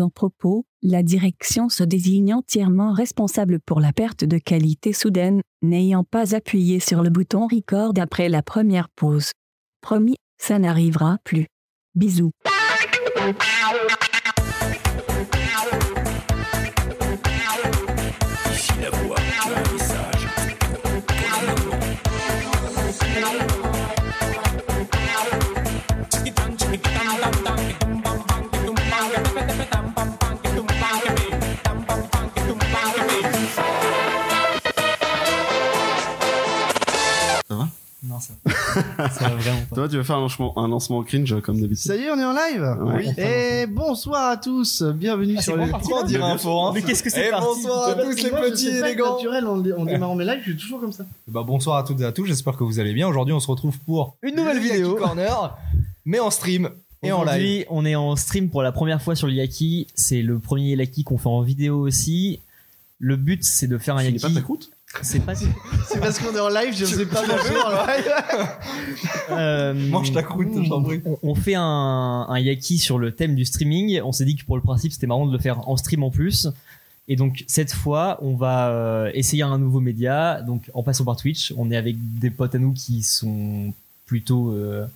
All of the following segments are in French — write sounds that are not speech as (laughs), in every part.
avant-propos, la direction se désigne entièrement responsable pour la perte de qualité soudaine, n'ayant pas appuyé sur le bouton record après la première pause. Promis, ça n'arrivera plus. Bisous. Ici la voix, un message. Non, ça. ça va vraiment pas. Toi, tu veux faire un lancement, un lancement cringe comme d'habitude. Ça y est, on est en live Ouais. Oui. Et bonsoir à tous, bienvenue Ah, sur c'est les... bon, parti, Pourquoi on dirait un hein. forum Mais qu'est-ce que c'est Eh, parti bonsoir à putain. tous les Moi, je petits sais pas, élégants naturel, on, on démarre mes lives, je suis toujours comme ça. Bah, Bonsoir à toutes et à tous, j'espère que vous allez bien. Aujourd'hui, on se retrouve pour une nouvelle vidéo Corner, mais en stream et (laughs) en live. Aujourd'hui, on est en stream pour la première fois sur le Yaki. C'est le premier Yaki qu'on fait en vidéo aussi. Le but, c'est de faire un Tu Yaki. n'es pas ta croûte C'est pas. (laughs) C'est parce qu'on est en live, je ne sais pas manger en live. Euh, Mange ta croûte, on- j'en prie. On, on fait un, un Yaki sur le thème du streaming. On s'est dit que pour le principe, c'était marrant de le faire en stream en plus. Et donc, cette fois, on va euh, essayer un nouveau média. Donc, en passant par Twitch, on est avec des potes à nous qui sont plutôt euh,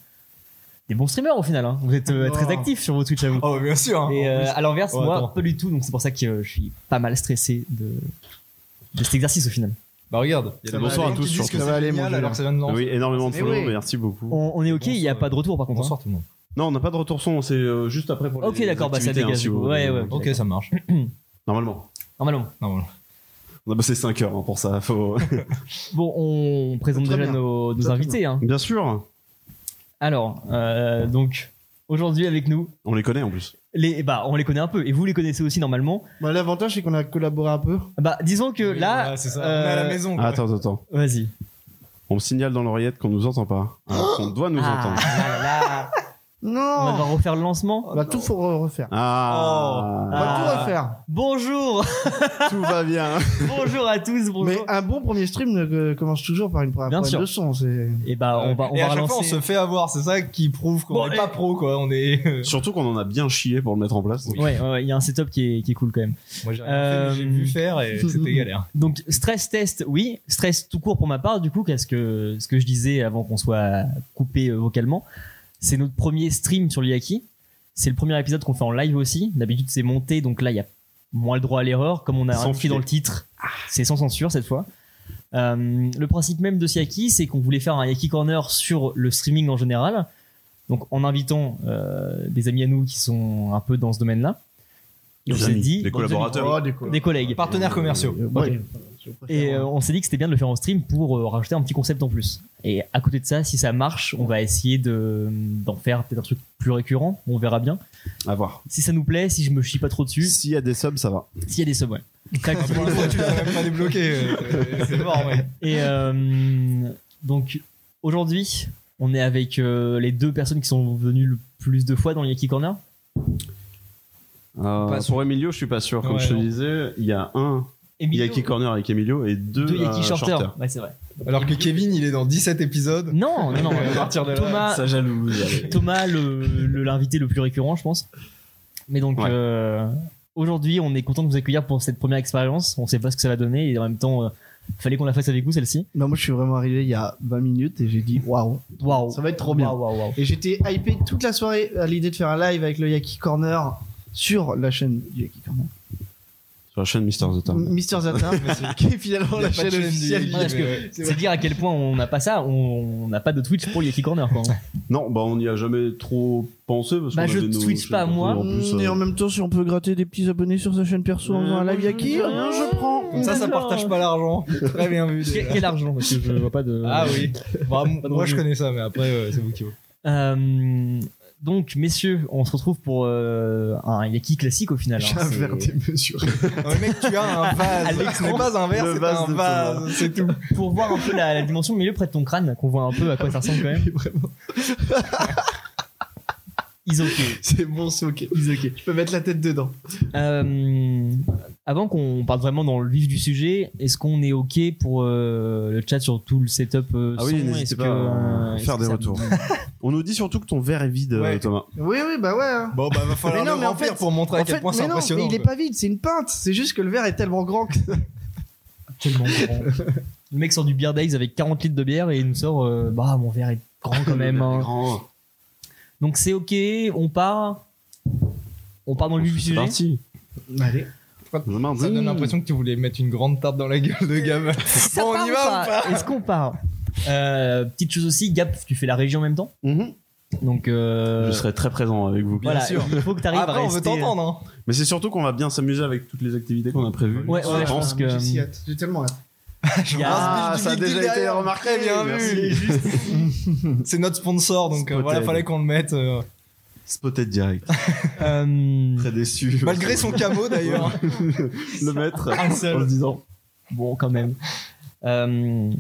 des bons streamers au final. hein. Vous êtes euh, Oh. très actifs sur vos Twitch à vous. Oh, bien sûr. hein. Et euh, à l'inverse, Oh, moi, attends. pas du tout. Donc c'est pour ça que euh, je suis pas mal stressé de, de cet exercice au final. Bah, regarde. Il y a des bonsoirs à tous, surtout. Ça va aller, mon alors que ça vient de lancer. Oui, énormément de Mais follow, oui. merci beaucoup. On, on est ok, il Bonsoir, n'y a pas de retour par contre. hein. Bonsoir tout le monde. Non, on n'a pas de retour son, c'est euh, juste après pour Ok, les d'accord, bah, ça activités, hein, dégage, si du vous- coup. Ouais, ouais. Ok, D'accord. ça marche. Normalement. Normalement. Non, On a bossé 5 heures hein, pour (laughs) ça. Faut... Bon, on présente Très déjà bien. nos, nos Très, très invités. hein. Bien sûr, Alors, euh, donc, aujourd'hui avec nous, on les connaît en plus. les, bah, on les connaît un peu et vous les connaissez aussi normalement. Bah, L'avantage, c'est qu'on a collaboré un peu. Bah, disons que Oui, là. voilà, c'est ça. euh, On est à la maison. Ah, quoi. attends, attends. Vas-y. On me signale dans l'oreillette qu'on nous entend pas. (gasps) Alors qu'on doit nous Ah, entendre. là, là, là. (laughs) Non On va devoir refaire le lancement. On va tout faut re- refaire. On Ah, va Ah. tout refaire. Bonjour tout va (laughs) bien. Bonjour à tous, Mais bonjour. un bon premier stream ne- euh, commence toujours par une première Bien problème sûr. de son. c'est- Et bah, on va, on euh, et va à chaque fois, on relancer. se fait avoir. C'est ça qui prouve qu'on Bon, n'est et- pas pro, quoi. On est. euh, Surtout qu'on en a bien chié pour le mettre en place. Oui. Ouais, ouais, ouais, il y a un setup qui est, qui est cool quand même. Moi, j'ai rien fait, mais j'ai Euh, vu faire et c'était galère. Donc stress test, oui, stress tout court pour ma part. Du coup, qu'est-ce que ce que je disais avant qu'on soit coupé euh, vocalement, c'est notre premier stream sur l'IAKI. C'est le premier épisode qu'on fait en live aussi. D'habitude, c'est monté, donc là, il y a moins le droit à l'erreur, comme on a Sans indiqué filet. dans le titre. C'est sans censure cette fois. Euh, le principe même de ce Yaki, c'est qu'on voulait faire un Yaki Corner sur le streaming en général, donc en invitant euh, des amis à nous qui sont un peu dans ce domaine-là. Et on Des s'est amis, dit, des dans le collaborateurs. domaine- Oh, des colla- des collègues. Ah, Partenaires commerciaux. Euh, Ok. ouais, je préfère. Et hein. euh, on s'est dit que c'était bien de le faire en stream pour euh, rajouter un petit concept en plus. Et à côté de ça, si ça marche, on va essayer de d'en faire peut-être un truc plus récurrent. On verra bien. À voir. Si ça nous plaît, si je me chie pas trop dessus, S'il y a des subs, ça va. s'il y a des subs, (laughs) ouais. Tac. (laughs) Pour l'instant, tu l'as même pas débloqué. euh, c'est- C'est mort, ouais. Et euh, donc aujourd'hui, on est avec euh, les deux personnes qui sont venues le plus de fois dans Yaki Corner. Euh, Pas sûr. pour Emilio, je suis pas sûr. Comme Ouais, je te non. disais, il y a un Emilio, Yaki Corner avec Emilio et deux, deux Yaki euh, Shorter. Shorter. Ouais, c'est vrai. Alors que Kevin, il est dans 17 épisodes. Euh, Non, non, non. À partir de là, Thomas, Ça (laughs) jalouse. allez. Thomas, le- le- l'invité le, plus récurrent, je pense. Mais donc, Ouais. euh, aujourd'hui, on est content de vous accueillir pour cette première expérience. On sait pas ce que ça va donner et en même temps, euh, fallait qu'on la fasse avec vous, celle-ci. Non, bah, moi, je suis vraiment arrivé il y a 20 minutes et j'ai dit waouh, Waouh! ça va être trop bien. Waouh, waouh, waouh. Et j'étais hypé toute la soirée à l'idée de faire un live avec le Yaki Corner sur la chaîne du Yaki Corner. Sur la chaîne Mister Zota. Mm. Mister Zata, qui est finalement Il y a la pas de chaîne chaîne du officielle. Yaki. Non, parce que Ouais. C'est dire à quel point on n'a pas ça, on on n'a pas de Twitch pour Yaki Corner. Quoi. hein. Non, bah on n'y a jamais trop pensé parce Bah, qu'on je avait nos tweete chaînes pas, perso, moi. Mm. En plus, Et euh, en même temps, si on peut gratter des petits abonnés sur sa chaîne perso en Euh, faisant un live je- Yaki, je- euh, je prends. Comme ça, ça D'accord. partage pas l'argent. Très bien vu. Quel, déjà. quel argent? Parce que je vois pas de. Ah oui. Bah, m- Pas de moi, je revue. connais ça, mais après, euh, c'est vous qui voyez. Euh, donc, messieurs, on se retrouve pour euh, un Yaki classique au final. hein. C'est- démesuré. Non, mais mec, tu as un À vase. l'écran. Ce n'est pas un verre, Le c'est vase un de vase. C'est tout. Pour voir un peu la, la dimension au milieu près de ton crâne, qu'on voit un peu à quoi ça ressemble quand même. Is okay. C'est bon, c'est ok. Is okay. Je peux mettre la tête dedans. Euh, avant qu'on parte vraiment dans le vif du sujet, est-ce qu'on est OK pour euh, le chat sur tout le setup euh, Ah oui, son n'hésitez Est-ce pas que, à euh, est-ce faire que des ça- retours. On nous dit surtout que ton verre est vide, Ouais. euh, Thomas. Oui, oui, bah ouais. hein. Bon, bah, va falloir Mais non, le mais en remplir fait- pour montrer à En quel fait, point c'est mais non, impressionnant. mais il est quoi. pas vide, c'est une pinte. C'est juste que le verre est tellement grand que. Tellement grand. Le mec sort du Beer Days avec 40 litres de bière et il nous sort euh, Bah, mon verre est grand quand même. (laughs) hein. Grand. Donc c'est OK, on part. On part dans le vif du C'est sujet. parti. Allez. Ça me donne l'impression que tu voulais mettre une grande tarte dans la gueule de gamin. (laughs) Ça Bon, on part y ou va ou pas Est-ce qu'on part Euh, Petite chose aussi, Gap, tu fais la région en même temps. Donc. euh, Je serai très présent avec vous. Voilà, Bien sûr. il faut que tu arrives Après, à on rester. veut t'entendre. hein. Mais c'est surtout qu'on va bien s'amuser avec toutes les activités qu'on a prévues. Ouais, ouais, je pense que. J'ai si hâte, j'ai tellement hâte. il y a- Ah, Ah, ça a Bill déjà été derrière. remarqué. Très bien vu. C'est notre sponsor, donc euh, Spotted. voilà, fallait qu'on le mette. euh, Spotted direct. Euh, Très déçu. Malgré son camo d'ailleurs. (laughs) Le maître. (laughs) un seul. En se disant. Bon, quand même. Euh,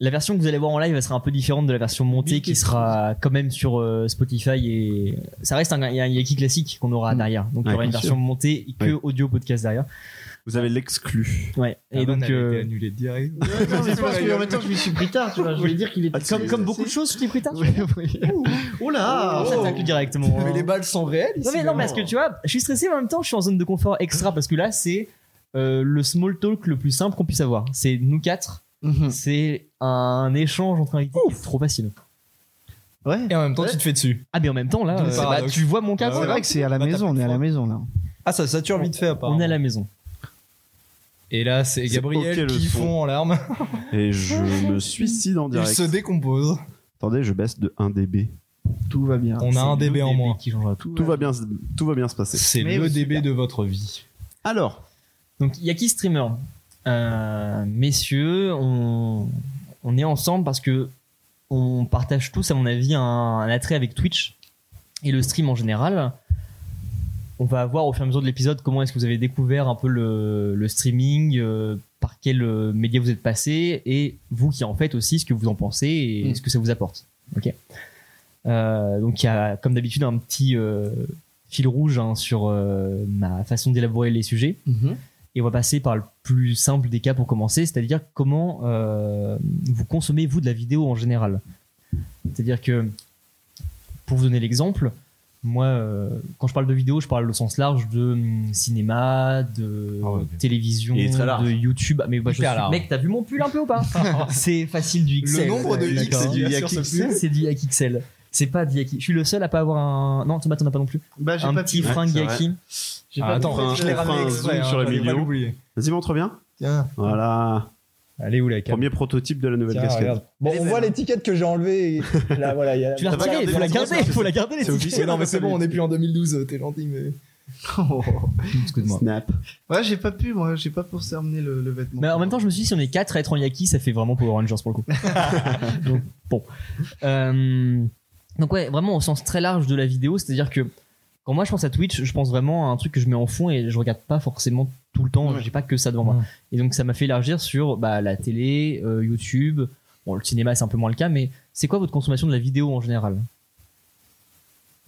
la version que vous allez voir en live, elle sera un peu différente de la version montée qui sera quand même sur euh, Spotify et ça reste un, un Yaki classique qu'on aura derrière. Donc il y Ouais, aura une bien version montée et que Ouais. audio podcast derrière. Vous avez l'exclu. Ouais. Et donc euh, annulé direct. Non, mais c'est parce vrai, que en ouais. même temps, je m'y suis pris tard, tu vois. Je voulais dire qu'il était. Ah, tu comme, les comme as beaucoup. de choses, je dis plus tard. Oh là Ah, ça t'inclut directement. hein. Mais les balles sont réelles ici. Non mais non parce que tu vois, je suis stressé mais en même temps, je suis en zone de confort extra parce que là c'est euh, le small talk le plus simple qu'on puisse avoir. C'est nous quatre, Mhm. c'est un échange entre invités qui est trop facile. Ouais. (laughs) Et en même temps, tu te fais dessus. Ah mais en même temps là, D'où le euh, bah, paradoxe. tu vois mon Ah cadre, C'est ouais. là. vrai que c'est à la Bah, t'as maison, on plus est à de la maison là. Ah, ça sature vite fait, on est à la maison. Et là, c'est C'est Gabriel ok, le qui son. fond en larmes. Et je me suicide en Il direct. se décompose. Attendez, je baisse de 1 dB. Tout va bien. On a un Ah, C'est DB le en moins. qui changera tout. Tout va bien, tout va bien se passer. C'est Mais le aussi, DB de votre vie. Alors, Donc Yaki streamer, Euh, messieurs, on, on est ensemble parce que on partage tous à mon avis un, un attrait avec Twitch et le stream en général. On va voir au fur et à mesure de l'épisode comment est-ce que vous avez découvert un peu le, le streaming, euh, par quel euh, média vous êtes passé et vous qui en faites aussi ce que vous en pensez et Mm. ce que ça vous apporte. Ok. Euh, donc il y a comme d'habitude un petit euh, fil rouge hein, sur euh, ma façon d'élaborer les sujets. Et on va passer par le plus simple des cas pour commencer, c'est-à-dire comment euh, vous consommez, vous, de la vidéo en général. C'est-à-dire que, pour vous donner l'exemple, moi, euh, quand je parle de vidéo, je parle au sens large de hum, cinéma, de Ah ouais, bien. télévision, Il est très large. de YouTube. Ah, Mais bah, je Hyper suis- large. Mec, t'as vu mon pull un peu ou (laughs) pas C'est facile du XL. Le nombre de D'accord. X c'est du qu'il y a Yaki sur ce XL. pull. C'est du Yak XL. C'est pas du Yaki. Je suis le seul à pas avoir un. Non, Thomas, t'en as pas non plus. Bah, j'ai un pas petit pu. Ouais, fringue c'est Yaki. J'ai Ah, pas attends, pu. on je l'ai fera un ramené zoom exprès. sur hein, les fallait pas vidéos. l'oublier. vas-y, montre bien. Tiens. Voilà. Elle est où la cam Premier prototype de la nouvelle Tiens, casquette. Ah, regarde. Bon, on voit l'étiquette que j'ai enlevée. (laughs) et Là, voilà, il y a Tu l'as T'as pas retiré, gardé faut la les garder, autres, faut la garder. les C'est petits. officiel. Mais non, mais c'est bon, on est plus en 2012, euh, t'es gentil, mais. (laughs) Excuse-moi. Snap. Ouais, j'ai pas pu, moi. J'ai pas pour se ramener le, le vêtement. Mais en euh, même temps, je me suis dit, si on est 4 à être en Yaki, ça fait vraiment Power Rangers (laughs) pour le coup. donc, bon. Euh, donc, ouais, vraiment au sens très large de la vidéo, c'est-à-dire que quand moi je pense à Twitch, je pense vraiment à un truc que je mets en fond et je regarde pas forcément tout le temps, j'ai pas que ça devant moi. Ouais. Et donc, ça m'a fait élargir sur bah, la télé, euh, YouTube. Bon, le cinéma, c'est un peu moins le cas, mais c'est quoi votre consommation de la vidéo en général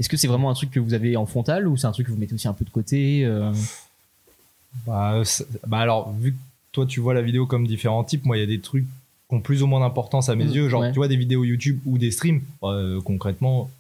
est-ce que c'est vraiment un truc que vous avez en frontal ou c'est un truc que vous mettez aussi un peu de côté euh, Bah, euh, c'est- bah alors, vu que toi tu vois la vidéo comme différents types, moi il y a des trucs qui ont plus ou moins d'importance à mes Mmh, yeux, genre ouais. tu vois des vidéos YouTube ou des streams, euh, concrètement,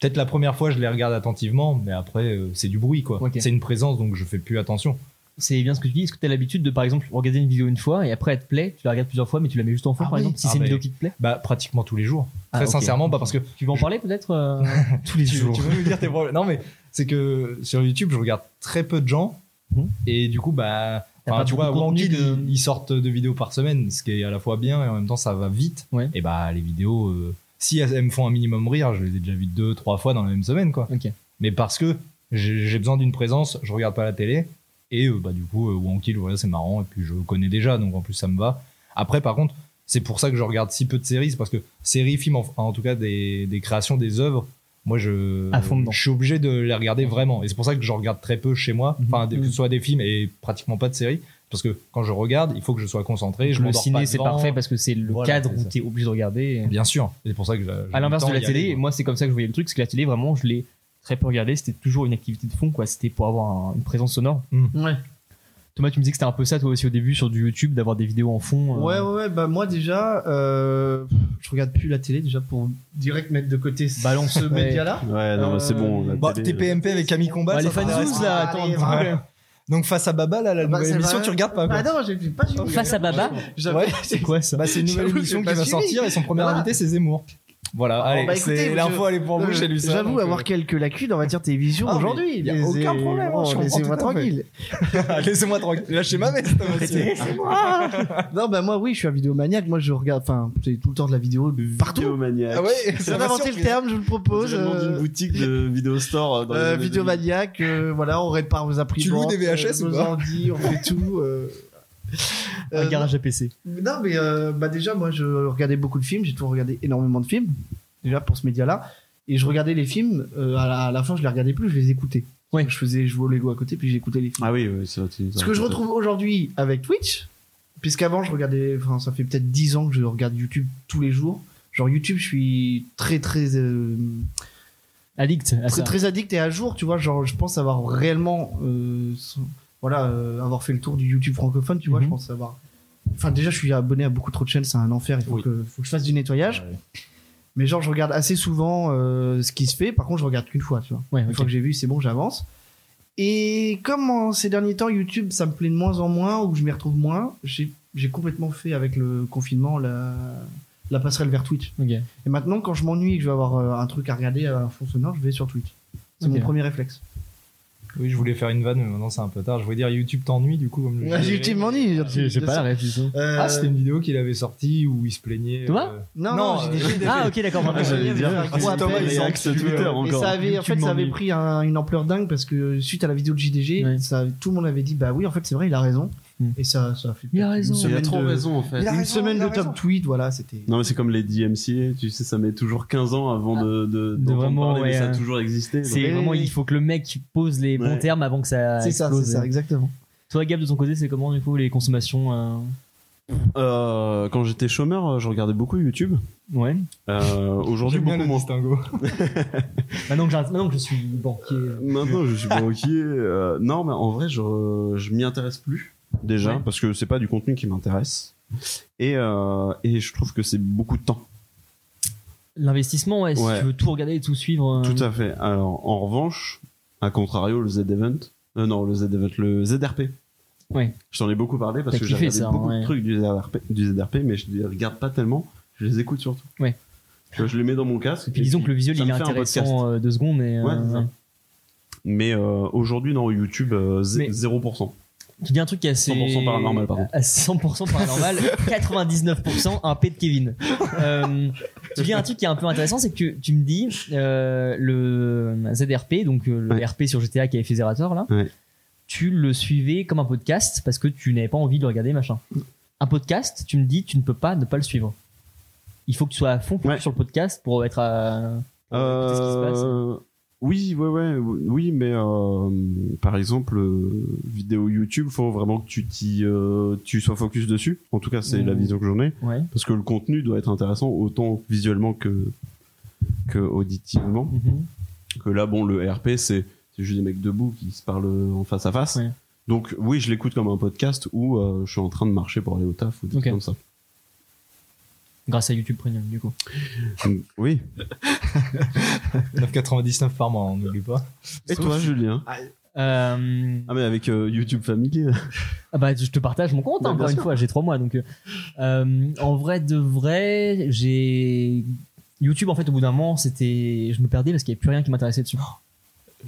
peut-être la première fois je les regarde attentivement, mais après euh, c'est du bruit quoi. Ok. C'est une présence donc je fais plus attention. c'est bien ce que tu dis. Est-ce que tu as l'habitude de, par exemple, regarder une vidéo une fois et après elle te plaît, tu la regardes plusieurs fois, mais tu la mets juste en fond, Ah par oui. exemple, si Ah c'est une ben- vidéo qui te plaît Bah pratiquement tous les jours. Ah, Très ok. sincèrement, pas parce que Tu veux en parler peut-être euh, (laughs) tous les jours. Tu veux nous dire tes problèmes Non mais c'est que sur YouTube je regarde très peu de gens Mhm. et du coup bah. T'as enfin, pas tu beaucoup vois, de contenu Wankid, de- ils- ils sortent de vidéos par semaine, ce qui est à la fois bien et en même temps ça va vite. Ouais. et bah les vidéos euh, si elles elles me font un minimum rire je les ai déjà vues deux trois fois dans la même semaine quoi Ok. mais parce que j'ai j'ai besoin d'une présence je regarde pas la télé et euh, bah du coup euh, Wankill voilà c'est marrant et puis je connais déjà donc en plus ça me va après par contre c'est pour ça que je regarde si peu de séries c'est parce que séries films en, en tout cas des, des créations des œuvres moi je À fond dedans. je suis obligé de les regarder vraiment et c'est pour ça que je regarde très peu chez moi enfin des- que Mhm. ce soit des films et pratiquement pas de séries Parce que quand je regarde, il faut que je sois concentré. Je le m'endors ciné, pas c'est devant. parfait parce que c'est le Voilà, cadre c'est où ça. t'es obligé de regarder. Bien sûr. C'est pour ça que. je- À l'inverse je de la tends à y aller, télé, quoi. moi c'est comme ça que je voyais le truc, c'est que la télé vraiment je l'ai très peu regardée, c'était toujours une activité de fond quoi, c'était pour avoir un- une présence sonore. Ouais. Thomas, tu me disais que c'était un peu ça toi aussi au début sur du YouTube, d'avoir des vidéos en fond. Ouais, euh, ouais, ouais, bah moi déjà, euh, je regarde plus la télé déjà pour direct mettre de côté ce- Balance. ce média-là. Ouais, non, mais c'est bon. la Bah, télé, euh, TPMP avec Camille Combal. Bah, les ça t'intéresse fanzous t'intéresse là, pas. attends. Allez, attends. voilà. Donc face à Baba, là, la Bah, nouvelle c'est émission, vrai. tu regardes pas. quoi. Bah non, j'ai j'ai pas suivi. Face à Baba, J'avais- Ouais. c'est- quoi ça Bah, c'est une nouvelle J'avoue, émission j'ai qui pas va suivi. sortir et son premier Voilà. invité c'est Zemmour. Ah Voilà, Bon, allez, bah, c'est- écoutez, l'info elle est pour vous chez Lucien. J'avoue donc, avoir euh, quelques lacunes en matière de télévision Ah, mais aujourd'hui. y a mais aucun c'est- problème, bon, je comprends Laissez-moi tout à fait. tranquille. (laughs) Laissez-moi tranquille. (laughs) Lâchez ma veste, monsieur. non, bah moi, oui, je suis un vidéomaniaque. Moi, je regarde, enfin, c'est tout le temps de la vidéo partout. Vidéomaniac. Ah ouais, J'ai inventé le terme, je vous le On propose. dirait le nom d'une euh, boutique de vidéo store. euh, Dans les euh, années vidéomaniaque, euh, voilà, on répare vos imprimantes. loues des euh, VHS ou nos pas ordi, on fait tout. euh. Un Euh, garage à PC. Non, mais euh, bah déjà, moi, je regardais beaucoup de films. J'ai toujours regardé énormément de films, déjà pour ce média-là. Et je regardais les films. euh, à, la, à la fin, je les regardais plus, je les écoutais. Ouais. Je faisais, je jouais au Lego à côté, puis j'écoutais les films. Ah oui, oui, c'est vrai. Ce que je retrouve aujourd'hui avec Twitch, puisqu'avant, je regardais. Enfin, ça fait peut-être 10 ans que je regarde YouTube tous les jours. Genre, YouTube, je suis très, très. euh, Addict à très, ça. très addict et à jour, tu vois. Genre, je pense avoir réellement, euh, son- voilà, euh, avoir fait le tour du YouTube francophone, tu vois. Je Mhm. pense avoir. Enfin, déjà, je suis abonné à beaucoup trop de chaînes, c'est un enfer. Il faut, Oui. que, faut que je fasse du nettoyage. Mais genre, je regarde assez souvent euh, ce qui se fait. Par contre, je regarde qu'une fois, tu vois. Ouais, Une ok. fois que j'ai vu, c'est bon, j'avance. Et comme en ces derniers temps, YouTube, ça me plaît de moins en moins, ou je m'y retrouve moins, j'ai j'ai complètement fait avec le confinement la, la passerelle vers Twitch. Ok. Et maintenant, quand je m'ennuie et que je veux avoir euh, un truc à regarder à fond sonore, je vais sur Twitch. C'est Ok. mon premier réflexe. Oui, je voulais faire une vanne, mais maintenant c'est un peu tard. Je voulais dire YouTube t'ennuie, du coup. Comme je disais. YouTube m'ennuie. J'ai j'ai pas la réflexion. Euh, Ah, c'était une vidéo qu'il avait sortie où il se plaignait. Thomas euh, Non, Non, non, j'ai euh, des j'ai des- Ah ok d'accord. Ah, j'allais dire, Ouais, un ouais, gros ouais. appel. les hacks Twitter Et encore. ça avait, en YouTube fait, ça avait m'ennuie. pris un- une ampleur dingue parce que euh, suite à la vidéo de JDG, Ouais. ça, tout le monde avait dit bah oui, en fait, c'est vrai, il a raison. Hmm. Et ça, ça a fait Il a peut-être raison. Une Il a semaine trop de, raison en fait. une semaine de top tweet, voilà, c'était. Non, mais c'est comme les DMCA, tu sais, ça met toujours 15 ans avant Ah, de, de, de d'entendre vraiment, parler, mais ouais, ça hein. a toujours existé. donc. C'est vraiment oui. il faut que le mec pose les bons Ouais. termes avant que ça C'est ça, c'est explose. ça, exactement. Toi Gab de ton côté c'est comment du coup les consommations euh, Euh, quand j'étais chômeur, euh, je regardais beaucoup YouTube. Ouais. Euh, aujourd'hui, J'aime bien beaucoup le moins. distinguo. Maintenant que, j'ai- maintenant que je suis banquier. euh, Maintenant, je suis banquier. euh, non, mais en vrai, je, je m'y intéresse plus déjà Ouais. parce que c'est pas du contenu qui m'intéresse. Et, euh, et je trouve que c'est beaucoup de temps. L'investissement, ouais, si Ouais. tu veux tout regarder et tout suivre. euh, Tout à fait. Alors, en revanche, à contrario, le Z-Event, euh, non, le Z-Event, le ZRP. Ouais. Je t'en ai beaucoup parlé parce T'as que j'ai kiffé regardé ça, beaucoup ouais. de trucs du ZRP, du ZRP, mais je les regarde pas tellement, je les écoute surtout. Ouais. Tu vois, je les mets dans mon casque. et puis disons que le visuel ça il me est fait un podcast. intéressant euh, deux secondes, mais Ouais, euh, c'est ça. Mais euh, aujourd'hui, dans YouTube, euh, zé- Mais- 0%. tu dis un truc qui est assez 100% paranormal, pardon. à 100% (laughs) paranormal, 99% un P de Kevin. Euh, tu dis un truc qui est un peu intéressant, c'est que tu me dis euh, le ZRP, donc euh, le Ouais. RP sur GTA qui avait fait Zerator là, Ouais. tu le suivais comme un podcast parce que tu n'avais pas envie de le regarder machin. Un podcast, tu me dis, tu ne peux pas ne pas le suivre. Il faut que tu sois à fond Ouais. sur le podcast pour être à. pour écouter ce qui se passe. Euh, oui, ouais, ouais, oui, mais euh, par exemple, euh, vidéo YouTube, faut vraiment que tu t'y, euh, tu sois focus dessus. En tout cas, c'est Mm. la vision que j'en ai, Ouais. parce que le contenu doit être intéressant autant visuellement que que auditivement. Mhm. Que là, bon, le RP, c'est c'est juste des mecs debout qui se parlent en face à face. Ouais. Donc oui, je l'écoute comme un podcast où euh, je suis en train de marcher pour aller au taf ou des Ok. trucs comme ça. Grâce à YouTube Premium, du coup. Donc, oui. 9,99 par mois, on n'oublie pas. Et toi, Julien Euh, Ah mais avec euh, YouTube Family. (laughs) ah bah, je te partage mon compte, hein, Ouais, bien encore une sûr. fois, j'ai trois mois. Donc, euh, euh, en vrai de vrai, j'ai. YouTube, en fait, au bout d'un moment, c'était. Je me perdais parce qu'il n'y avait plus rien qui m'intéressait dessus.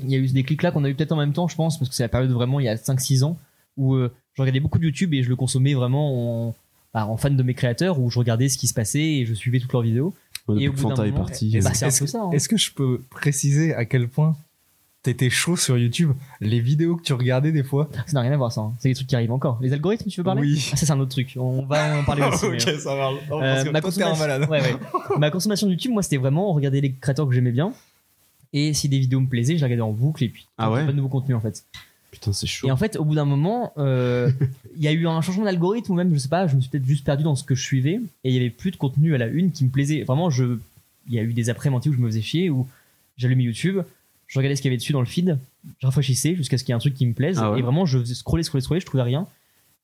Il y a eu des clics là qu'on a eu peut-être en même temps, je pense, parce que c'est la période vraiment il y a 5-6 ans où euh, je regardais beaucoup de YouTube et je le consommais vraiment en, bah, en fan de mes créateurs, où je regardais ce qui se passait et je suivais toutes leurs vidéos. Et au bout d'un Fanta est moment, parti. et bah, c'est un peu ça. hein. Est-ce que je peux préciser à quel point t'étais chaud sur YouTube Les vidéos que tu regardais des fois. Ça n'a rien à voir, ça. hein. C'est des trucs qui arrivent encore. Les algorithmes, tu veux parler Oui. Ah, ça, c'est un autre truc. On va en (laughs) parler aussi. Ah, mais- ça marche. Euh, Non, Oh, parce que ma toi, t'es un consommation- malade. Ouais, (laughs) ouais. Ma consommation de YouTube, moi, c'était vraiment regarder les créateurs que j'aimais bien. Et si des vidéos me plaisaient, je les regardais en boucle et puis Ah ouais pas de nouveau contenu en fait. Putain, c'est chaud. Et en fait, au bout d'un moment, (laughs) euh, il y a eu un changement d'algorithme ou même, je sais pas, je me suis peut-être juste perdu dans ce que je suivais et il y avait plus de contenu à la une qui me plaisait. Vraiment, je, il y a eu des après-midi où je me faisais chier où j'allumais YouTube, je regardais ce qu'il y avait dessus dans le feed, je rafraîchissais jusqu'à ce qu'il y ait un truc qui me plaise Ah ouais. et vraiment, je faisais scroller, scroller, scroller, je trouvais rien.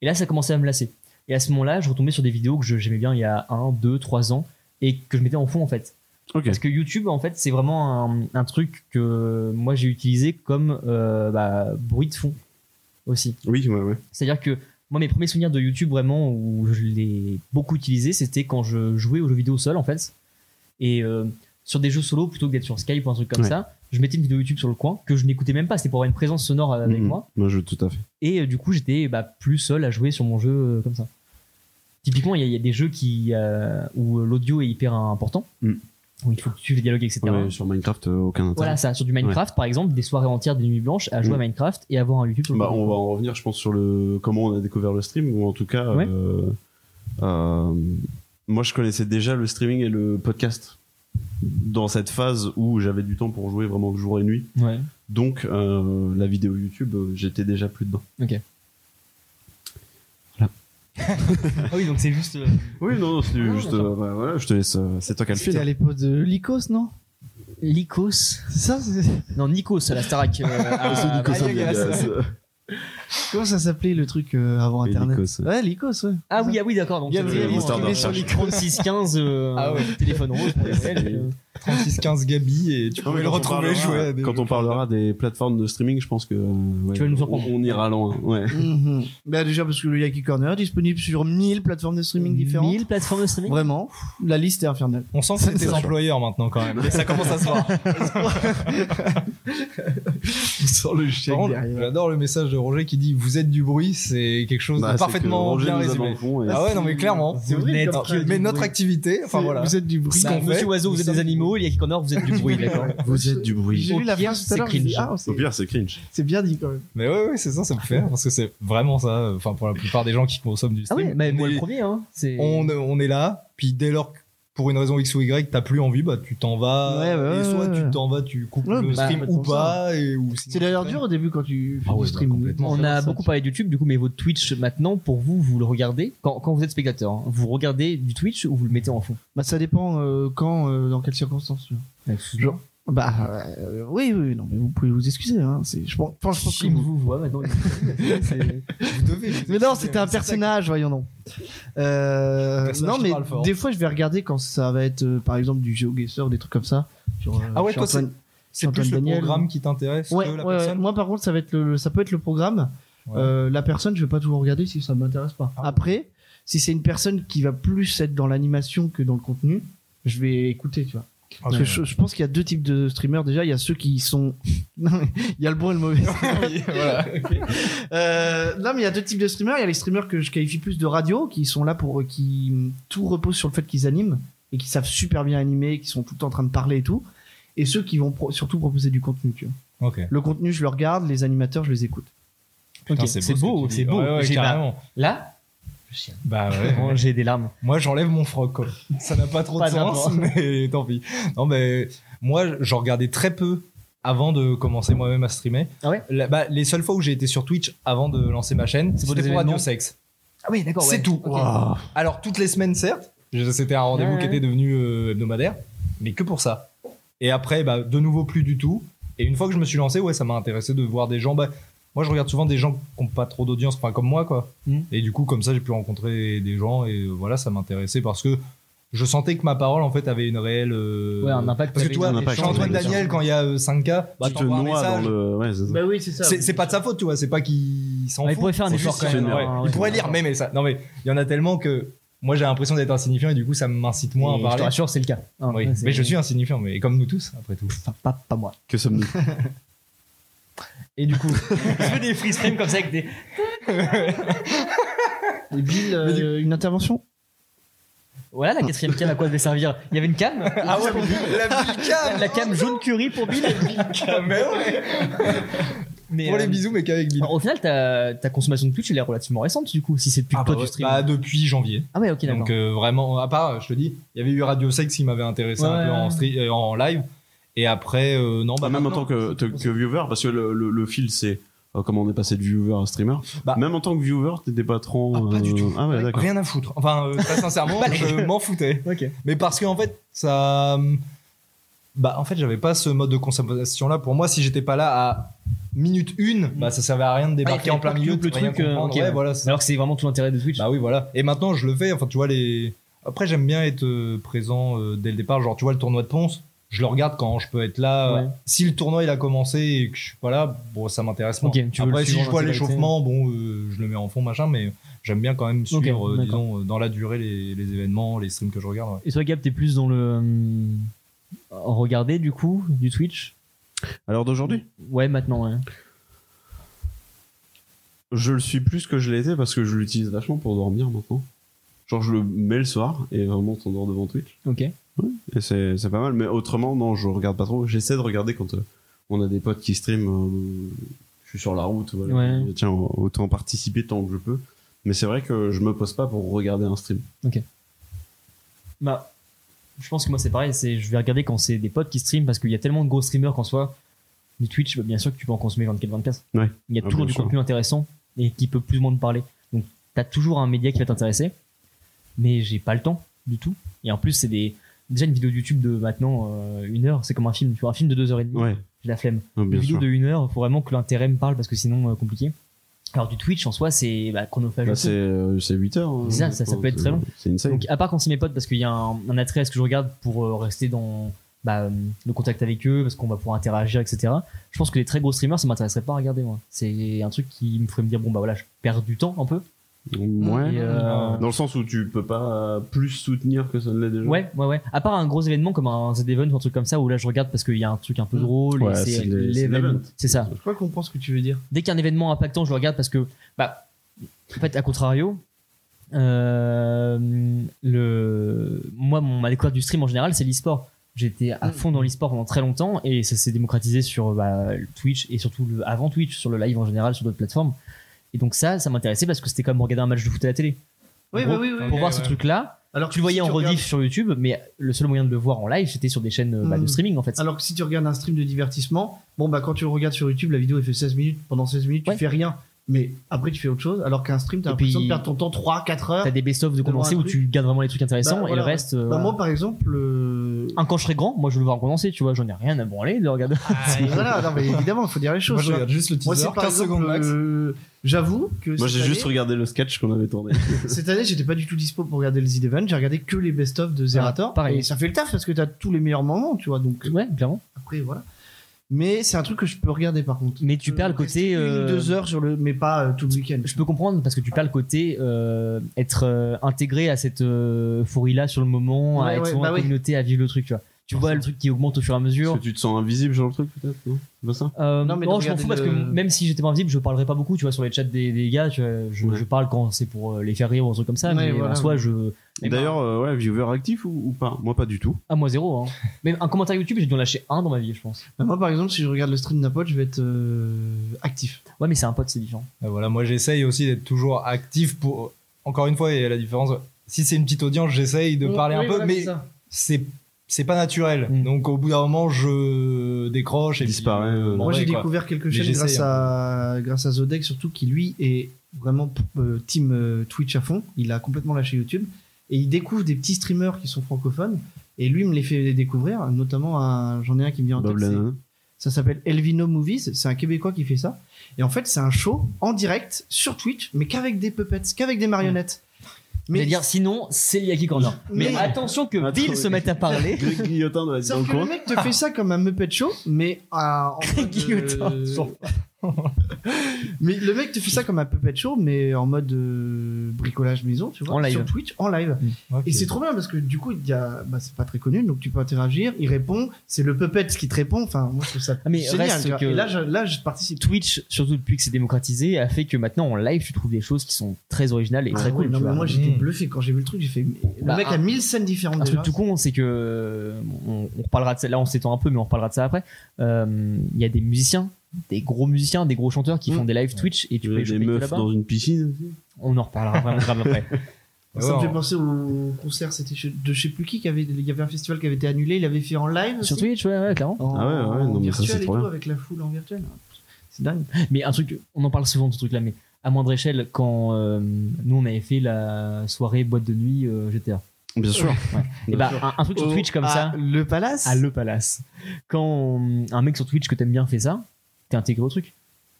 Et là, ça commençait à me lasser. Et à ce moment-là, je retombais sur des vidéos que je- j'aimais bien il y a 1, 2, 3 ans et que je mettais en fond en fait. Ok. Parce que YouTube, en fait, c'est vraiment un, un truc que moi j'ai utilisé comme euh, bah, bruit de fond aussi. Oui, ouais, ouais. C'est-à-dire que moi, mes premiers souvenirs de YouTube vraiment où je l'ai beaucoup utilisé, c'était quand je jouais aux jeux vidéo seul en fait. Et euh, sur des jeux solo, plutôt que d'être sur Skype ou un truc comme Ouais. ça, je mettais une vidéo YouTube sur le coin que je n'écoutais même pas, c'était pour avoir une présence sonore euh, avec Mhm. moi. Moi, je tout à fait. Et euh, du coup, j'étais bah, plus seul à jouer sur mon jeu euh, comme ça. Typiquement, il y, a- il y a des jeux qui, euh, où l'audio est hyper important, Mhm. où il faut que tu suives les dialogues, etc. Ouais, sur Minecraft, euh, aucun intérêt. Voilà, ça, sur du Minecraft, par exemple, des soirées entières, des nuits blanches, à jouer Mm. à Minecraft et avoir un YouTube. sur le Bah, côté. on va en revenir, je pense, sur le comment on a découvert le stream, ou en tout cas, Ouais. euh, euh, moi, je connaissais déjà le streaming et le podcast dans cette phase où j'avais du temps pour jouer vraiment jour et nuit. Ouais. Donc, euh, la vidéo YouTube, euh, j'étais déjà plus dedans. Ah oui, donc c'est juste. euh, Oui, non, c'est Ah, juste. d'accord. euh, bah, voilà, je te laisse. euh, c'est toi qui as le C'était à film. l'époque de Lycos, non Lycos. C'est ça c'est- (laughs) Non, Nikos à la Starac. (laughs) euh, à- C'est Nikos à Vegas. Sabiagas. Comment ça s'appelait le truc euh, avant Et Internet Lycos, ouais. Ouais, Lycos, ouais. Ah oui, ah oui, d'accord. Donc, Bien vu, Mister tu sur Dark. les 3615, euh, Ah ouais. téléphone rose. pour les Salut. Belges. 36-15 Gabi et tu Non, pouvais mais le quand on retrouver parlera- jouer à des Quand jeux. on parlera des plateformes de streaming, je pense que. euh, ouais, Tu vas nous en on, prendre. on ira loin. Ouais. Mhm. Bah, déjà, parce que le Yaki Corner est disponible sur 1000 plateformes de streaming différentes. 1000 plateformes de streaming. Vraiment, la liste est infernale. On sent (laughs) que c'est tes employeurs maintenant quand même. Et ça commence à se voir. Sur le chèque Par contre, J'adore le message de Roger qui dit Vous êtes du bruit, c'est quelque chose Bah, de c'est que parfaitement Roger bien nous a résumé. dans le fond et- Ah ouais, non mais clairement. C'est horrible Vous comme n'êtes ça, que- Mais du notre bruit. activité, enfin voilà. Vous êtes du bruit. Ce Bah, qu'on fait, Monsieur Oiseau, vous êtes sommes- des animaux. Yaki Connor, vous êtes du (laughs) bruit, d'accord. Vous êtes du bruit. J'ai Au lu la pire, phrase tout c'est à l'heure. je me dis, cringe. Ah, c'est- Au pire, c'est cringe. c'est bien dit quand même. Mais ouais, ouais, c'est ça, ça me fait rire, parce que c'est vraiment ça. euh, Enfin, pour la plupart des gens qui consomment du Ah stream, oui, bah, moi on, est- le premier. Hein, c'est- on, on est là, puis dès lors que pour une raison X ou Y, t'as plus envie, bah tu t'en vas. Ouais, ouais, et ouais, soit ouais. tu t'en vas, tu coupes Ouais, le bah, stream ou complètement pas. Et, ou sinon C'est tu d'ailleurs traînes. dur au début quand tu fais Ah ouais, du bah, stream. complètement. On a Ça, beaucoup tu- parlé de YouTube, du coup, mais votre Twitch maintenant, pour vous, vous le regardez quand, quand vous êtes spectateur. hein, vous regardez du Twitch ou vous le mettez en (laughs) fond Bah, ça dépend euh, quand, euh, dans quelles circonstances. tu vois. Genre, Bah, euh, oui, oui, non, mais vous pouvez vous excuser. Hein. c'est- Je pense, enfin, je pense que Chim vous voit maintenant. C'est- Vous devez, vous Mais devez, non, c'était un c'est ça qui- personnage, voyons non. Euh, Personnage non, qui mais parle fort. des fois, je vais regarder quand ça va être, euh, par exemple, du GeoGuessr, des trucs comme ça. Sur, euh, Ah ouais, chez toi, c'est- Antoine- C'est Antoine plus le Daniel. programme qui t'intéresse Ouais, que la ouais, ouais. personne. Moi, par contre, ça, va être le, ça peut être le programme. Ouais. Euh, la personne, je vais pas toujours regarder si ça m'intéresse pas. Ah ouais. Après, si c'est une personne qui va plus être dans l'animation que dans le contenu, je vais écouter, tu vois. Ah Parce que je, je pense qu'il y a deux types de streamers. Déjà, il y a ceux qui sont. (laughs) Non, mais il y a le bon et le mauvais. voilà. Euh, non, mais il y a deux types de streamers. Il y a les streamers que je qualifie plus de radio, qui sont là pour. euh, qui Tout repose sur le fait qu'ils animent et qui savent super bien animer, qui sont tout le temps en train de parler et tout. Et ceux qui vont pro- surtout proposer du contenu, tu vois. Ok. Le contenu, je le regarde, les animateurs, je les écoute. Putain, Ok, ce c'est que beau, tu c'est dis. beau. Ouais, ouais, J'ai- carrément. Là, (laughs) Bah ouais. vraiment, j'ai des larmes. Moi, j'enlève mon froc. (laughs) quoi. Ça n'a pas trop Pas de sens, mais (laughs) tant pis. Non, mais moi, j'en regardais très peu avant de commencer moi-même à streamer. Ah ouais La- bah, les seules fois où j'ai été sur Twitch avant de lancer ma chaîne, C'est pour c'était des pour Radio événements Sex. Ah oui, d'accord. C'est tout. Waouh. Alors, toutes les semaines, certes, je- c'était un rendez-vous Ouais. qui était devenu euh, hebdomadaire, mais que pour ça. Et après, bah, de nouveau, plus du tout. Et une fois que je me suis lancé, ouais, ça m'a intéressé de voir des gens. Bah, moi, je regarde souvent des gens qui n'ont pas trop d'audience, enfin, comme moi, quoi. Mm. Et du coup, comme ça, j'ai pu rencontrer des gens et euh, voilà, ça m'intéressait parce que je sentais que ma parole, en fait, avait une réelle. euh, Ouais, un impact. Parce que t'avais tu vois, un impact, chez Antoine bien sûr. Daniel, quand il y a euh, 5K, bah, tu te t'envoies un noies message. dans Bah, le. Ouais, c'est ça. Bah oui, c'est ça. C'est c'est pas de sa faute, tu vois. C'est pas qu'il s'en Ouais, Ah, il fout. pourrait faire un c'est effort juste quand qu'il- même, ouais, ouais, hein, ouais, Il pourrait ouais. lire, mais, mais ça. Non, mais il y en a tellement que moi j'ai l'impression d'être insignifiant et du coup ça m'incite moins Et à Je te parler. rassure, c'est le cas. Ah, Oui, ouais, c'est- mais je suis insignifiant, mais comme nous tous, après tout. Enfin, pas, pas moi. Que sommes-nous Et du coup, (laughs) je fais des free streams comme ça avec des. Et Bill, euh, une intervention Voilà la quatrième cam à quoi devait servir. Il y avait une cam. Ah ouais, la La cam jaune curry pour Bill. (laughs) Mais ouais, Mais, pour les euh, bisous, mais qu'avec Bill. alors, au final, ta, ta consommation de Twitch, elle est relativement récente, du coup, si c'est depuis Ah que toi bah ouais, tu streams. bah, depuis janvier. ah ouais, ok, d'accord. Donc euh, vraiment, à part, je te dis, il y avait eu Radio Sex qui m'avait intéressé Ouais. un peu en, stre- euh, en live. Et après, euh, non, bah Même en maintenant- tant que, que viewer, parce que le, le, le fil, c'est euh, comment on est passé de viewer à streamer. Bah- Même en tant que viewer, t'étais pas trop. Ah, pas du euh, tout. Ah ouais, d'accord. Rien à foutre. Enfin, euh, (laughs) très sincèrement, je m'en foutais. Ok. Mais parce qu'en fait, ça. euh, Bah, en fait, j'avais pas ce mode de consommation-là. Pour moi, si j'étais pas là à minute une, bah, ça servait à rien de Mm. Ah, il débarquer fallait en plein pas que milieu. tu loupes de le rien truc, euh, comprendre. ok, Ouais, ouais. voilà, c'est- Alors que c'est vraiment tout l'intérêt de Twitch. Bah oui, voilà. Et maintenant, je le fais. Enfin, tu vois, les. Après, j'aime bien être euh, présent euh, dès le départ. Genre, tu vois, le tournoi de Ponce, je le regarde quand je peux être là. Ouais. Si le tournoi il a commencé et que je suis pas là, bon, ça m'intéresse moins. Ok, tu veux Après, le si suivre je en vois intégralité. l'échauffement, bon, euh, je le mets en fond, machin, mais j'aime bien quand même suivre, euh, d'accord. disons, euh, dans la durée les, les événements, les streams que je regarde. ouais. Et toi, Gab, t'es plus dans le. hum, en regarder du coup, du Twitch Alors d'aujourd'hui Ouais, maintenant, ouais. Je le suis plus que je l'étais parce que je l'utilise vachement pour dormir maintenant. Genre, je le mets le soir et vraiment, on dort devant Twitch. Ok. Et c'est c'est pas mal. Mais autrement, non, je regarde pas trop. J'essaie de regarder quand euh, on a des potes qui streament. euh, je suis sur la route. Voilà. Ouais. Et Tiens, autant participer tant que je peux. Mais c'est vrai que je me pose pas pour regarder un stream. Bah, je pense que moi c'est pareil, c'est je vais regarder quand c'est des potes qui streament parce qu'il y a tellement de gros streamers qu'en soi, du Twitch, bah, bien sûr que tu peux en consommer 24-24. Ouais. Il y a Ah, toujours bien du sûr. contenu intéressant et qui peut plus ou moins te parler. Donc t'as toujours un média qui va t'intéresser, mais j'ai pas le temps du tout. Et en plus, c'est des. Déjà une vidéo de YouTube de maintenant euh, une heure, c'est comme un film, tu vois, un film de deux heures et demie, Ouais, j'ai la flemme. non, Une bien vidéo sûr. de une heure, faut vraiment que l'intérêt me parle parce que sinon euh, compliqué. Alors du Twitch en soi, c'est bah, chronophage. Là, aussi. c'est 8 heures. hein. Ça, ça- ça peut être très long. C'est une Donc, à part quand c'est mes potes, parce qu'il y a un, un attrait à ce que je regarde pour euh, rester dans bah, euh, le contact avec eux, parce qu'on va pouvoir interagir, etc. Je pense que les très gros streamers, ça m'intéresserait pas à regarder, moi. C'est un truc qui me ferait me dire, bon, bah voilà, je perds du temps un peu. Ouais. Et, euh, Dans le sens où tu peux pas plus soutenir que ça ne l'est déjà. Ouais, ouais, ouais. À part un gros événement comme un Z-Event ou un truc comme ça, où là je regarde parce qu'il y a un truc un peu drôle, et Mmh. Ouais, c'est c'est les- c'est l'événement. l'event. C'est ça. Je crois qu'on comprend ce que tu veux dire. dès qu'il y a un événement impactant, je le regarde parce que, bah, en fait, à contrario, euh, le, moi, mon, ma découverte du stream en général, c'est l'e-sport. J'étais à fond dans l'e-sport pendant très longtemps et ça s'est démocratisé sur bah, le Twitch et surtout le, avant Twitch, sur le live en général, sur d'autres plateformes. Et donc ça, ça m'intéressait parce que c'était comme regarder un match de foot à la télé. En Oui, gros, bah oui, oui. Pour Ok, voir ce ouais. truc-là, Alors tu le voyais si en rediff regardes- sur YouTube, mais le seul moyen de le voir en live, c'était sur des chaînes euh, bah, de Mm. streaming en fait. Alors que si tu regardes un stream de divertissement, bon bah quand tu le regardes sur YouTube, la vidéo elle fait 16 minutes. Pendant 16 minutes, Ouais. tu fais rien. Mais après, tu fais autre chose. Alors qu'un stream, t'as Et l'impression puis- de perdre ton temps 3-4 heures. T'as des best-of de Devant condensés un où truc. tu gardes vraiment les trucs intéressants Bah, et le voilà. reste. euh, Bah, moi par exemple. euh, Un quand je serai grand, moi je veux le voir en condensé, tu vois, j'en ai rien à branler de (laughs) regarder. Ah, voilà, non, mais évidemment, il faut dire les Moi, choses. je tu vois. regarde juste le teaser, Moi, c'est par 15 exemple, secondes max. euh, j'avoue que Moi, j'ai cette, juste année, regardé le sketch qu'on (laughs) avait tourné. cette année, j'étais pas du tout dispo pour regarder les events. J'ai regardé que les best-of de Zerator. Ah, pareil. Et ça fait le taf parce que t'as tous les meilleurs moments, tu vois. Donc Ouais, clairement. après, voilà. Mais c'est un truc que je peux regarder par contre. Mais tu Euh, perds le rester côté. une, euh, deux heures sur le, mais pas euh, tout le week-end. Je peux comprendre parce que tu perds le côté euh, être euh, intégré à cette euphorie là sur le moment, à Ouais, être ouais, dans bah la oui. communauté, à vivre le truc, tu vois. Tu vois le truc qui augmente au fur et à Est-ce mesure. que tu te sens invisible genre le truc peut-être Non, c'est pas ça Euh, non, Non, mais de je m'en fous parce regarder que le- même si j'étais pas invisible, je parlerais pas beaucoup, tu vois, sur les chats des, des gars, tu vois, je, Ouais. je parle quand c'est pour euh, les faire rire ou un truc comme ça, Ouais, mais voilà. en soi, je. Et D'ailleurs, euh, ouais, viewer actif ou, ou pas Moi, pas du tout. À moi (laughs) zéro, hein. Même un commentaire YouTube, j'ai dû en lâcher un dans ma vie, je pense. Bah, moi, par exemple, si je regarde le stream d'un pote, je vais être euh, actif. Ouais, mais c'est un pote, c'est différent. Euh, Voilà, moi j'essaye aussi d'être toujours actif pour. Encore une fois, et à la différence, si c'est une petite audience, j'essaye de parler un peu, mais c'est c'est pas naturel. Mm. Donc au bout d'un moment, je décroche et puis, Disparaît, euh, euh, m'en Moi, vais, j'ai quoi. découvert quelque Mais chose j'essaye, grâce hein. à, grâce à Zodek, surtout qui lui est vraiment euh, team euh, Twitch à fond. Il a complètement lâché YouTube et il découvre des petits streamers qui sont francophones. Et lui me les fait découvrir, notamment un- j'en ai un qui me vient en tête. Bob c'est- Lanana. Ça s'appelle Elvino Movies. C'est un Québécois qui fait ça. Et en fait, c'est un show en direct sur Twitch, mais qu'avec des puppets, qu'avec des marionnettes. Mais dire sinon, c'est Liaki (laughs) Corner. Mais, Mais- attention que Attends, Bill se mette à (laughs) parler. Greg Guillotin doit être dans Sauf le que le coin. mec te fait ça comme un Muppet Show, mais à- en (laughs) mode, Guillotin. euh, (laughs) mais le mec te fait ça comme un Puppet Show, mais en mode euh, bricolage maison, tu vois, En live. sur Twitch, en live. Ok. Et c'est trop bien parce que du coup, il y a, bah, c'est pas très connu, donc tu peux interagir. Il répond, c'est le Puppet qui te répond. Enfin, moi je trouve ça (laughs) Ah, mais génial. reste tu vois. que- Et là, je, là, je participe. Twitch, surtout depuis que c'est démocratisé, a fait que maintenant en live, tu trouves des choses qui sont très originales et Ah très ouais, cool. non, tu mais vois. Mm. moi j'étais Mmh. bluffé quand j'ai vu le truc. J'ai fait, mais le Bah, mec un- a mille scènes différentes. un déjà. truc tout con, c'est que euh, on, on reparlera de ça. Là, on s'étend un peu, mais on reparlera de ça après. Euh, Il y a des musiciens, des gros musiciens, des gros chanteurs qui Mm. font des lives Twitch et tu Il peux y a les des choper que meufs là-bas. dans une piscine. aussi. On en reparlera vraiment grave (laughs) après. Ça Ouais, me fait on- penser au concert, c'était chez- de je sais plus qui, qui avait, il y avait un festival qui avait été annulé, il avait fait en live. aussi. Sur Twitch, ouais, ouais, clairement. en, Ah ouais, ouais, non, mais ça, virtuel c'est et trop tout, bien. avec la foule en virtuel. C'est dingue. Mais un truc, on en parle souvent de ce truc-là, mais à moindre échelle, quand euh, nous on avait fait la soirée boîte de nuit euh, GTA. Bien sûr. Oh. Ah, Et bah, un, un truc sur Au- Twitch comme à ça, Oh. Ah, Le Palace à Le Palace. Quand euh, un mec sur Twitch que t'aimes bien fait ça, t'es intégré au truc.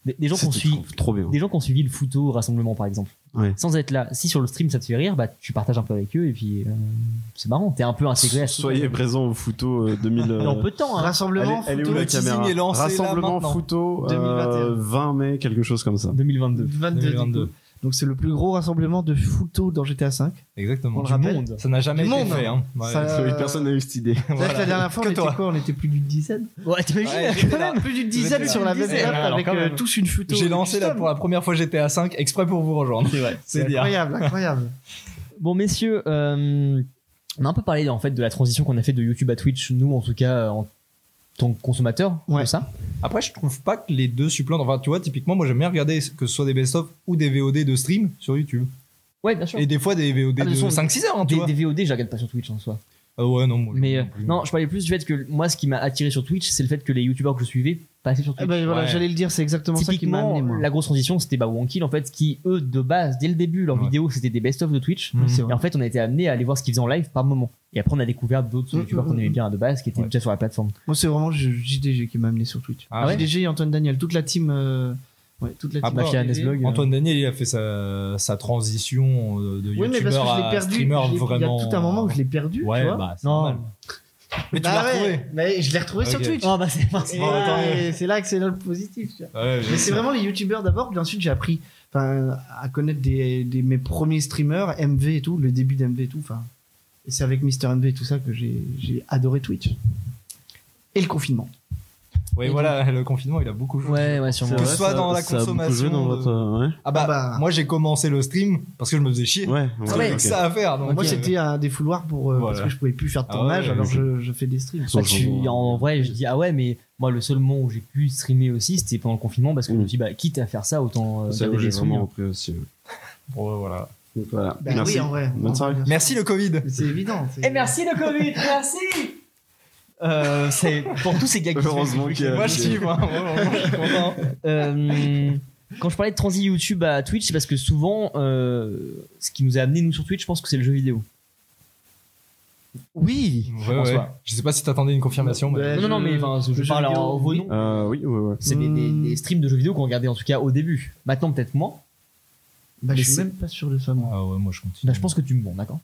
Des, des gens qu'on C'était suit, trop- Trop bien. des gens qui ont suivi le photo au rassemblement par exemple Ouais. sans être là si sur le stream ça te fait rire bah tu partages un peu avec eux et puis euh, c'est marrant t'es un peu intégré à ce Soyez présents au photo euh, 2000. euh, mais en peu de temps hein. Elle est, Rassemblement elle est où photo la Le teasing caméra est lancé là, Rassemblement maintenant. photo euh, 2021. 20 mai, quelque chose comme ça. 2022 22, 2022. Donc c'est le plus gros rassemblement de photos dans GTA V. (laughs) Exactement. On le Du rappelle. monde. Ça n'a jamais Du été monde. fait. Hein. Ouais. Ça- Euh, Personne n'a eu cette idée. C'est vrai que La dernière fois, Que on était toi. quoi On était plus d'une (laughs) dizaine ouais (laughs) t'imagines Ouais, j'étais là. Plus d'une dizaine dizaine sur la même dizaine. étape Alors, avec quand euh, même. tous une photo. J'ai lancé là, custom. pour la première fois GTA 5 exprès pour vous rejoindre. C'est vrai. C'est C'est dire. incroyable, (laughs) incroyable. bon messieurs euh, on a un peu parlé en fait de la transition qu'on a fait de YouTube à Twitch nous en tout cas euh, en tant que consommateur Ouais. de ça Après, je trouve pas que les deux supplantent. Enfin, tu vois, typiquement, moi, j'aime bien regarder que ce soit des best-of ou des VOD de stream sur YouTube. ouais bien sûr Et des fois, des VOD Ah, de ce sont 5-6 heures, hein, tu des, vois. des VOD je les regarde pas sur Twitch en soi Ah ouais, non, moi, je- mais euh, plus. non je parlais plus du fait que moi ce qui m'a attiré sur Twitch c'est le fait que les youtubeurs que je suivais passaient sur Ah Twitch bah, voilà, Ouais. J'allais le dire, c'est exactement ça qui m'a Typiquement, amené. moi. la grosse transition, c'était bah, Wonkill, en fait, qui, eux, de base, dès le début, leurs Ouais. vidéos, c'était des best-of de Twitch. Mhm. Et en fait, on a été amené à aller voir ce qu'ils faisaient en live par moment. Et après, on a découvert d'autres Mhm, youtubeurs mhm, qu'on aimait mhm. bien de base, qui étaient Ouais. déjà sur la plateforme. Moi, c'est vraiment J- JDG qui m'a amené sur Twitch. Ah ouais JDG et Antoine Daniel, toute la team. euh, Ouais, toute la Ah, team. bah, JDG. Mafia euh, Nesblog. Antoine Daniel, il a fait sa, sa transition euh, de euh, Oui, mais parce que youtubeur je l'ai à perdu. streamer je l'ai- vraiment. Il y a tout un moment que je l'ai perdu. Ouais, tu vois. bah, c'est Non. normal. Mais tu Bah l'as ouais, retrouvé. mais je l'ai retrouvé sur Ok. Twitch. Ah, bah, c'est pas Et bon, tant mieux. ouais, c'est là que c'est là le positif. (laughs) tu vois. Ouais, je Mais sais. c'est vraiment les youtubeurs d'abord, puis ensuite j'ai appris enfin, à connaître des, des- mes premiers streamers, MV et tout, le début d'MV et tout. Enfin, et c'est avec Mister MV et tout ça que j'ai j'ai adoré Twitch. Et le confinement. Ouais, voilà, le confinement, il a beaucoup joué. (laughs) Ouais, ouais, Que sûrement. vrai. ce soit dans la ça a beaucoup consommation joué dans de- votre, euh, Ah bah, Ah bah. moi, j'ai commencé le stream parce que je me faisais chier. Ouais, ouais, J'avais ouais, que ok. ça à faire. Donc, Moi euh, c'était un défouloir pour, euh, Voilà. parce que je pouvais plus faire de Ah tournage, ouais, alors ok. je, je fais des streams. Bah, tu- en vrai, je dis, ah ouais, mais moi, le seul moment où j'ai pu streamer aussi, c'était pendant le confinement, parce que je me Mm. Mhm. suis dit, bah, quitte à faire ça, autant euh, C'est là garder où j'ai des vraiment souvenirs. repris aussi. ouais. bon, voilà. Donc, voilà. Bah Merci. oui, en vrai. Bonne soirée. Merci le Covid. Mais C'est évident. c'est- le Covid, merci! Euh, c'est pour tous ces gars qui se Heureusement qu'il y a- Moi, je kiffe. hein. Moi, vraiment, je suis content. Euh, quand je parlais de transi YouTube à Twitch, c'est parce que souvent, euh, ce qui nous a amené nous sur Twitch, je pense que c'est le jeu vidéo. Oui. Ouais, pense ouais. pas. Je sais pas si t'attendais une confirmation. mais- Ouais. Non, non, non, mais enfin, je le jeu parle vidéo, en vos oui. noms. Euh, oui, ouais, ouais. C'est des, des- Hmm. des streams de jeux vidéo qu'on regardait en tout cas au début. Maintenant, peut-être moins. Bah, Mais je suis c'est- même pas sûr de ça, moi. Ah ouais, moi je continue. Bah, je pense que tu me bon, d'accord.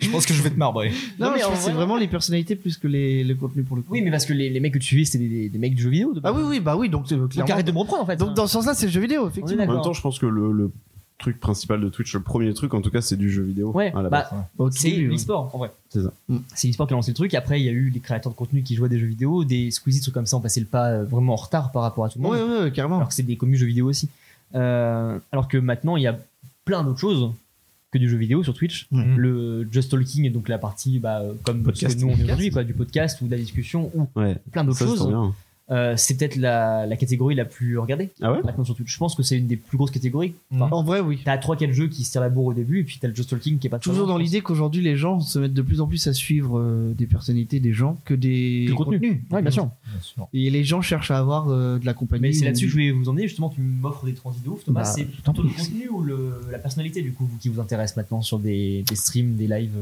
Je pense que je vais te marbrer. Non, Non, mais mais je en pense que c'est vrai- vraiment les personnalités plus que les, le contenu pour le coup. Oui, mais parce que les, les mecs que tu suivais, c'était des, des- des mecs de jeux vidéo. De Ah oui, oui, bah oui, donc euh, Donc clairement. arrête de me reprendre en fait. hein. Donc dans ce sens-là, c'est le jeu vidéo, effectivement. En même D'accord. temps, je pense que le, le truc principal de Twitch, le premier truc en tout cas, c'est du jeu vidéo. Ouais, Ah, à la bah, base. Au tout c'est début, oui. l'e-sport en vrai. C'est ça. Hmm. C'est l'e-sport qui a lancé le truc. Après, il y a eu les créateurs de contenu qui jouaient à des jeux vidéo, des Squeezie, des trucs comme ça, ont passé le pas euh, vraiment en retard par rapport à tout le monde. Ouais, ouais, ouais, carrément. alors que c'est des communes jeux vidéo aussi. Euh, alors que maintenant, il y a plein d'autres choses que du jeu vidéo sur Twitch. Ouais. Le Just Talking, donc la partie bah, euh, comme Mm. Podcast. ce que nous on est aujourd'hui, quoi, du podcast ou de la discussion ou Ouais, plein d'autres ça, c'est trop choses, bien. Euh, c'est peut-être la, la catégorie la plus regardée Ah ouais maintenant sur Twitch. Je pense que c'est une des plus grosses catégories. En vrai, oui. T'as 3-4 jeux qui se tirent la bourre au début et puis t'as le Just Talking qui est pas très Toujours long, dans je pense. l'idée qu'aujourd'hui, les gens se mettent de plus en plus à suivre euh, des personnalités, des gens, que des Du contenu. Ouais, bien sûr. Bien sûr. Et les gens cherchent à avoir euh, de la compagnie. Mais c'est ou- là-dessus que je voulais vous emmener. Justement, tu m'offres des tranches de ouf, Thomas. Bah, c'est je t'en plutôt le prie. contenu ou le- la personnalité, du coup, qui vous intéresse maintenant sur des, des streams, des lives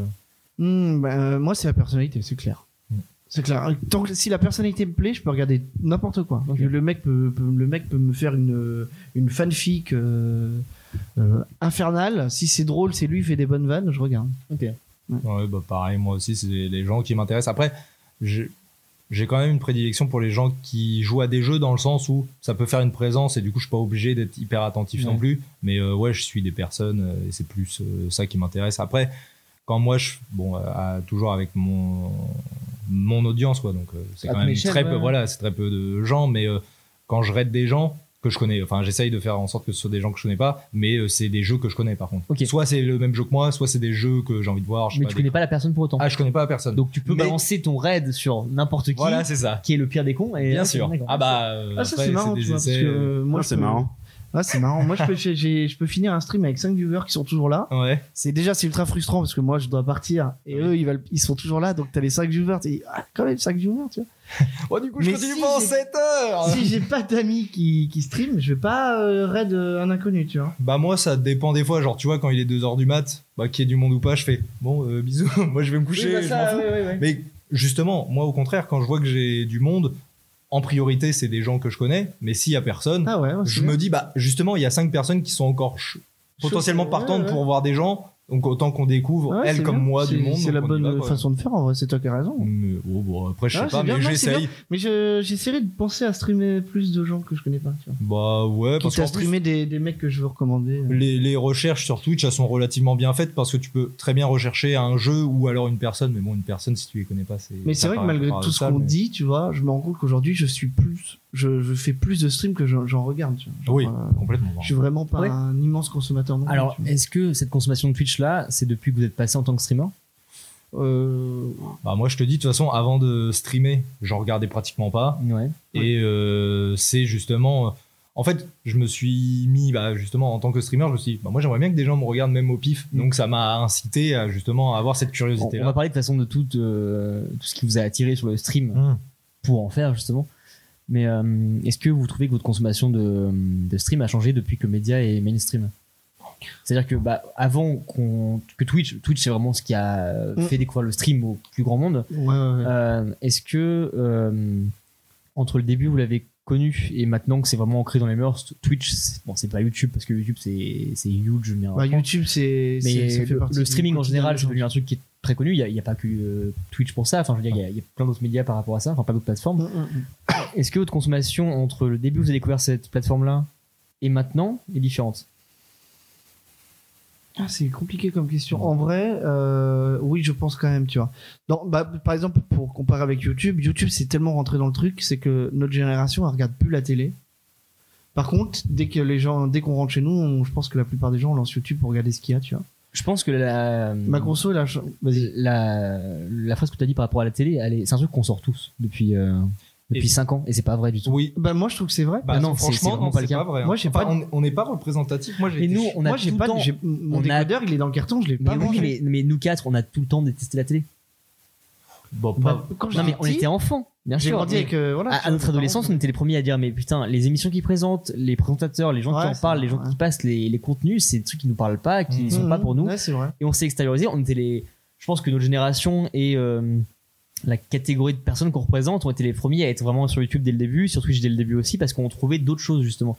Hmm, bah, euh, moi, c'est la personnalité, c'est clair. Mm. C'est clair. Euh, Tant que, si la personnalité me plaît, je peux regarder n'importe quoi. Ok. Le, mec peut, peut- le mec peut me faire une, une fanfic euh, euh, infernale. Si c'est drôle, c'est lui, il fait des bonnes vannes, je regarde. Ouais, bah pareil, moi aussi, c'est les gens qui m'intéressent. Après, j'ai j'ai quand même une prédilection pour les gens qui jouent à des jeux dans le sens où ça peut faire une présence et du coup, je suis pas obligé d'être hyper attentif Ouais. non plus. Mais euh, ouais, je suis des personnes euh, et c'est plus euh, ça qui m'intéresse. Après, quand moi, je. Bon, euh, à- toujours avec mon, mon audience, quoi. Donc, euh, c'est À quand ton même échelle, très peu. ouais. Voilà, c'est très peu de gens, mais. euh, quand je raid des gens que je connais, enfin j'essaye de faire en sorte que ce soit des gens que je connais pas, mais euh, c'est des jeux que je connais par contre. Ok. Soit c'est le même jeu que moi, soit c'est des jeux que j'ai envie de voir. Je sais Mais pas, tu des- connais pas la personne pour autant. Ah, je connais pas personne. Donc tu peux Mais- balancer ton raid sur n'importe qui, voilà, c'est ça. qui est le pire des cons. Et Bien Ah, sûr. d'accord. Ah bah, euh, Ah, ça, après, c'est marrant, des tu vois, parce essais, que euh, euh, moi, Ah, je c'est peux- marrant. Ouais, c'est marrant. Moi, je peux, j'ai- j'ai- je peux finir un stream avec 5 viewers qui sont toujours là. euh, Ouais. C'est déjà, c'est ultra frustrant parce que moi, je dois partir et eux, ils, veulent, ils sont toujours là. Donc, t'as les 5 viewers. T'es ah, quand même 5 viewers, tu vois. Oh, du coup, Mais je continue si, pendant j'ai- 7 heures si j'ai pas d'amis qui, qui stream, je vais pas euh, raid euh, un inconnu, tu vois. Bah, moi, ça dépend des fois. Genre, tu vois, quand il est 2h du mat, bah, qu'il y ait du monde ou pas, je fais bon, euh, bisous, (laughs) moi je vais me bah coucher, je m'en fous. Mais justement, moi, au contraire, quand je vois que j'ai du monde, en priorité, c'est des gens que je connais. Mais s'il y a personne, Ah ouais, ouais, je c'est me dis, bah, justement, il y a 5 personnes qui sont encore ch- Chaud, potentiellement ouais, partantes ouais. pour voir des gens. Donc, autant qu'on découvre, bien. Ah Ouais, elles c'est comme bien. moi, du C'est- monde. C'est la donc on y bonne va, quoi. façon de faire, en vrai. C'est toi qui as raison. Mais, oh, bon, après, je sais Ah, pas, c'est bien, mais non, c'est j'essaye. bien. Mais je- j'essaierai de penser à streamer plus de gens que je connais pas, tu vois. Bah, ouais, parce Quitte à qu'en plus, streamer des, des mecs que je veux recommander. euh. les, les recherches sur Twitch, elles sont relativement bien faites parce que tu peux très bien rechercher un jeu ou alors une personne. Mais bon, une personne, si tu les connais pas, c'est. Mais c'est ça vrai que paraît malgré tout ce paradoxal, qu'on mais- dit, tu vois, je me rends compte qu'aujourd'hui, je suis plus, je, je fais plus de streams que j'en j'en regarde. Tu vois. Genre, Oui, euh, complètement. je suis vraiment pas Ouais. un immense consommateur. Non plus, Alors, tu vois. est-ce que cette consommation de Twitch là, c'est depuis que vous êtes passé en tant que streamer Euh, Bah, moi, je te dis, de toute façon, avant de streamer, j'en regardais pratiquement pas. Ouais. Et euh, c'est justement. euh, En fait, je me suis mis, bah, justement, en tant que streamer, je me suis dit, bah, moi, j'aimerais bien que des gens me regardent même au pif. Mm. Donc, ça m'a incité à justement avoir cette On, on curiosité-là. va parler de toute façon de tout, euh, tout ce qui vous a attiré sur le stream Mm. pour en faire justement. Mais euh, est-ce que vous trouvez que votre consommation de, de stream a changé depuis que Média est mainstream C'est-à-dire que bah, avant qu'on que Twitch, Twitch c'est vraiment ce qui a Mm. fait découvrir le stream au plus grand monde. ouais, ouais, ouais. Euh, est-ce que euh, entre le début vous l'avez connu et maintenant que c'est vraiment ancré dans les mœurs, Twitch, c'est- bon c'est pas YouTube parce que YouTube c'est c'est huge, mais, en Bah, France. YouTube, c'est. c'est- ça mais fait le, partie le du streaming en quotidien général des c'est gens. devenu un truc qui est très connu. Il y a, il y a pas que euh, Twitch pour ça. Enfin je veux dire il y a- il y, a plein d'autres médias par rapport à ça, enfin pas d'autres plateformes. Mm, mm, mm. Est-ce que votre consommation entre le début où vous avez découvert cette plateforme-là et maintenant est différente Ah, c'est compliqué comme question. En vrai, euh, oui, je pense quand même, tu vois. Dans- bah, par exemple, pour comparer avec YouTube, YouTube, c'est tellement rentré dans le truc, c'est que notre génération, elle regarde plus la télé. Par contre, dès que les gens, dès qu'on rentre chez nous, on- je pense que la plupart des gens on lance YouTube pour regarder ce qu'il y a, tu vois. Je pense que la, Ma Mhm. conso, elle a ch- vas-y. la, la phrase que tu as dit par rapport à la télé, elle est- c'est un truc qu'on sort tous depuis, euh, depuis Et- 5 ans et c'est pas vrai du tout. Oui. Bah moi, je trouve que c'est vrai. Bah, Ah non, non, c'est- c'est franchement, vraiment non, pas le c'est cas. pas, vrai. hein. Moi, j'ai Enfin, pas- on- on n'est pas Bah, représentatif. Moi, j'ai Et été nous, chiant. on a moi, j'ai tout pas, le temps. j'ai- mon on a- décodeur, il est dans le carton, je l'ai pas Mais oui, branché. mais, mais nous quatre, on a tout le temps détesté la télé. Bah, pas- Bah, quand Non, mais j'étais on petit, était enfants, bien j'ai sûr. grandi mais avec euh, voilà. à- tu à, vois, notre mes adolescence, parents. on était les premiers à dire mais putain, les émissions qu'ils présentent, les présentateurs, les gens Ouais, qui en c'est parlent, les vrai, gens qui ouais. passent les, les contenus, c'est des trucs qui nous parlent pas, qui Mhm. sont pas pour nous. Ouais, c'est vrai. et on s'est extériorisé. On était les, je pense que notre génération et euh, la catégorie de personnes qu'on représente ont été les premiers à être vraiment sur YouTube dès le début, sur Twitch dès le début aussi, parce qu'on trouvait d'autres choses justement.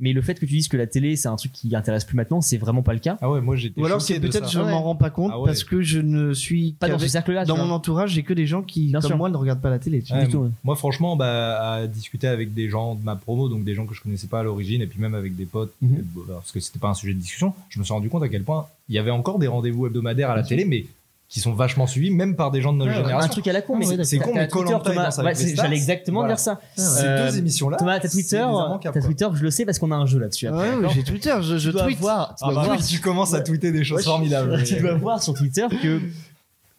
Mais le fait que tu dises que la télé c'est un truc qui intéresse plus maintenant, c'est vraiment pas le cas. Ah ouais, moi, j'étais Ou alors choqué c'est de peut-être ça. je m'en rends pas compte Ah ouais. parce que je ne suis Pas dans qu'avec- ce cercle-là. tu dans vois. mon entourage, j'ai que des gens qui Bien comme sûr. moi ne regardent pas la télé. tu vois. Ouais, Du tout, ouais. Moi, franchement, bah, à discuter avec des gens de ma promo, donc des gens que je connaissais pas à l'origine, et puis même avec des potes, Mhm. euh, bah, parce que c'était pas un sujet de discussion, je me suis rendu compte à quel point il y avait encore des rendez-vous hebdomadaires à la télé, mais qui sont vachement suivis, même par des gens de notre génération. Un truc à la con, Ah, mais ouais, c'est t'as- con, t'as mais Twitter, Koh-Lanta est Thomas. dans sa Ouais, avec les c'est- stars. J'allais exactement Voilà. dire ça. Ces Euh, deux émissions-là, Thomas, t'as c'est Twitter. des immanquables, T'as quoi. Twitter, je le sais parce qu'on a un jeu là-dessus. Ouais, après, ouais, d'accord j'ai Twitter, je, je Tu dois tweet. voir- tu Ah dois bah voir- oui, tu commences à Ouais. tweeter des choses Ouais, je- formidables. tu dois voir sur Twitter que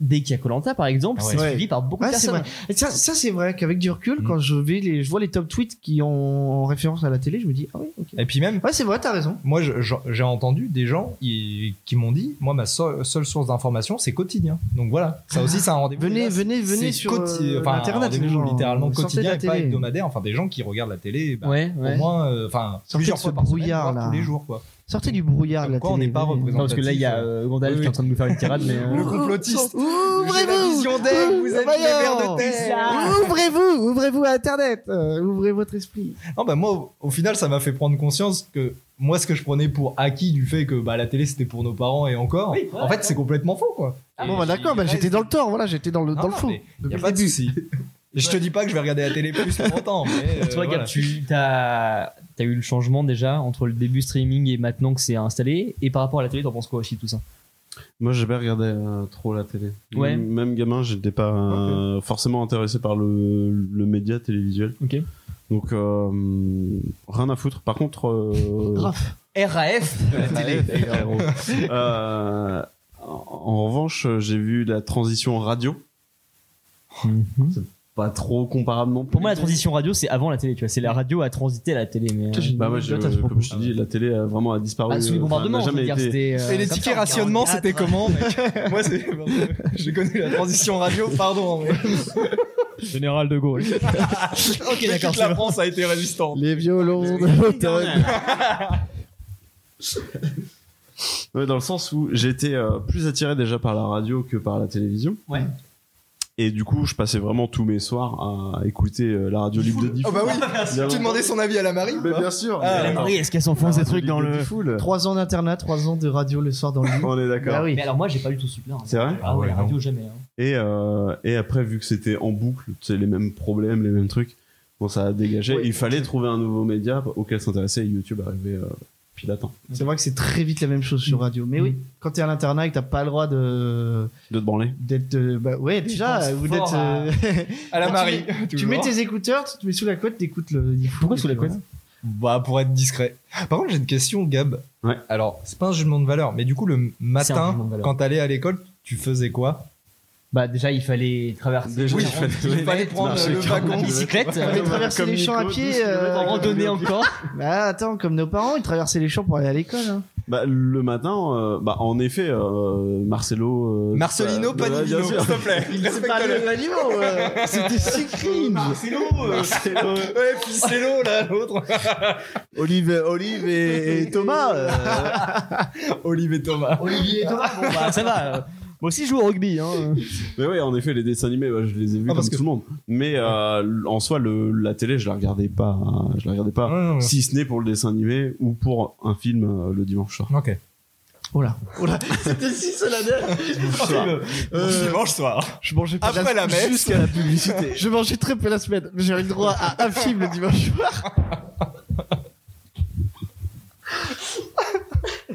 dès qu'il y a Colanta, par exemple, Ah ouais. c'est Ouais. suivi par beaucoup Ouais, de c'est personnes. vrai. Et ça, ça, c'est vrai qu'avec du recul, Mhm. quand je vais les, je vois les top tweets qui ont en référence à la télé, je me dis ah oui, ok. Et puis même, Ouais, c'est vrai, t'as raison. moi, je- je- j'ai entendu des gens ils- qui m'ont dit, moi, ma so- seule source d'information, c'est quotidien. Donc voilà, ça aussi, c'est un rendez-vous. Venez, Là, venez, c'est venez sur quoti- euh, enfin, un internet, les rendez-vous gens. littéralement Sortez de quotidien la et pas télé. hebdomadaire. Enfin, des gens qui regardent la télé, bah, Ouais, ouais. au moins, euh, enfin, Sortez plusieurs de fois ce par semaine, brouillard, voire là. tous les jours, quoi. Sortez du brouillard de Comme la quoi, télé. on n'est pas venez. représenté. Non, parce que là, il y a euh, Gandalf Oui, qui est en train de nous faire une tirade, mais. euh, Le (laughs) complotiste. J'ai la Ouvrez-vous vision d'elle, vous avez les vers de terre. Ouvrez-vous Ouvrez-vous Ouvrez-vous à Internet Euh, Ouvrez votre esprit Non, bah, moi, au- au final, ça m'a fait prendre conscience que moi, ce que je prenais pour acquis du fait que bah, la télé, c'était pour nos parents et encore, Oui, voilà, en fait, c'est complètement faux, quoi. Ah Bon, bah d'accord, bah, j'étais dans le tort, voilà, j'étais dans le, dans le fond. Il Depuis a le pas de début. souci. Et Je te dis pas que je vais regarder la télé plus longtemps, mais. euh, Toi, Gab, voilà. (laughs) tu as, eu le changement déjà entre le début streaming et maintenant que c'est installé. Et par rapport à la télé, t'en penses quoi aussi de tout ça Moi, j'ai pas regardé euh, trop la télé. Ouais. M- Même gamin, j'étais pas euh, forcément intéressé par le, le média télévisuel. Ok. Donc, euh, rien à foutre. Par contre, euh, Grave. RAF euh, Mhm. en, en revanche, j'ai vu la transition radio. pas trop comparable non plus. Pour moi, la transition radio, c'est avant la télé, tu vois. C'est la radio à transiter à la télé. Mais, euh, J'ai une Bah ouais, anecdote je- à ce comme propos. je te dis, la télé a vraiment a disparu. ah, sous les euh, enfin, bombardements, n'a je veux jamais dire, été. c'était. euh, Et les comme tickets ça, en rationnement, 44. c'était comment mec Moi, c'est. J'ai connu la transition radio, pardon. Mais... Général de Gaulle. ok, d'accord, Toute c'est la bon. France a été résistante. Oh. Les Ah, violons de l'automne. Ouais, dans le sens où j'étais euh, plus attiré déjà par la radio que par la télévision. Ouais. Et du coup, je passais vraiment tous mes soirs à écouter euh, la radio libre de Diff. Oh bah oui, Bien tu demandais son avis à la Marie Mais bien sûr. Ah, mais Elle attends, aimerait, est-ce qu'elle s'enfonce la des radio trucs dans libre de le. Diff, foule. Trois ans d'internat, trois ans de radio le soir dans le lit. On est d'accord. Bah oui. Mais alors, moi, j'ai pas eu tout ce là C'est vrai Ah ouais, la Ah ouais, radio, jamais. hein. Et, euh, et après, vu que c'était en boucle, tu sais, les mêmes problèmes, les mêmes trucs, bon, ça a dégagé. Oui. Il fallait trouver un nouveau média auquel s'intéresser et YouTube arrivait euh, pile à temps. C'est vrai que c'est très vite la même chose sur radio. Mais oui, quand t'es à l'internat et que t'as pas le droit de De te branler. d'être, euh, bah ouais, déjà, penses ou fort d'être. à- euh, (laughs) À la tu Marie. tu mets tes écouteurs, tu te mets sous la couette, t'écoutes le. Pourquoi sous la couette Bah, pour être discret. Par contre, j'ai une question, Gab. Ouais. Alors, c'est pas un jugement de valeur, mais du coup, le matin, jugement de valeur. quand t'allais à l'école, tu faisais quoi Bah, déjà, il fallait traverser. Déjà, Oui, il fallait- il fallait prendre marcher le quarante En wagon. bicyclette, On euh, avait traversé Comme les champs à Nico, pied. 12 kilomètres euh, en randonnée (laughs) encore. Bah attends, comme nos parents, ils traversaient les champs pour aller à l'école. hein. Bah, le matin, euh, bah, en effet, euh, Marcelo. euh, Marcelino, bah, pas bah, Nivino, bien s'il sûr. te plaît. Respecte-le. animaux, euh, c'était si cringe. Marcelo. Ouais, puis c'est l'eau, là, l'autre. Olive, Olive et, (laughs) et Thomas. euh, Olive et Thomas. Olivier, Thomas, bon, Bah, ça va. euh. Moi aussi, je joue au rugby. Hein. Mais oui, en effet, les dessins animés, bah, je les ai vus Ah, comme parce que- tout le monde. Mais euh, l- en soi, le, la télé, je la regardais pas. hein, Je la regardais pas. Si ce n'est pour le dessin animé ou pour un film euh, le dimanche soir. Ok. Oh là, oh là, c'était si solennel. Euh, Dimanche soir. Je mangeais pas Après la messe. jusqu'à la publicité. (laughs) Je mangeais très peu la semaine, mais j'avais le droit à un film le dimanche soir.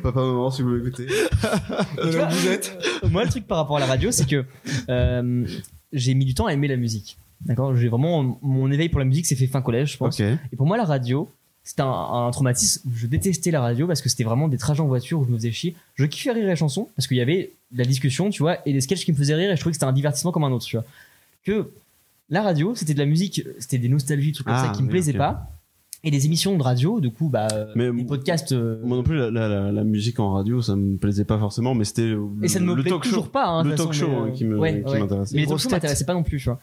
Papa, maman, si vous m'écoutez. De la bousette. (laughs) Moi, le truc par rapport à la radio, c'est que euh, j'ai mis du temps à aimer la musique. D'accord J'ai vraiment. Mon éveil pour la musique s'est fait fin collège, je pense. Ok. Et pour moi, la radio, c'était un, un traumatisme. Je détestais la radio parce que c'était vraiment des trajets en voiture où je me faisais chier. Je kiffais rire et chanson parce qu'il y avait de la discussion, tu vois, et des sketchs qui me faisaient rire et je trouvais que c'était un divertissement comme un autre, tu vois. Que la radio, c'était de la musique, c'était des nostalgies, trucs comme Ah, ça qui me oui, plaisaient ok. pas. Et des émissions de radio, du coup, bah, Mais des m- podcasts. euh, Moi non plus, la, la- la- la musique en radio, ça me plaisait pas forcément, mais c'était le, et ça ne me le plaît talk show. toujours pas. hein, de le toute talk façon, show mais, hein, euh, qui me- ouais, qui ouais. m'intéressait. Mais les talk Grosse shows tête. m'intéressaient pas non plus, tu vois.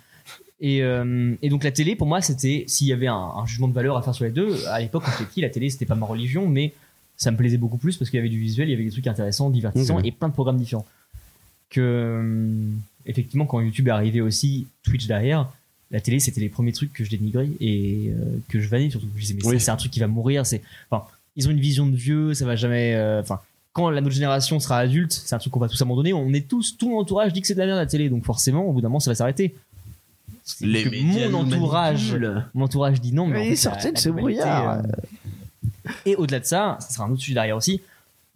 Et, euh, et donc la télé, pour moi, c'était s'il y avait un, un jugement de valeur à faire sur les deux. À l'époque, quand j'étais petit, la télé, c'était pas ma religion, mais ça me plaisait beaucoup plus parce qu'il y avait du visuel, il y avait des trucs intéressants, divertissants Ok. et plein de programmes différents. Que euh, effectivement, quand YouTube est arrivé aussi, Twitch derrière, la télé, c'était les premiers trucs que je dénigrais et euh, que je vannais surtout. Je disais, mais ça, Oui. c'est un truc qui va mourir. C'est, enfin, ils ont une vision de vieux, ça va jamais. euh, Enfin, quand la notre génération sera adulte, c'est un truc qu'on va tous abandonner. On est tous, tout mon entourage dit que c'est de la merde la télé, donc forcément, au bout d'un moment, ça va s'arrêter. C'est que mon entourage, mon entourage dit non. Mais Mais en il fait, sortait la- de la ce globalité, brouillard. euh, Et au-delà de ça, ça sera un autre sujet derrière aussi.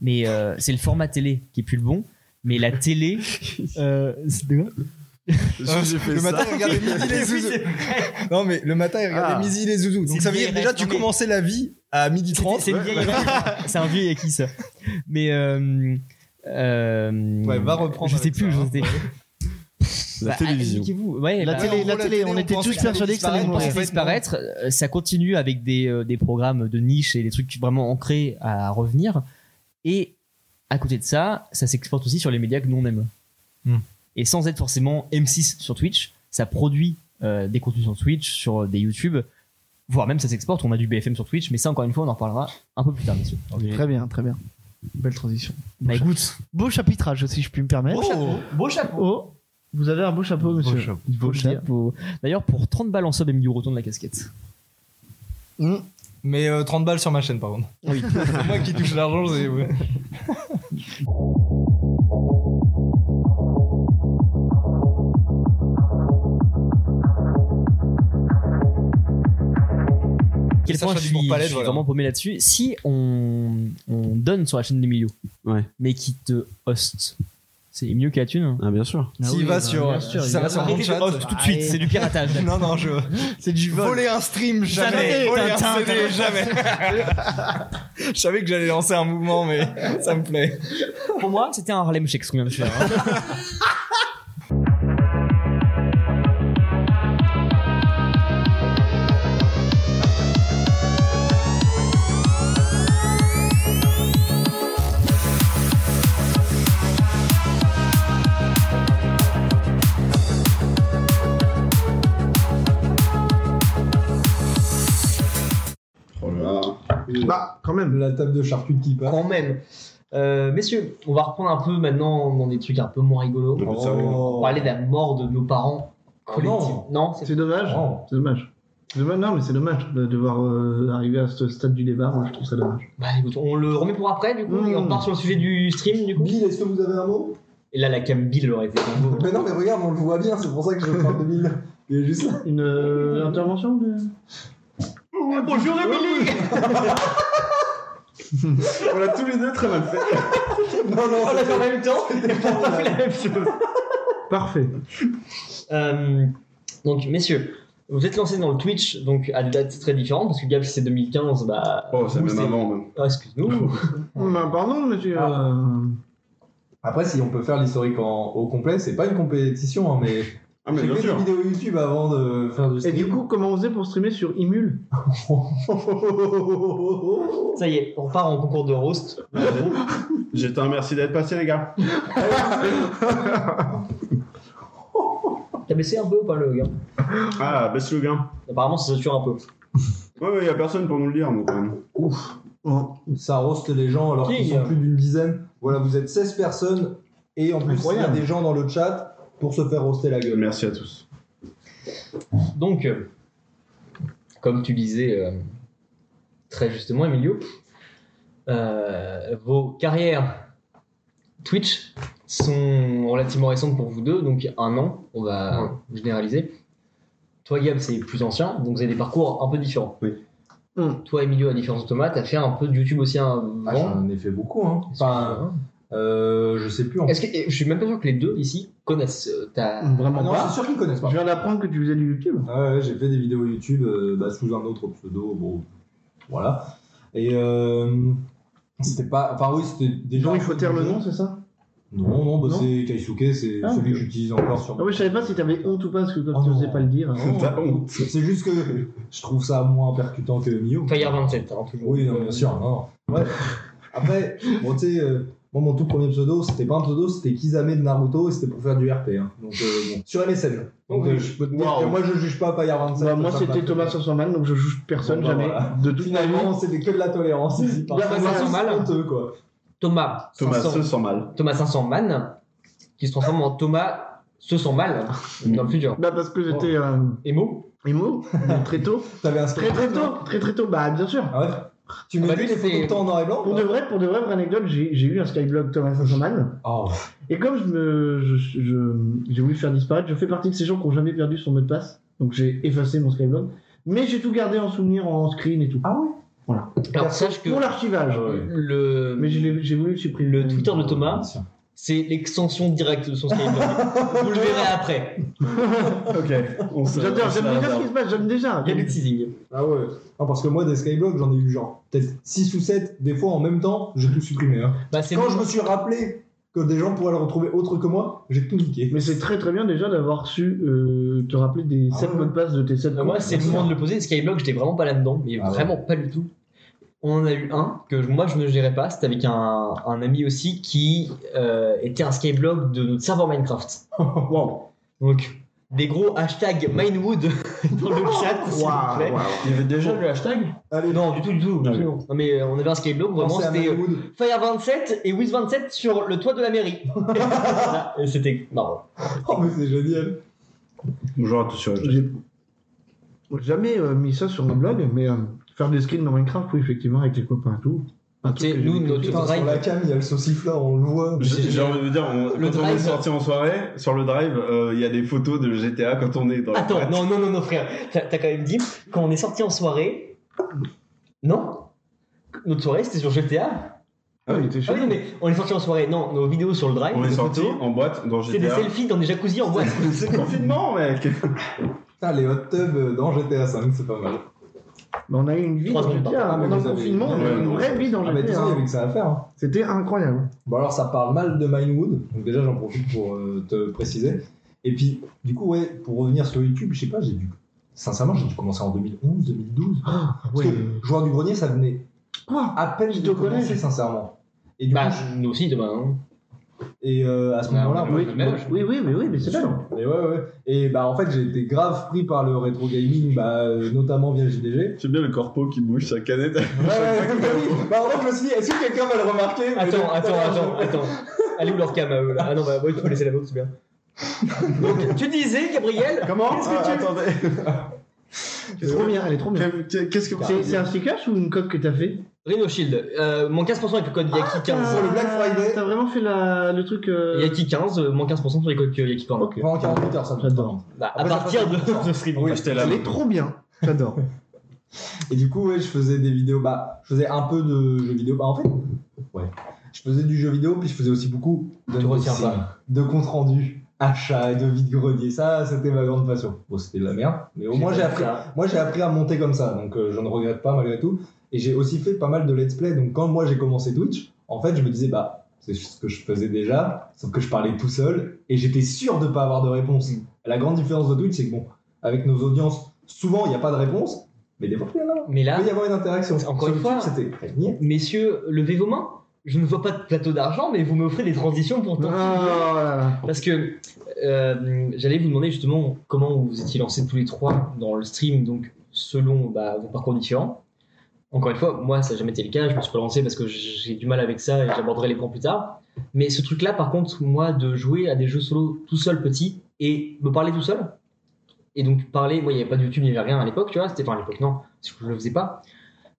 Mais euh, c'est le format télé qui est plus le bon. Mais la (laughs) télé, euh, c'est de quoi J'ai fait Le ça. matin, il regardait midi les zouzous. (laughs) Non, mais le matin, il regardait Ah. midi les zouzous. Donc C'est ça veut dire bien, que déjà, reste, tu non, mais- commençais la vie à midi C'était- 30. C'est une vieille- hein. c'est un vieux qui ça. Mais euh, euh, Ouais, va reprendre Je sais avec plus. je ça, hein. sais- La Bah, télévision. expliquez-vous. Ouais, La bah, télé, on la voit télé, on était pense tous que ça allait persuadés que ça allait disparaître, pour mourir. en fait, disparaître, euh, ça continue avec des, euh, des programmes de niche et des trucs vraiment ancrés à revenir. Et à côté de ça, ça s'exporte aussi sur les médias que nous on aime. Hmm. Et sans être forcément M6 sur Twitch, ça produit euh, des contenus sur Twitch, sur euh, des YouTube, voire même ça s'exporte. On a du BFM sur Twitch, mais ça encore une fois, on en reparlera un peu plus tard, messieurs. Très bien, très bien. Belle transition. Bah écoute, Beau chapitrage aussi, je puis me permettre. beau chapeau. Oh, vous avez un beau chapeau, monsieur. chapeau. Il faut Beau le dire. chapeau. D'ailleurs, pour 30 balles en sub, Emilio retourne la casquette. Mmh. Mais euh, 30 balles sur ma chaîne, par contre. Oui. (laughs) c'est moi qui touche l'argent, c'est. ouais. quel Ça, point ça je dit suis, pour Palette, je suis voilà. vraiment paumé là-dessus. Si on, on donne sur la chaîne d'Emilio, Ouais. mais qui te host, c'est Emilio qui a la thune. hein. Ah, bien sûr. Ah S'il oui, va bah, bien sur. sûr, si il Ça va va sur sur- mon chat. Host tout de suite, c'est du (laughs) piratage. Non, non, je. C'est du vol. Voler un stream, jamais. Jamais, Voler un Tintin, CD, jamais. Je savais que j'allais lancer un (laughs) mouvement, mais ça me plaît. Pour moi, c'était un Harlem Shake ce qu'on vient de faire. hein. même. La table de charcutes qui part. Quand même. Euh, messieurs, on va reprendre un peu maintenant dans des trucs un peu moins rigolos. Le but, ça, On va parler de la mort de nos parents Ah Oh collectivement. non. non, c'est C'est dommage. Oh. C'est dommage. C'est dommage. Non, mais c'est dommage de devoir euh, arriver à ce stade du débat. Moi, je trouve ça dommage. Bah écoute, on le remet pour après du coup, Mmh. et on part sur le sujet du stream du coup. Bill, est-ce que vous avez un mot Et là, la cam Bill aurait été un beau. Mais non, mais regarde, on le voit bien, c'est pour ça que je parle de Bill. Il est juste là. Une euh, intervention de... bonjour Emily On l'a tous les deux très mal fait. Non, non, On l'a fait en même temps, on a fait la même chose. Parfait. Euh, donc messieurs, vous êtes lancés dans le Twitch donc à des dates très différentes parce que Gab c'est 2015, bah. Oh, c'est vous, même avant, même. Ah, excuse-nous. (laughs) Bah, pardon, monsieur. euh, Après, si on peut faire l'historique en- au complet, c'est pas une compétition, hein, mais. Ah, mais J'ai bien fait des sûr. vidéos YouTube avant de faire du Et stream. du coup, comment on faisait pour streamer sur Imul Ça y est, on part en concours de roast. Ah, Je te remercie d'être passé, les gars. T'as baissé un peu ou pas le gars Ah, baisse le gain. Apparemment ça sature un peu. Ouais, ouais, y a personne pour nous le dire, donc. euh, Ça roste les gens alors qu'ils Qui, sont euh plus d'une dizaine. Voilà, vous êtes 16 personnes et en plus, il y a Incroyable. des gens dans le chat pour se faire roster la gueule. Merci à tous. Donc, euh, comme tu disais euh, très justement, Emilio, euh, vos carrières Twitch sont relativement récentes pour vous deux, donc un an, on va généraliser. Toi, Gab, c'est plus ancien, donc vous avez des parcours un peu différents. Oui. Mm. Toi, Emilio, à différence de Thomas, t'as fait un peu de YouTube aussi Ah, avant. J'en ai fait beaucoup, hein. Enfin, euh, je sais plus en Est-ce que et je suis même pas sûr que les deux ici connaissent euh, ta. Hmm. Vraiment Ah non, pas. c'est sûr qu'ils connaissent Je pas. viens d'apprendre que tu faisais du YouTube. Ah Ouais, ouais, j'ai fait des vidéos YouTube euh, bah, sous un autre pseudo, bon, voilà. Et euh, c'était pas. Enfin, oui, c'était déjà. Genre, il faut taire le nom, c'est ça Non, non, bah, Non. c'est Kaisuke, c'est Ah, celui que ok. j'utilise encore sur. Ah oui, je savais pas si t'avais honte ou pas, parce que comme Oh tu non. osais pas le dire. Non, T'as honte. C'est juste que je trouve ça moins percutant que Mio. Fire 27, hein, toujours. Oui, non, bien sûr. Non. non. Ouais. Après, bon, tu sais, euh, moi, mon tout premier pseudo, c'était pas un pseudo, c'était Kizame de Naruto et c'était pour faire du RP. hein. Donc, euh, bon, sur MSN. Donc, euh, je peux te dire Wow. que moi, je juge pas Fire 27. Bah, moi, ça c'était m'a- Thomas Sansorman, donc je juge personne, Bon, bah, jamais. voilà. De toute ma vie. Finalement, c'était que de la tolérance ici. Par Là, bah, ça sent mal. honteux, quoi. Thomas. Thomas 500. se sent mal. Thomas 500 man qui se transforme en Thomas se sent mal dans le (laughs) futur. Bah, parce que j'étais euh, Emo émo, mais très tôt. (laughs) T'avais un Très, script, très toi tôt, très, très tôt. Bah, bien sûr. Ah ouais Tu Ah mets bah, vu lui, les photos de c'est- toi en noir et blanc Pour de vrai, pour de vrai, vraie anecdote, j'ai j'ai eu un skyblog Thomas Sansorman. Oh. Et comme je me, je, je- j'ai voulu faire disparaître, je fais partie de ces gens qui ont jamais perdu son mot de passe. Donc j'ai effacé mon skyblog. Mais j'ai tout gardé en souvenir, en screen et tout. Ah ouais Ah Alors sache que Pour Ah, l'archivage. le, Mais je l'ai- j'ai voulu le supprimer. le Twitter de Thomas, c'est l'extension directe de son (laughs) Skyblog. Vous le verrez après. (laughs) Ok. J'adore, j'aime déjà ce qui se passe, j'aime déjà. Il y a du teasing. Ah ouais Non, parce que moi, des skyblogs, j'en ai eu genre peut-être 6 ou 7, des fois en même temps, j'ai tout supprimé. hein. Bah, c'est Quand je me suis rappelé que des gens pourraient le retrouver autre que moi, j'ai tout niqué. Mais c'est très très bien déjà d'avoir su euh, te rappeler des Ah 7 ouais. mots de passe de tes 7 Bah, moi, c'est le moment de le poser. Skyblog, j'étais vraiment pas là-dedans, mais Ah ouais. vraiment pas du tout. On en a eu un que je- moi je ne gérais pas, c'était avec un, un ami aussi qui euh, était un skyblog de notre serveur Minecraft. Oh, Donc des gros hashtags Minewood (laughs) dans le chat, s'il vous plaît. Il y avait déjà le hashtag Allez, Non, du tout, du tout. Ah du tout. Non, mais euh, on avait un skyblog, vraiment pensez à c'était euh, Hollywood. Fire27 et Wiz27 sur le toit de la mairie. Voilà, (laughs) et c'était marrant. Oh, mais c'est génial Bonjour à tous. sur- J'ai jamais euh, mis ça sur mon blog, mais euh, faire des screens dans Minecraft, oui, effectivement, avec les copains et tout. Un Tu sais, truc que nous, j'ai vécu. notre Putain, drive. sur la cam, il y a le saucifleur, on le voit. J'ai j'ai envie de dire, on- Le quand on est drive. sorti en soirée, sur le drive, euh, il y a des photos de GTA quand on est dans la Attends, boîte. non, non, non, non, frère. T'as t'as quand même dit, quand on est sorti en soirée. Non Notre soirée, c'était sur GTA Ah oui, il était Ah chaud. oui, non, mais on est sorti en soirée. Non, nos vidéos sur le drive, On nos est sorti photos, en boîte dans c'est des GTA. selfies dans des jacuzzi en (laughs) boîte. C'est le confinement, mec. Putain, les hot tubs dans GTA 5, c'est pas mal. Mais on a eu une vie Trois dans secondes, GTA, pardon. pendant Ah, mais le vous avez- confinement, on a eu Ouais, une non, vraie vie dans Ah, mais GTA. disons, il y avait que ça à faire. hein. C'était incroyable. Bon alors ça parle mal de Minewood, donc déjà j'en profite pour euh, te préciser. Et puis du coup ouais, pour revenir sur YouTube, je sais pas, j'ai dû, sincèrement j'ai dû commencer en 2011, 2012. Parce Ouais. que Joueur du Grenier ça venait Quoi à peine Tu de te connais commencer sincèrement. Et du bah, coup, nous aussi, demain. hein. Et euh, à ce Ouais, moment-là, on a moi, le même âge. Ah, Oui, oui, mais oui, mais c'est Bien pas sûr. Et ouais, ouais. Et bah, en fait, j'ai été grave pris par le rétro gaming, bah, euh, notamment via JDG. J'aime bien le corpo qui bouge sa canette. Ouais, ouais, ouais. Bah, en fait, je me suis dit, est-ce que quelqu'un va le remarquer Attends, attends, attends, attends. Allez où leur cam à eux là Ah non, bah ouais, tu peux laisser la vôtre, c'est bien. Donc, tu disais, Gabriel Comment Ah, Euh, attendez. C'est trop bien, elle est trop bien. Qu'est-ce que C'est c'est un stickage ou une coque que t'as fait Rhino Shield, euh, moins 15% avec le code Yaki 15. Pour le Black Friday. T'as vraiment fait la, le truc. euh, Yaki 15, euh, moins 15% sur les codes euh, Yaki Corner. Pendant 48 heures, ça me J'adore. Bah, à Après, ça partir de passe à de streaming. Oui, j'étais là. Elle est trop bien. J'adore. Et du coup, ouais, je faisais des vidéos, bah, je faisais un peu de jeux vidéo, bah, en fait, ouais. Je faisais du jeu vidéo, puis je faisais aussi hein. beaucoup de, Tu retiens unboxing, pas. de compte rendu, achat et de vide-grenier. Ça, c'était ma grande passion. Bon, c'était de la merde, mais au moins j'ai appris. Moi, j'ai appris à monter comme ça, donc euh, je ne regrette pas malgré tout. Et j'ai aussi fait pas mal de let's play, donc quand moi j'ai commencé Twitch, en fait, je me disais, bah, c'est ce que je faisais déjà, sauf que je parlais tout seul, et j'étais sûr de pas avoir de réponse. La grande différence de Twitch, c'est que bon, avec nos audiences, souvent, il n'y a pas de réponse, mais des fois, il y en a. Mais là, Il peut y avoir une interaction. Encore une Sur YouTube, fois. c'était régnir. messieurs, levez vos mains. Je ne vois pas de plateau d'argent, mais vous m'offrez des transitions pour Oh tenter. Ah. là là. Parce que euh, j'allais vous demander justement comment vous étiez lancés tous les trois dans le stream, donc selon bah, vos parcours différents. Encore une fois, moi ça n'a jamais été le cas, je me suis relancé parce que j'ai du mal avec ça et j'aborderai les plans plus tard. Mais ce truc-là, par contre, moi de jouer à des jeux solo tout seul petit et me parler tout seul, et donc parler, moi il n'y avait pas de YouTube, il n'y avait rien à l'époque, tu vois, c'était enfin à l'époque, non, parce que je ne le faisais pas.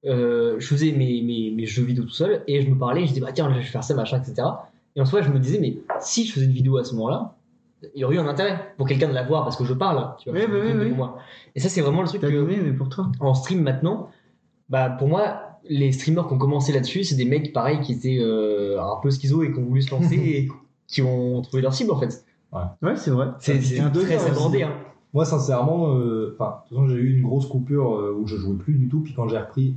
Euh, je faisais mes, mes, mes jeux vidéo tout seul et je me parlais, je disais, bah tiens, je vais faire ça, machin, etc. Et en soi, je me disais, mais si je faisais une vidéo à ce moment-là, il y aurait eu un intérêt pour quelqu'un de la voir parce que je parle, tu vois. Oui, oui, oui, pour oui. moi. Et ça, c'est vraiment le truc T'as que, allumé, mais pour toi. en stream maintenant, bah pour moi, les streamers qui ont commencé là-dessus, c'est des mecs pareils qui étaient euh, un peu schizo et qui ont voulu se lancer et qui ont trouvé leur cible en fait. Ouais, c'est vrai. C'est c'est c'est un très donneur aussi. abordé. Hein. Moi, sincèrement, euh, enfin, de toute façon, j'ai eu une grosse coupure euh, où je jouais plus du tout. Puis quand j'ai repris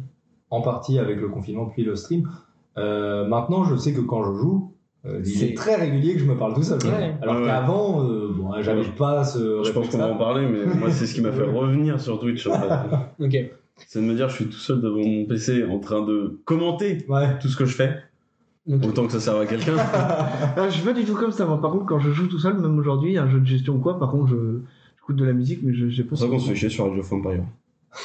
en partie avec le confinement, puis le stream, euh, maintenant, je sais que quand je joue, euh, il C'est- est très régulier que je me parle tout seul. Ouais. Alors Ouais, ouais. qu'avant, euh, bon, hein, j'avais Ouais. pas ce. Je pense qu'on réflexe-là. va en parler, mais moi, c'est ce qui m'a fait revenir sur Twitch. en fait. Ok. C'est de me dire, je suis tout seul devant mon PC en train de commenter Ouais. tout ce que je fais. Ok. Autant que ça serve à (laughs) quelqu'un. Ah, je suis pas du tout comme ça. Moi, par contre, quand je joue tout seul, même aujourd'hui, un jeu de gestion ou quoi, par contre, je. J'écoute de la musique, mais je j'ai pas. C'est pour ça qu'on se fait chier sur Radio Empire. Ah,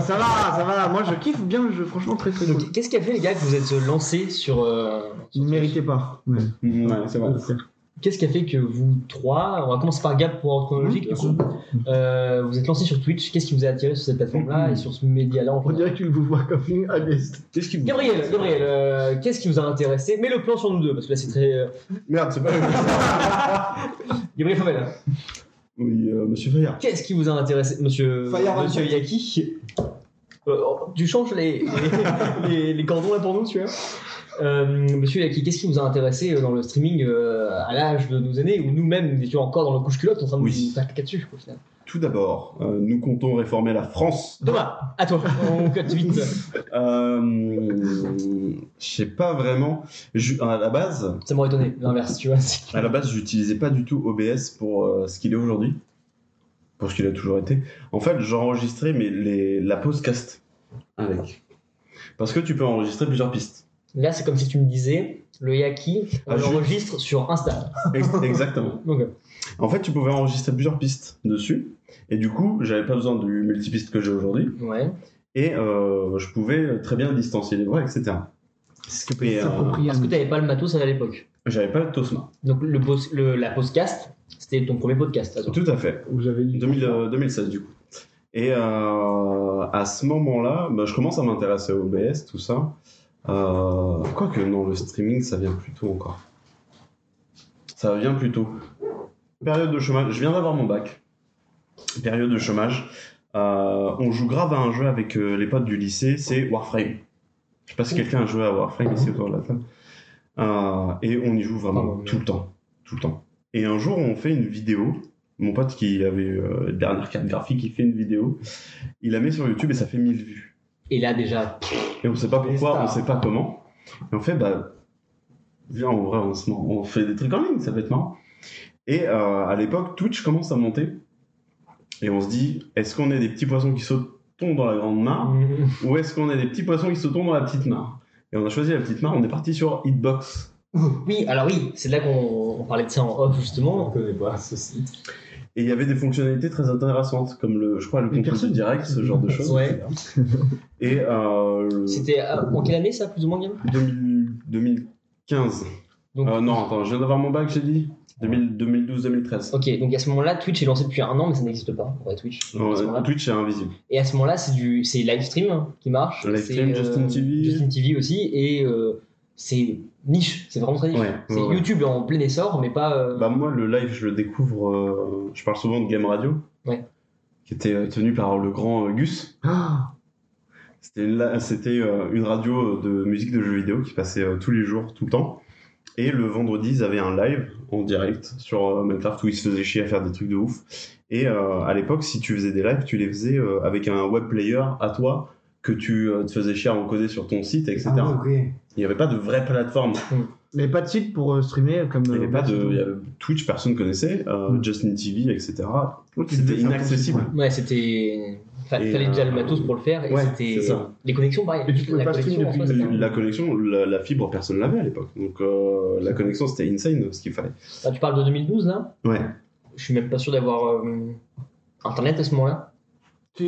ça va, ça va. Moi, je kiffe bien le jeu. Franchement, très très cool. Donc, Qu'est-ce qui a fait les gars que vous êtes lancés sur. euh, sur Il ne Twitch méritait pas. mais- Ouais, c'est vrai. Qu'est-ce qui a fait que vous trois, on va commencer par Gab pour ordre chronologique, du coup, euh, vous êtes lancés sur Twitch, qu'est-ce qui vous a attiré sur cette plateforme-là et sur ce média-là en On dirait que tu vous vois comme une honest. Qu'est-ce qui vous. Gabriel, Gabriel, euh, qu'est-ce qui vous a intéressé Mets le plan sur nous deux, parce que là c'est très. euh, Merde, (laughs) c'est pas le. Gabriel Favel, Oui, euh, monsieur Fayard. qu'est-ce qui vous a intéressé, monsieur, Fireman. monsieur Yaki Euh, oh, Tu changes les, (laughs) les, les- les cordons là pour nous, tu vois Euh, Monsieur Yaki, qu'est-ce qui vous a intéressé euh, dans le streaming euh, à l'âge de nos années, où nous-mêmes nous étions encore dans le couche-culotte en train de Oui. nous faire caca dessus, quoi, au final Tout d'abord, euh, nous comptons réformer la France. Thomas, à (laughs) toi, on cut vite. Euh, je sais pas vraiment. Je- à la base, Ça m'aurait étonné, l'inverse, tu vois. c'est que- à la base, j'utilisais pas du tout OBS pour euh, ce qu'il est aujourd'hui, pour ce qu'il a toujours été. En fait, j'enregistrais mais les, la postcast avec, parce que tu peux enregistrer plusieurs pistes. Là, c'est comme si tu me disais, le Yaki, on Ah, je- l'enregistre sur Insta. Ex- Exactement. Donc, euh, En fait, tu pouvais enregistrer plusieurs pistes dessus, et du coup, j'avais pas besoin du multipiste que j'ai aujourd'hui, ouais. et euh, je pouvais très bien distancier les voix, etc. Ce qui est S'approprier Parce que un- t'avais pas le matos à l'époque. euh, J'avais pas le Tosma. Donc le, pos- le- la podcast, c'était ton premier podcast. à toi. Tout à fait. Vous avez dit. 2000, euh, 2016 du coup. Et euh, à ce moment-là, bah, je commence à m'intéresser au OBS, tout ça. Euh, Quoique non, le streaming, ça vient plus tôt encore. Ça vient plus tôt. Période de chômage, je viens d'avoir mon bac. Période de chômage. Euh, on joue grave à un jeu avec euh, les potes du lycée, c'est Warframe. Je sais pas si quelqu'un a joué à Warframe ici autour de la table. Euh, et on y joue vraiment tout le temps. Tout le temps. Et un jour, on fait une vidéo mon pote qui avait euh, la dernière carte graphique, il fait une vidéo, il la met sur YouTube et ça fait 1000 vues. Et là déjà, Et on sait pas Les pourquoi, on stars. sait pas comment. Et on fait, bah, viens, en vrai, on, se marre. on fait des trucs en ligne, ça va être marrant. Et euh, à l'époque, Twitch commence à monter. Et on se dit, est-ce qu'on est des petits poissons qui sautent dans la grande mare Mhm. ou est-ce qu'on est des petits poissons qui sautent dans la petite mare Et on a choisi la petite mare, on est parti sur Hitbox Oui, alors oui, c'est là qu'on on parlait de ça en off On ne justement. connaît pas ce site. Et il y avait des fonctionnalités très intéressantes, comme le, je crois, le contrôle direct, ce genre de choses. Ouais. Et euh, le- C'était euh, en quelle année ça, plus ou moins, Guillaume 2000 2015. Donc- Euh, non, attends, je viens d'avoir mon bac, j'ai dit 2012-2013. Ok, donc à ce moment-là, Twitch est lancé depuis un an, mais ça n'existe pas. Ouais, Twitch. Donc, à ce moment-là- Euh, Twitch est invisible. Et à ce moment-là, c'est du, c'est live stream hein, qui marche. Live C'est, stream, euh, Justin TV. Justin TV aussi, et euh, c'est niche. C'est vraiment très niche. Ouais, c'est ouais, ouais. YouTube en plein essor, mais pas. euh, Bah, moi, le live, je le découvre. euh, je parle souvent de Game Radio, Ouais. qui était euh, tenu par le grand euh, Gus. Ah, C'était une, la- c'était, euh, une radio euh, de musique de jeux vidéo qui passait euh, tous les jours, tout le temps. Et le vendredi, ils avaient un live en direct sur euh, Minecraft où ils se faisaient chier à faire des trucs de ouf. Et euh, à l'époque, si tu faisais des lives, tu les faisais euh, avec un web player à toi que tu euh, te faisais chier à encoder sur ton site, etc. Ah, ok. Il n'y avait pas de vraie plateforme. Mais pas de site pour euh, streamer comme. Il n'y euh, avait pas de il y avait Twitch, personne connaissait, euh, Mm. Justin TV, etc. Ok, C'était c'est un inaccessible. site, Ouais, c'était. fa- Et, fallait déjà le euh, matos pour le faire, et ouais, c'était. c'est ça. Les connexions, pareil. Et tu pouvais La pas streamer connexion, en depuis soi, La connexion, la, la fibre, personne l'avait à l'époque. Donc euh, la connexion, c'était insane ce qu'il fallait. c'était- Ah, tu parles de 2012 là Ouais. Je suis même pas sûr d'avoir euh, internet à ce moment-là. T'es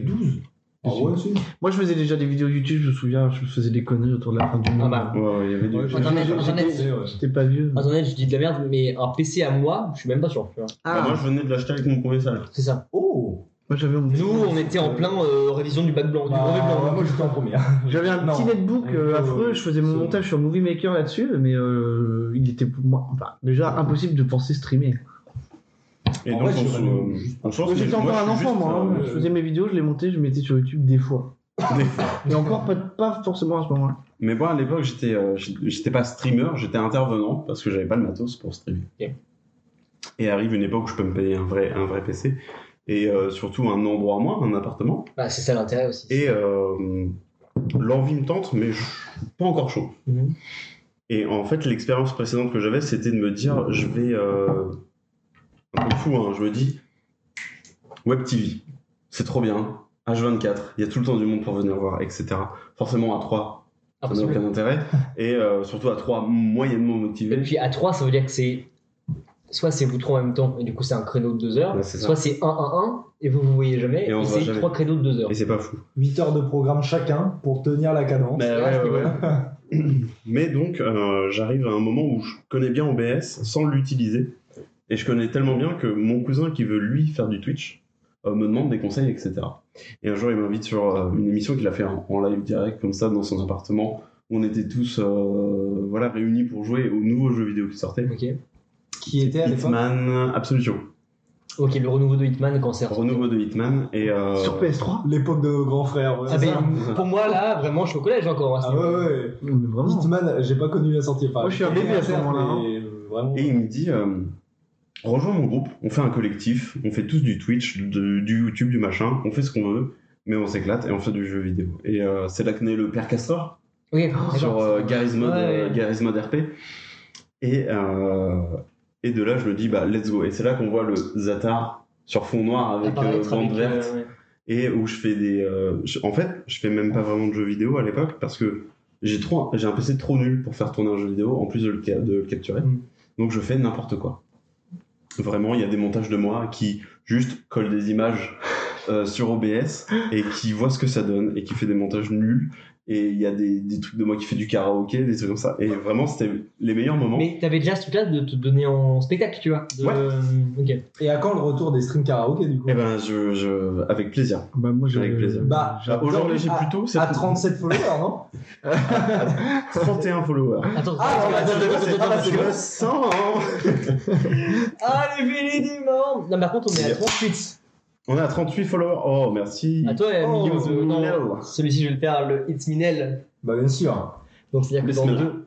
12 Ah ouais, si. ouais. Moi, je faisais déjà des vidéos YouTube, je me souviens, je faisais des conneries autour de la fin du monde. Ah bah. Ouais, ouais, il y avait du. Ouais, j'ai- Internet, j'ai- j'ai- Internet. j'ai- ouais. J'étais pas Ah, vieux. Internet, je dis de la merde, mais un PC à moi, je suis même pas sûr. tu vois. Ah. Bah, moi, je venais de l'acheter avec mon premier salaire. C'est ça. Oh Moi, j'avais mon Nous, on était en plein euh, révision du bac blanc, du brevet Bah, blanc. Moi j'étais en première. J'avais un Non. petit netbook euh, Euh, affreux, je faisais mon c'est- montage sur Movie Maker là-dessus, mais euh, il était pour moi enfin, déjà impossible de penser streamer. Et Ah En donc, vrai, on je- se- on se. J'étais encore un enfant, moi. hein. euh, je faisais mes vidéos, je les montais, je les mettais sur YouTube des fois. Des Et encore pas, pas forcément à ce moment-là. (laughs) Mais moi, à l'époque, j'étais, euh, j'étais pas streamer, j'étais intervenant parce que j'avais pas le matos pour streamer. Ok. Et arrive une époque où je peux me payer un vrai, un vrai PC et euh, surtout un endroit à moi, un appartement. Bah, c'est ça l'intérêt aussi. Et euh, l'envie me tente, mais je suis pas encore chaud. Mhm. Et en fait, l'expérience précédente que j'avais, c'était de me dire, je vais... euh, un peu fou, hein, je me dis, Web TV, c'est trop bien. H24, il y a tout le temps du monde pour venir voir, etc. Forcément à 3, ça n'a Impossible. aucun intérêt. Et euh, surtout à 3, moyennement Et motivé. puis à 3, ça veut dire que c'est. Soit c'est vous trois en même temps, et du coup c'est un créneau de 2 heures. Ouais, c'est ça. soit c'est 1-1-1, et vous vous voyez jamais. Et Et, on se voit c'est jamais. 3 créneaux de 2 heures. Et c'est pas fou. 8 heures de programme chacun pour tenir la cadence. Mais, ouais, ouais, Mais donc, euh, j'arrive à un moment où je connais bien OBS sans l'utiliser. Et je connais tellement bien que mon cousin qui veut lui faire du Twitch euh, me demande des conseils, etc. Et un jour, il m'invite sur euh, une émission qu'il a fait en, en live direct, comme ça, dans son appartement. On était tous euh, voilà, réunis pour jouer au nouveau jeu vidéo qui sortait. Ok. Qui était à l'époque Hitman Absolution. Ok, le renouveau de Hitman quand c'est Renouveau de Hitman. Et, euh, (laughs) Sur PS3 L'époque de grand frère. ouais. Ah, mais (laughs) pour moi là, vraiment, je suis au collège encore. hein, Ah c'est- ouais, ouais. Non, mais vraiment. Hitman, j'ai pas connu la sortie. Enfin, Moi, je suis un j'étais bébé à ce moment-là, mais, euh, Vraiment. Et il me dit euh, rejoins mon groupe, on fait un collectif, on fait tous du Twitch, de- du YouTube, du machin, on fait ce qu'on veut, mais on s'éclate et on fait du jeu vidéo. Et euh, c'est là que naît le père Castor Ok, sur d'accord. euh, Garry's Mod, Ouais, euh, ouais. Garry's Mod RP. Et, euh, et de là, je me dis bah let's go. Et c'est là qu'on voit le Zatar sur fond noir avec euh, Apparaître bande avec, euh, verte ouais. et où je fais des. euh, je- en fait, je fais même pas vraiment de jeux vidéo à l'époque parce que j'ai trop, j'ai un PC trop nul pour faire tourner un jeu vidéo en plus de le, ca- de le capturer. Mm. Donc je fais n'importe quoi. Vraiment, il y a des montages de moi qui juste collent des images euh, sur OBS et qui voient ce que ça donne et qui fait des montages nuls. Et il y a des, des trucs de moi qui fait du karaoké, des trucs comme ça. Et vraiment, c'était les meilleurs moments. Mais t'avais déjà ce truc-là de te donner en spectacle, tu vois. de- euh, Ouais. Ok. Et à quand le retour des streams karaoké du coup Et ben, je, je- avec plaisir. Bah, moi, j'ai- Avec plaisir. Bah, j'adore. Aujourd'hui, j'ai à- plutôt À 37 followers, non 31 followers. Attends, Ah, non, attends, attends, attends, attends, attends. attends, attends. Ah, les filets du monde Non, mais par contre, on est à 38. On est à 38 followers. Oh, merci. À toi, Oh, Emilio, de- no. non, celui-ci, je vais le faire, le It's Minel. Bah, bien sûr. Donc, c'est-à-dire que dans Bismillah. deux.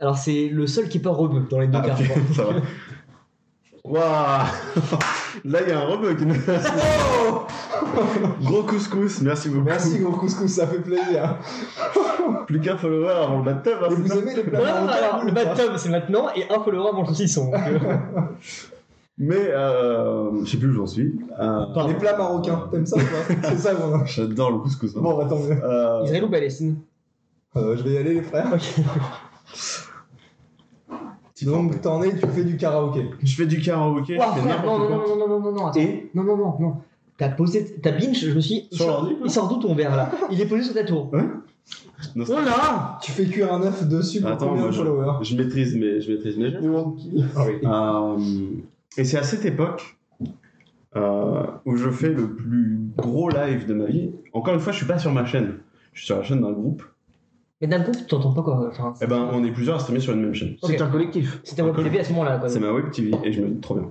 Alors, c'est le seul qui est pas rebeu dans les deux Ah, (laughs) cas. putain, ça va. Waouh Là, il y a un rebeu qui nous Oh Gros couscous, merci beaucoup. Merci, gros couscous, ça fait plaisir. Plus qu'un follower avant le bathtub. Et hein, c'est vous ça aimez les plats Non, non, non, alors, marocains, le ou pas bad tub, c'est maintenant, et un follower mange le saucisson. Ah. donc, euh, Mais, euh, je sais plus où j'en suis. Euh, pardon. Les plats marocains, t'aimes ça ou pas C'est ça, qu'on a. J'adore le couscous. hein. Bon, bah, tant mieux. Euh, Israël ou Palestine Euh, je vais y aller, les frères. Petit Donc forfait. t'en es, tu fais du karaoké. je fais du karaoké, Ouah, je fais frère, non, n'importe non, quoi. non, non, non, non, non, attends. Et Non, non, non, non. T'as posé, t'as binge, je me suis. Il Sur sort, l'ordi, quoi. il sort d'où ton verre là Il est posé sur ta tour. Non, Oh là Tu fais cuire un œuf dessus pour Attends, combien moi, de je- followers je maîtrise mes, je maîtrise mes gestes. Ah oui. Euh, et c'est à cette époque euh, où je fais le plus gros live de ma vie. Encore une fois, je suis pas sur ma chaîne. Je suis sur la chaîne d'un groupe. Mais d'un coup, tu t'entends pas quoi. Enfin, Eh ben, on est plusieurs à streamer sur une même chaîne. Ok. C'est un collectif. C'était un TV à ce moment-là quoi. C'est ma web TV et je me dis trop bien.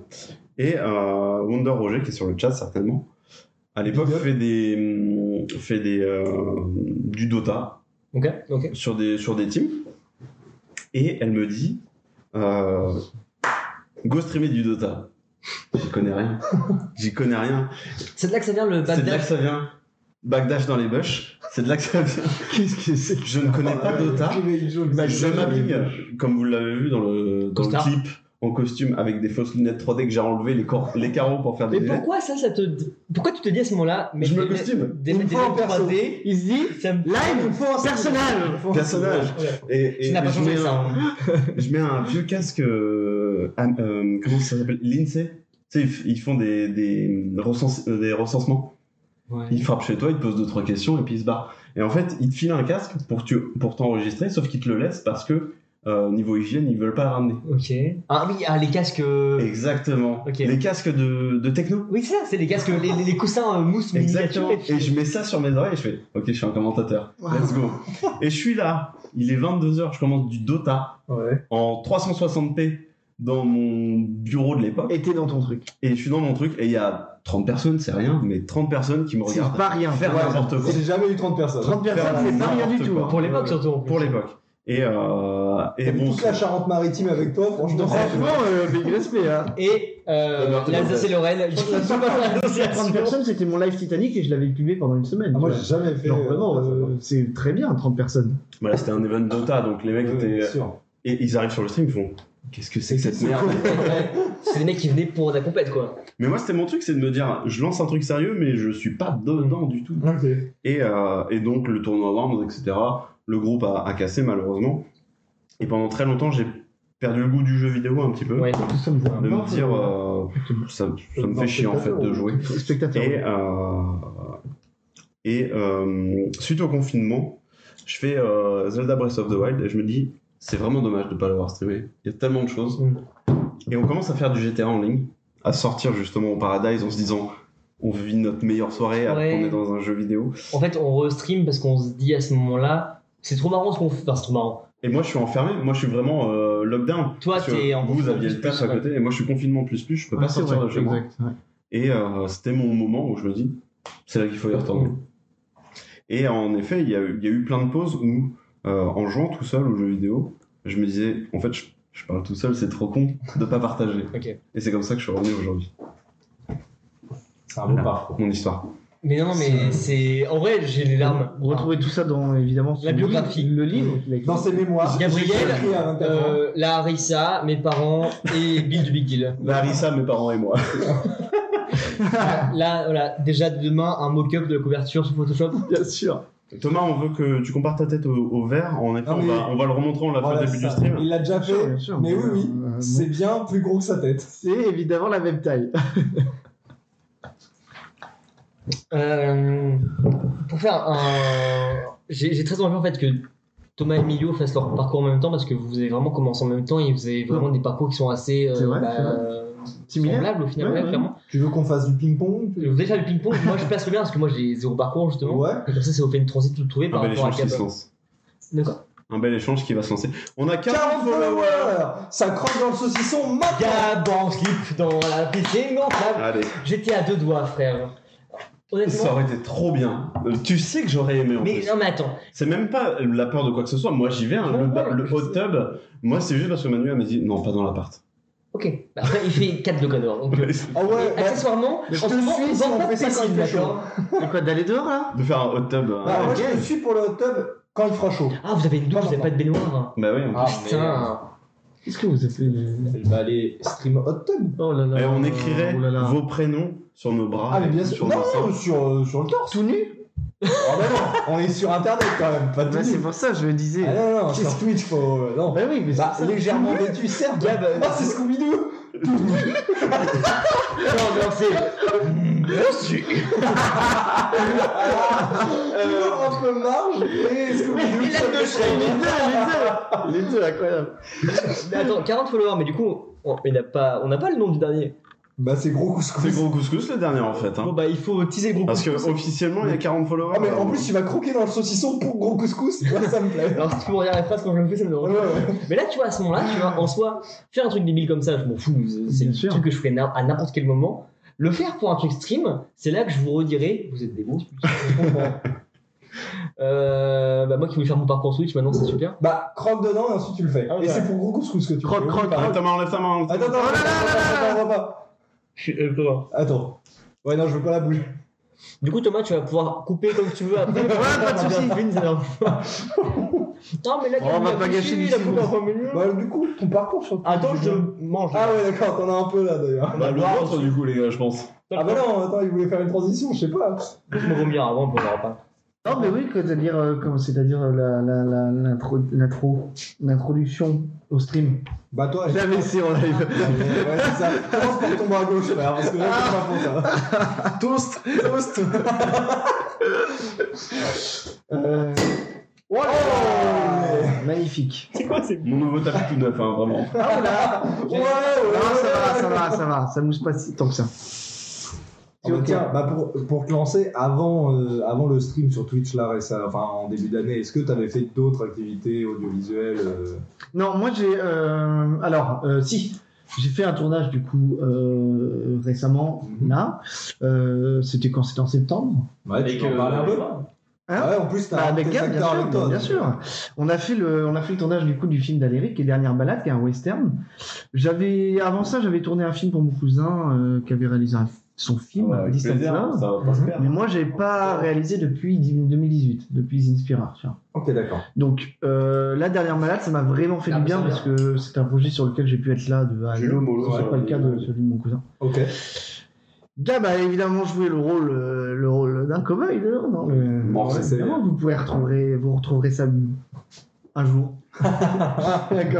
Et euh, Wonder Roger, qui est sur le chat certainement, à l'époque Big up. fait des, hum, fait des, euh, du Dota Ok, ok. sur des, sur des teams. Et elle me dit euh, Go streamer du Dota. J'y connais (laughs) rien. J'y connais rien. C'est de là que ça vient le C'est de là que backdash. ça vient. Backdash dans les bush. C'est de là que ça vient. Qu'est-ce que c'est Je ne connais pas Dota. euh, Bah, Je m'habille, comme vous l'avez vu dans le, dans le Costard. clip, en costume avec des fausses lunettes 3D que j'ai enlevé les, cor- les carreaux pour faire des Mais lunettes. pourquoi ça, ça te. Pourquoi tu te dis à ce moment-là. mais Je me des- costume. Des, Il des, me faut des- un perso. 3D, il se dit, ça me. Live, personnage Personnage. Et, Tu et n'as pas je, changé mets ça. un, je mets un vieux casque, euh, am- euh, comment ça s'appelle L'INSEE. Tu sais, ils f- ils font des, des, recense- euh, des recensements. Ouais. Ils frappent chez toi, ils te posent deux, trois questions et puis ils se barrent. Et en fait, ils te filent un casque pour, tu- pour t'enregistrer, sauf qu'ils te le laissent parce que, euh, niveau hygiène, ils veulent pas le ramener. Ok. Ah oui, ah, les casques. euh, Exactement. Ok. Les casques de, de techno. Oui, c'est ça, c'est les casques, les, les- les coussins euh, mousse Exactement. miniatures. Et je mets ça sur mes oreilles et je fais Ok, je suis un commentateur. Let's go. et je suis là. Il est 22h. Je commence du Dota Ouais. en 360p dans mon bureau de l'époque. Et t'es dans ton truc. Et je suis dans mon truc et il y a 30 personnes, c'est rien, mais 30 personnes qui me C'est regardent pas rien. faire Ouais. n'importe quoi. J'ai jamais eu 30 personnes. 30 personnes, c'est pas rien du N'importe tout. quoi. hein. Pour l'époque surtout. en plus. Pour l'époque. Et, euh, et T'as bon. toute la Charente-Maritime avec toi, franchement. Donc, Ah, Franchement, euh, big respect. Hein. Et euh, Roberto l'Alsace et Lorraine. (laughs) (laughs) Ils La sont seule pas fois que dans j'ai bossé à 30 l'association. personnes, c'était mon live Titanic et je l'avais publié pendant une semaine. Ah, moi, tu vois. j'ai jamais fait. Genre euh, vraiment, euh, c'est très bien 30 personnes. Voilà, c'était un event Dota, donc les mecs Ouais, étaient. bien sûr. Et ils arrivent sur le stream, ils font Qu'est-ce que c'est que cette merde C'est des mecs qui venaient pour la compète quoi. Mais moi, c'était mon truc, c'est de me dire, je lance un truc sérieux, mais je suis pas dedans du tout. Et, euh, et donc, le tournoi Worms, etc., le groupe a, a cassé, malheureusement. Et pendant très longtemps, j'ai perdu le goût du jeu vidéo un petit peu. Ouais. De Ah, me dire, euh, ça, ça me fait chier en fait de jouer. (laughs) Spectateur. Et, euh, et euh, suite au confinement, je fais euh, Zelda Breath of the Wild et je me dis, c'est vraiment dommage de ne pas l'avoir streamé. Il y a tellement de choses. Mm. Et on commence à faire du GTA en ligne, à sortir justement au Paradise en se disant, on vit notre meilleure soirée alors Ouais. qu'on est dans un jeu vidéo. En fait, on restream parce qu'on se dit à ce moment-là, c'est trop marrant ce qu'on fait. Enfin, c'est trop marrant. Et moi, je suis enfermé. Moi, je suis vraiment euh, lockdown. Toi, Parce que t'es en Vous confinement aviez plus le taf plus, à ouais. côté et moi, je suis confinement plus plus. Ah, Je peux Ouais, pas c'est sortir vrai, de chez moi. exact, ouais. Et euh, c'était mon moment où je me dis, c'est là qu'il faut y retourner. Et en effet, il y, a eu- il y a eu plein de pauses où, euh, en jouant tout seul aux jeux vidéo, je me disais, en fait, je, je parle tout seul, c'est trop con de pas partager. Ok. Et c'est comme ça que je suis revenu aujourd'hui. C'est un beau parcours. Mon histoire. Mais non, non, mais c'est. En vrai, j'ai les Ah. larmes. Retrouver tout ça dans évidemment son La biographie. livre, le livre. qu'il a écrit. Dans ses mémoires. Gabriel, j'ai écrit à 24 ans. euh, la Harissa, mes parents et Bill du Big Deal. Larissa, mes parents et moi. Là, voilà, déjà demain, un mock-up de la couverture sur Photoshop. bien sûr. Thomas, on veut que tu compares ta tête au, au verre. En effet, Non, on, mais- va, on va le remontrer, on l'a Voilà, fait au début c'est du ça. stream. Il l'a déjà Bien sûr, fait. bien sûr. Mais oui, oui. Euh, C'est bien plus gros que sa tête. C'est évidemment la même taille. (laughs) Euh, pour faire un. J'ai j'ai très envie en fait que Thomas et Emilio fassent leur parcours en même temps parce que vous avez vraiment commencé en même temps et vous avez vraiment des parcours qui sont assez. euh, C'est vrai, c'est vrai. Similaire. semblables au final, Ouais, ouais, ouais. clairement. Tu veux qu'on fasse du ping-pong Vous allez faire du ping-pong, moi je place le bien parce que moi j'ai zéro parcours justement. Ouais. Et comme ça, ça vous fait une transit tout trouvée Un par bel rapport à échange qui Cap. se lance. D'accord. Un bel échange qui va se lancer. On a 40, 40 followers Ça croque dans le saucisson maintenant Gab en slip dans la piscine gonflable. Allez, J'étais à deux doigts, frère. ça Honnêtement. aurait été trop bien. Euh, Tu sais que j'aurais aimé en Mais plus. non, mais attends. C'est même pas la peur de quoi que ce soit. Moi, j'y vais. hein. Le, ba- le hot tub, moi, c'est juste parce que Manuel m'a dit non, pas dans l'appart. Ok. Bah, après, il fait 4 degrés dehors. Donc, euh, de Ah ouais, et bah, accessoirement, Mais je en te ce moment, suis si dans on notre fait ça quand il piscine, fait chaud. d'accord C'est quoi d'aller dehors là faire un hot tub. hein. bah, moi ok. je te suis pour le hot tub quand il fera chaud. Ah, vous avez une douche, vous avez pas de baignoire. Bah oui. Ah, Putain. Qu'est-ce que vous avez fait les- Bah les stream hot tub. Oh là là. Et Eh, on écrirait oh là là. vos prénoms sur nos bras. Ah mais bien sur nos sûr. Non, seins. (laughs) non, sur, euh, sur le torse. Tout nu Ah, Ah bah non, on est sur internet quand même, pas Bah, tout. c'est pour ça que je le disais. Ah non, non, Qu'est-ce sur Twitch, faut. Non, Bah oui, mais c'est bah, ça. légèrement vêtu, certes. Gab, euh, Bah, Ah, c'est Scooby-Doo Non, non, c'est- Toujours entre marge et Scooby-Doo. Il a deux chaînes. Les deux, incroyable. Mais attends, 40 followers, mais du coup, on il a pas- on n'a pas, le nom du dernier. Bah, c'est gros couscous. C'est gros couscous le dernier en fait. Bon, Hein. bah, il faut teaser le groupe. Parce que officiellement il y a 40 followers. Ah, mais en plus, tu vas croquer dans le saucisson pour gros couscous. (laughs) Ouais, ça me plaît. Alors, si tu peux redire la phrase quand je le fais, ça me Ouais, dérange. ouais, ouais. Mais là, tu vois, à ce moment-là, tu vois, en soi, faire un truc débile comme ça, je m'en fous. c'est- C'est Bien le sûr. truc que je ferais na- à n'importe quel moment. Le faire pour un truc stream, c'est là que je vous redirai, vous êtes des gros. puces, je comprends. euh, bah, moi qui voulais faire mon parcours Switch, maintenant c'est super. Bah, croque dedans et ensuite tu le fais. Ah, ouais. Et c'est pour gros couscous que tu Croque, fais. croque, Attends, enlève ta main, enlève ta main. enlève ta main. attends, attends, attends, attends, attends. Je suis- euh, comment Attends. Ouais, non, je veux pas la bouger. Du coup, Thomas, tu vas pouvoir couper comme tu veux après. Voilà, pas de On a bien soucis. fait une dernière fois. Non, mais là, Oh, on va pas gâcher la d'ici, coupe bon. en milieu. Bah, du coup, ton parcours sur Attends, je mange. Ah, ouais, d'accord, t'en as un peu là d'ailleurs. Bah, le vôtre du coup les gars je pense. Ah, bah non, attends, il voulait faire une transition, je sais pas. Je me vomir avant, on verra pas. Non, mais oui, que- c'est-à-dire, euh, comment- c'est-à-dire euh, la- la- la- l'intro- l'intro- l'introduction au stream. Bah, toi, j'ai- L'AVC en live. Ouais, c'est ça. Commence par tomber à gauche, là, parce que là, c'est pas pour ça. Toast, toast. Euh, voilà. Magnifique. C'est quoi c'est Mon nouveau tapis tout neuf hein, vraiment. Ouais, ouais, Non, ouais, ça va, ouais. ça va, ça va. Ça mousse pas si tant que ça. Ah bah tiens, bah pour, pour te lancer, avant, euh, avant le stream sur Twitch, là, récem- enfin, en début d'année, est-ce que tu avais fait d'autres activités audiovisuelles euh, Non, moi j'ai. euh, alors, euh, si, j'ai fait un tournage du coup euh, récemment, Mhm. là. Euh, C'était quand C'était en septembre Ouais, tu peux en parler un peu Hein Ouais, en plus, t'as euh, Bah, as Avec Gab, bien sûr. toi. bien donc. sûr. On, a fait le, on a fait le tournage du coup du film d'Aléric, qui est Dernière Balade, qui est un western. J'avais Avant ça, j'avais tourné un film pour mon cousin euh, qui avait réalisé un- son film, Ouais, avec Distant plaisir, Love. ça va pas se perdre. Mais moi, j'ai pas réalisé depuis 2018, depuis Inspira. tu vois. Ok, d'accord. Donc, euh, la dernière malade, ça m'a vraiment fait Ah, du bah, bien ça va. parce que c'est un projet sur lequel j'ai pu être là de A à J'ai le Z. mollo, C'est ouais. pas le cas de celui de mon cousin. Ok. Gab a évidemment joué le rôle, euh, le rôle d'un cow-boy d'ailleurs dans le. Bon, Euh, Ouais, c'est- évidemment, vous pouvez retrouver, vous retrouverez ça un (laughs) jour quand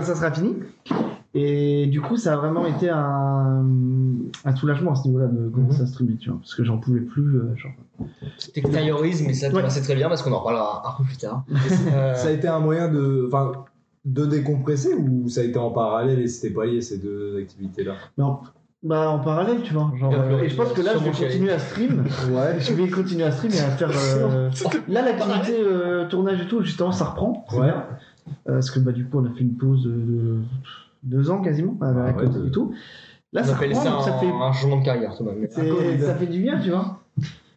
ça sera fini. Et du coup, ça a vraiment été un, un soulagement à ce niveau-là de commencer à streamer, tu vois, parce que j'en pouvais plus. euh, genre. T'extériorises, mais ça, tu Ouais. vois, c'est très bien parce qu'on en reparlera un peu plus tard. Euh, Ça a été un moyen de, enfin, de décompresser ou ça a été en parallèle et c'était pas lié ces deux activités-là Mais en- bah, en parallèle, tu vois. Genre, Bien euh, sûr, et je pense que là, je sûrement vais qu'il y a- continuer à (laughs) stream. Ouais. Je vais continuer à stream et à (laughs) faire. euh, Là, l'activité euh, tournage et tout, justement, ça reprend. Ouais. Euh, parce que bah, du coup, on a fait une pause de, de deux ans quasiment avec Ah ouais, Covid de- et tout. Là, On ça appelle reprend, ça donc ça un un changement de carrière, Thomas. mais- fait, un c'est- Covid. ça fait du bien, tu vois.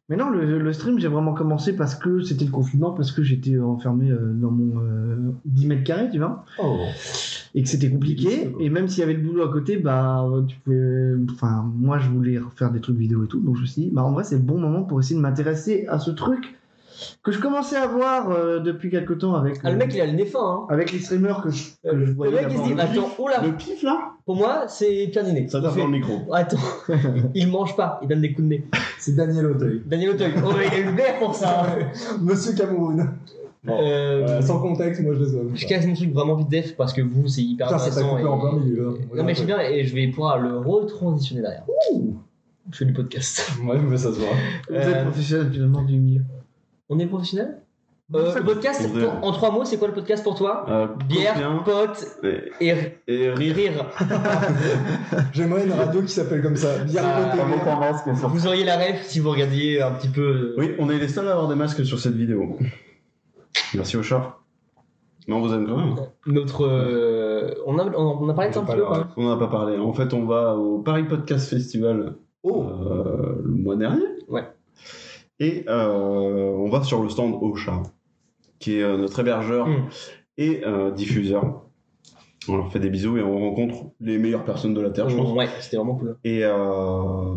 Mais non, le, le stream, j'ai vraiment commencé parce que c'était le confinement, parce que j'étais enfermé euh, dans mon euh, 10 mètres carrés, tu vois Oh. et que c'était compliqué. Et même s'il y avait le boulot à côté, bah, euh, tu pouvais. Enfin, moi, je voulais refaire des trucs vidéo et tout. Donc, je me suis dit, bah, en vrai, c'est le bon moment pour essayer de m'intéresser à ce truc que je commençais à voir euh, depuis quelque temps avec, Ah, le euh, mec, il a le nez fin. hein. avec les streamers que je, que je Le voyais. mec, il se d'abord. dit Attends, oh là Le pif là Pour moi, c'est Pierre Ninet. Ça Il tape fait, dans le micro. Attends, il mange pas, il donne des coups de nez. C'est Daniel Auteuil. Daniel Auteuil, oh, il a eu le verre pour ça. hein. (laughs) Monsieur Cameroun. Euh, Euh, sans contexte, moi je le soigne. Je casse mon truc vraiment vite def parce que vous, c'est hyper Putain, ça t'a intéressant. coupé en plein milieu. hein. Non, mais je sais bien et je vais pouvoir le retransitionner derrière. Je fais du podcast. Ouais, mais ça se voit. Vous Euh, êtes professionnel finalement du milieu. (laughs) On est professionnel Euh, Ça- Le podcast, On pour- en trois mots, c'est quoi le podcast pour toi Euh, Bière, copain pote et, et et et rire. rire. (laughs) J'aimerais une radio qui s'appelle comme ça. Bien Ah, côté. Vous auriez la ref si vous regardiez un petit peu. euh, Oui, on est les seuls à avoir des masques sur cette vidéo. Merci au chat. Mais on vous aime quand même. Notre, euh, on, a, on on a parlé de ça un J'ai petit pas peu. leur- quand même. On n'en a pas parlé. En fait, on va au Paris Podcast Festival Oh euh, le mois dernier. Ouais. Et euh, on va sur le stand Ocha, qui est euh, notre hébergeur Mm. et euh, diffuseur. On leur fait des bisous et on rencontre les meilleures personnes de la Terre, je pense. Ouais, c'était vraiment cool. Et euh,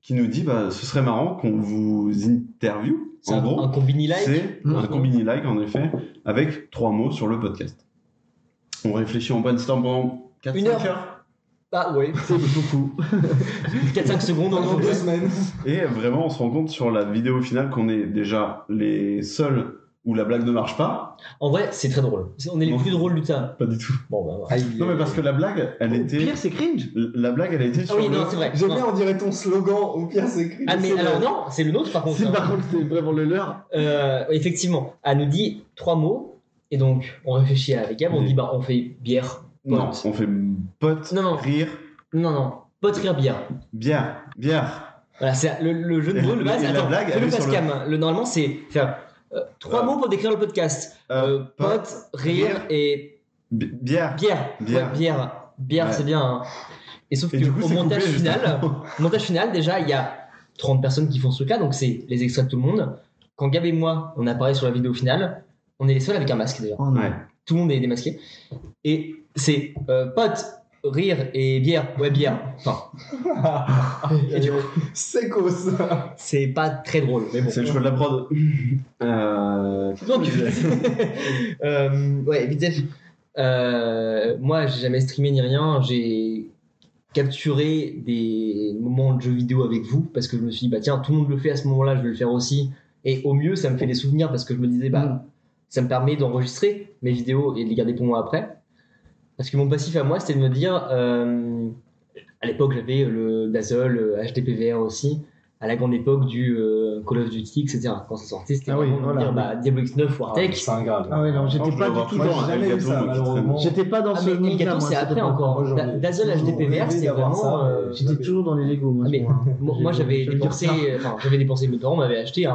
qui nous dit bah, ce serait marrant qu'on vous interviewe. C'est En un, gros, un combini live. c'est Mhm. un combini like en effet, avec trois mots sur le podcast. On réfléchit en brainstorm pendant 4 Une heure. Ah ouais, c'est beaucoup. (laughs) 4-5 secondes en Pendant gros. deux semaines. Et vraiment, on se rend compte sur la vidéo finale qu'on est déjà les seuls où la blague ne marche pas. En vrai, c'est très drôle. C'est- On est les Bon. plus drôles du tas. Pas du tout. Bon, bah, voilà. Aïe. Non, mais parce que la blague, elle Le était. pire, c'est cringe. La blague, elle était Ah sur oui, le- non, c'est vrai. J'aime Non. bien, on dirait ton slogan, au pire c'est écrit. Ah, mais C'est alors vrai. non, c'est le nôtre par contre. Si hein. par contre c'était vraiment le leur, Euh, effectivement, elle nous dit trois mots, et donc on réfléchit avec Gab, on Oui. dit bah on fait bière, Non, pote. on fait pote, Non, non. rire, Non, non, pote rire bière. bière, bière. Voilà, c'est le, le jeu de Et mots de la- base. et la Attends, blague, fais elle le est sur Pascam. Le- normalement, c'est faire euh, trois Euh, mots pour décrire le podcast Euh, Euh, pote, rire bière. et bi- bière. bière. Bière. Ouais, bière, Bière, Ouais. c'est bien. hein. Et sauf Et que du coup, au c'est montage coupé, final, justement. (laughs) au montage final, déjà, il y a 30 personnes qui font ce cas, donc c'est les extraits de tout le monde. Quand Gab et moi, on apparaît sur la vidéo finale, on est les seuls avec un masque déjà. Ouais. tout le monde est démasqué. Et c'est euh, pote, rire et bière. Ouais, bière. Enfin, (laughs) et du coup, C'est quoi ça c'est pas très drôle, mais bon. C'est le choix de la prod. (laughs) Euh, Donc, (laughs) euh, ouais, vite fait. Euh, moi, j'ai jamais streamé ni rien. J'ai capturé des moments de jeux vidéo avec vous parce que je me suis dit, bah tiens, tout le monde le fait à ce moment-là, je vais le faire aussi. Et au mieux, ça me fait des souvenirs parce que je me disais, bah, Mm. ça me permet d'enregistrer mes vidéos et de les garder pour moi après. Parce que mon passif à moi, c'était de me dire, euh, à l'époque, j'avais le Dazzle, euh, le HTPVR aussi, à la grande époque du euh, Call of Duty, etc. Quand ça sortait, c'était Ah oui, vraiment de me voilà. dire, bah, Diablo X9, Wartech, C'est un grave. Ah ouais, non, Oh, je j'étais pas vais du avoir tout froid. dans. Ouais, jamais Elgato, vu ça, moi, qui malheureusement. J'étais pas dans Ah, ce mais monde-là, Elgato, moi, c'est c'était après pas- encore. Moi, j'aurais Da- Dazzle toujours HDPVR, rêvé c'était d'avoir vraiment. ça, euh, euh, J'étais toujours dans les Lego, moi. Ah, ce mais- moment-là. hein. Moi, moi, j'avais J'aime bien dépensé, euh, ça. enfin, j'avais dépensé, mes parents m'avaient acheté un,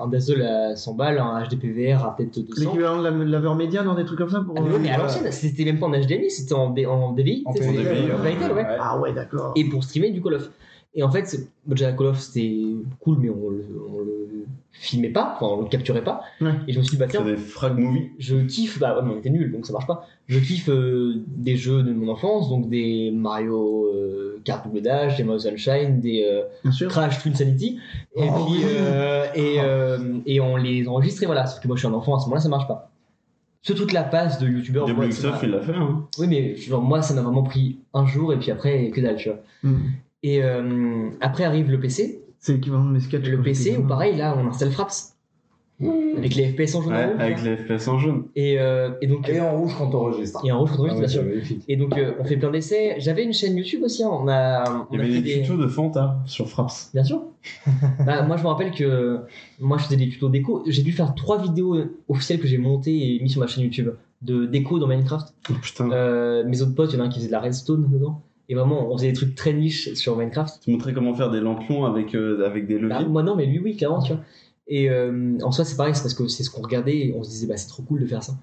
un Dazzle à 100 balles, un HDPVR à peut-être 200. L'équivalent de la- l'aveur média dans des trucs comme ça pour. Ah, mais, ouais, mais à voilà. l'ancienne, c'était même pas en HDMI, c'était en, D- en DVI. En tu sais, c'était- PNL, en Playtel, ouais. Ah ouais, d'accord. Et pour streamer du Call of. Et en fait, c'est- déjà, Call of, c'était cool, mais on le, on le filmait pas, enfin, on le capturait pas. Ouais. Et je me suis dit, bah C'est tiens, des frag movies. je kiffe, bah ouais, mais on était nuls donc ça marche pas. Je kiffe euh, des jeux de mon enfance, donc des Mario euh, Kart Double Dash, des Mario Sunshine, des euh, Bien sûr. Crash Twin Sanity, et Oh, puis oui. euh, et, euh, et on les enregistre et voilà. Sauf que moi je suis un enfant à ce moment-là, ça marche pas. Ce truc la passe de youtubeur, Diablo ouais, c'est X9, pas- il l'a fait. Hein. oui mais genre moi ça m'a vraiment pris un jour et puis après que dalle tu vois. Mm. Et euh, après arrive le PC, C'est l'équivalent de mes sketchs. le quand PC j'étais ou gamin. pareil là on installe Fraps Mmh. avec les FPS en jaune. Ouais, en rouge, avec là. les FPS en jaune. et, euh, et donc Et en rouge quand t'enregistres. et un rouge contre rouge, Ah ouais, bien sûr. c'est magnifique. Et donc, euh, on fait plein d'essais. J'avais une chaîne YouTube aussi. hein. On a, on Il y a avait fait des, des. tutos de Fanta sur Fraps. (laughs) Bien sûr. Bah, moi, je me rappelle que moi, je faisais des tutos déco. J'ai dû faire trois vidéos officielles que j'ai montées et mises sur ma chaîne YouTube de déco dans Minecraft. Oh, putain, Euh, mes autres potes, il y en a un qui faisait de la redstone dedans. Et vraiment, on faisait des trucs très niches sur Minecraft. te montrer comment faire des lampions avec, euh, avec des Bah, leviers. moi, non, mais lui, oui, clairement, tu vois. Et euh, en soi, c'est pareil, c'est parce que c'est ce qu'on regardait et on se disait, bah, c'est trop cool de faire ça.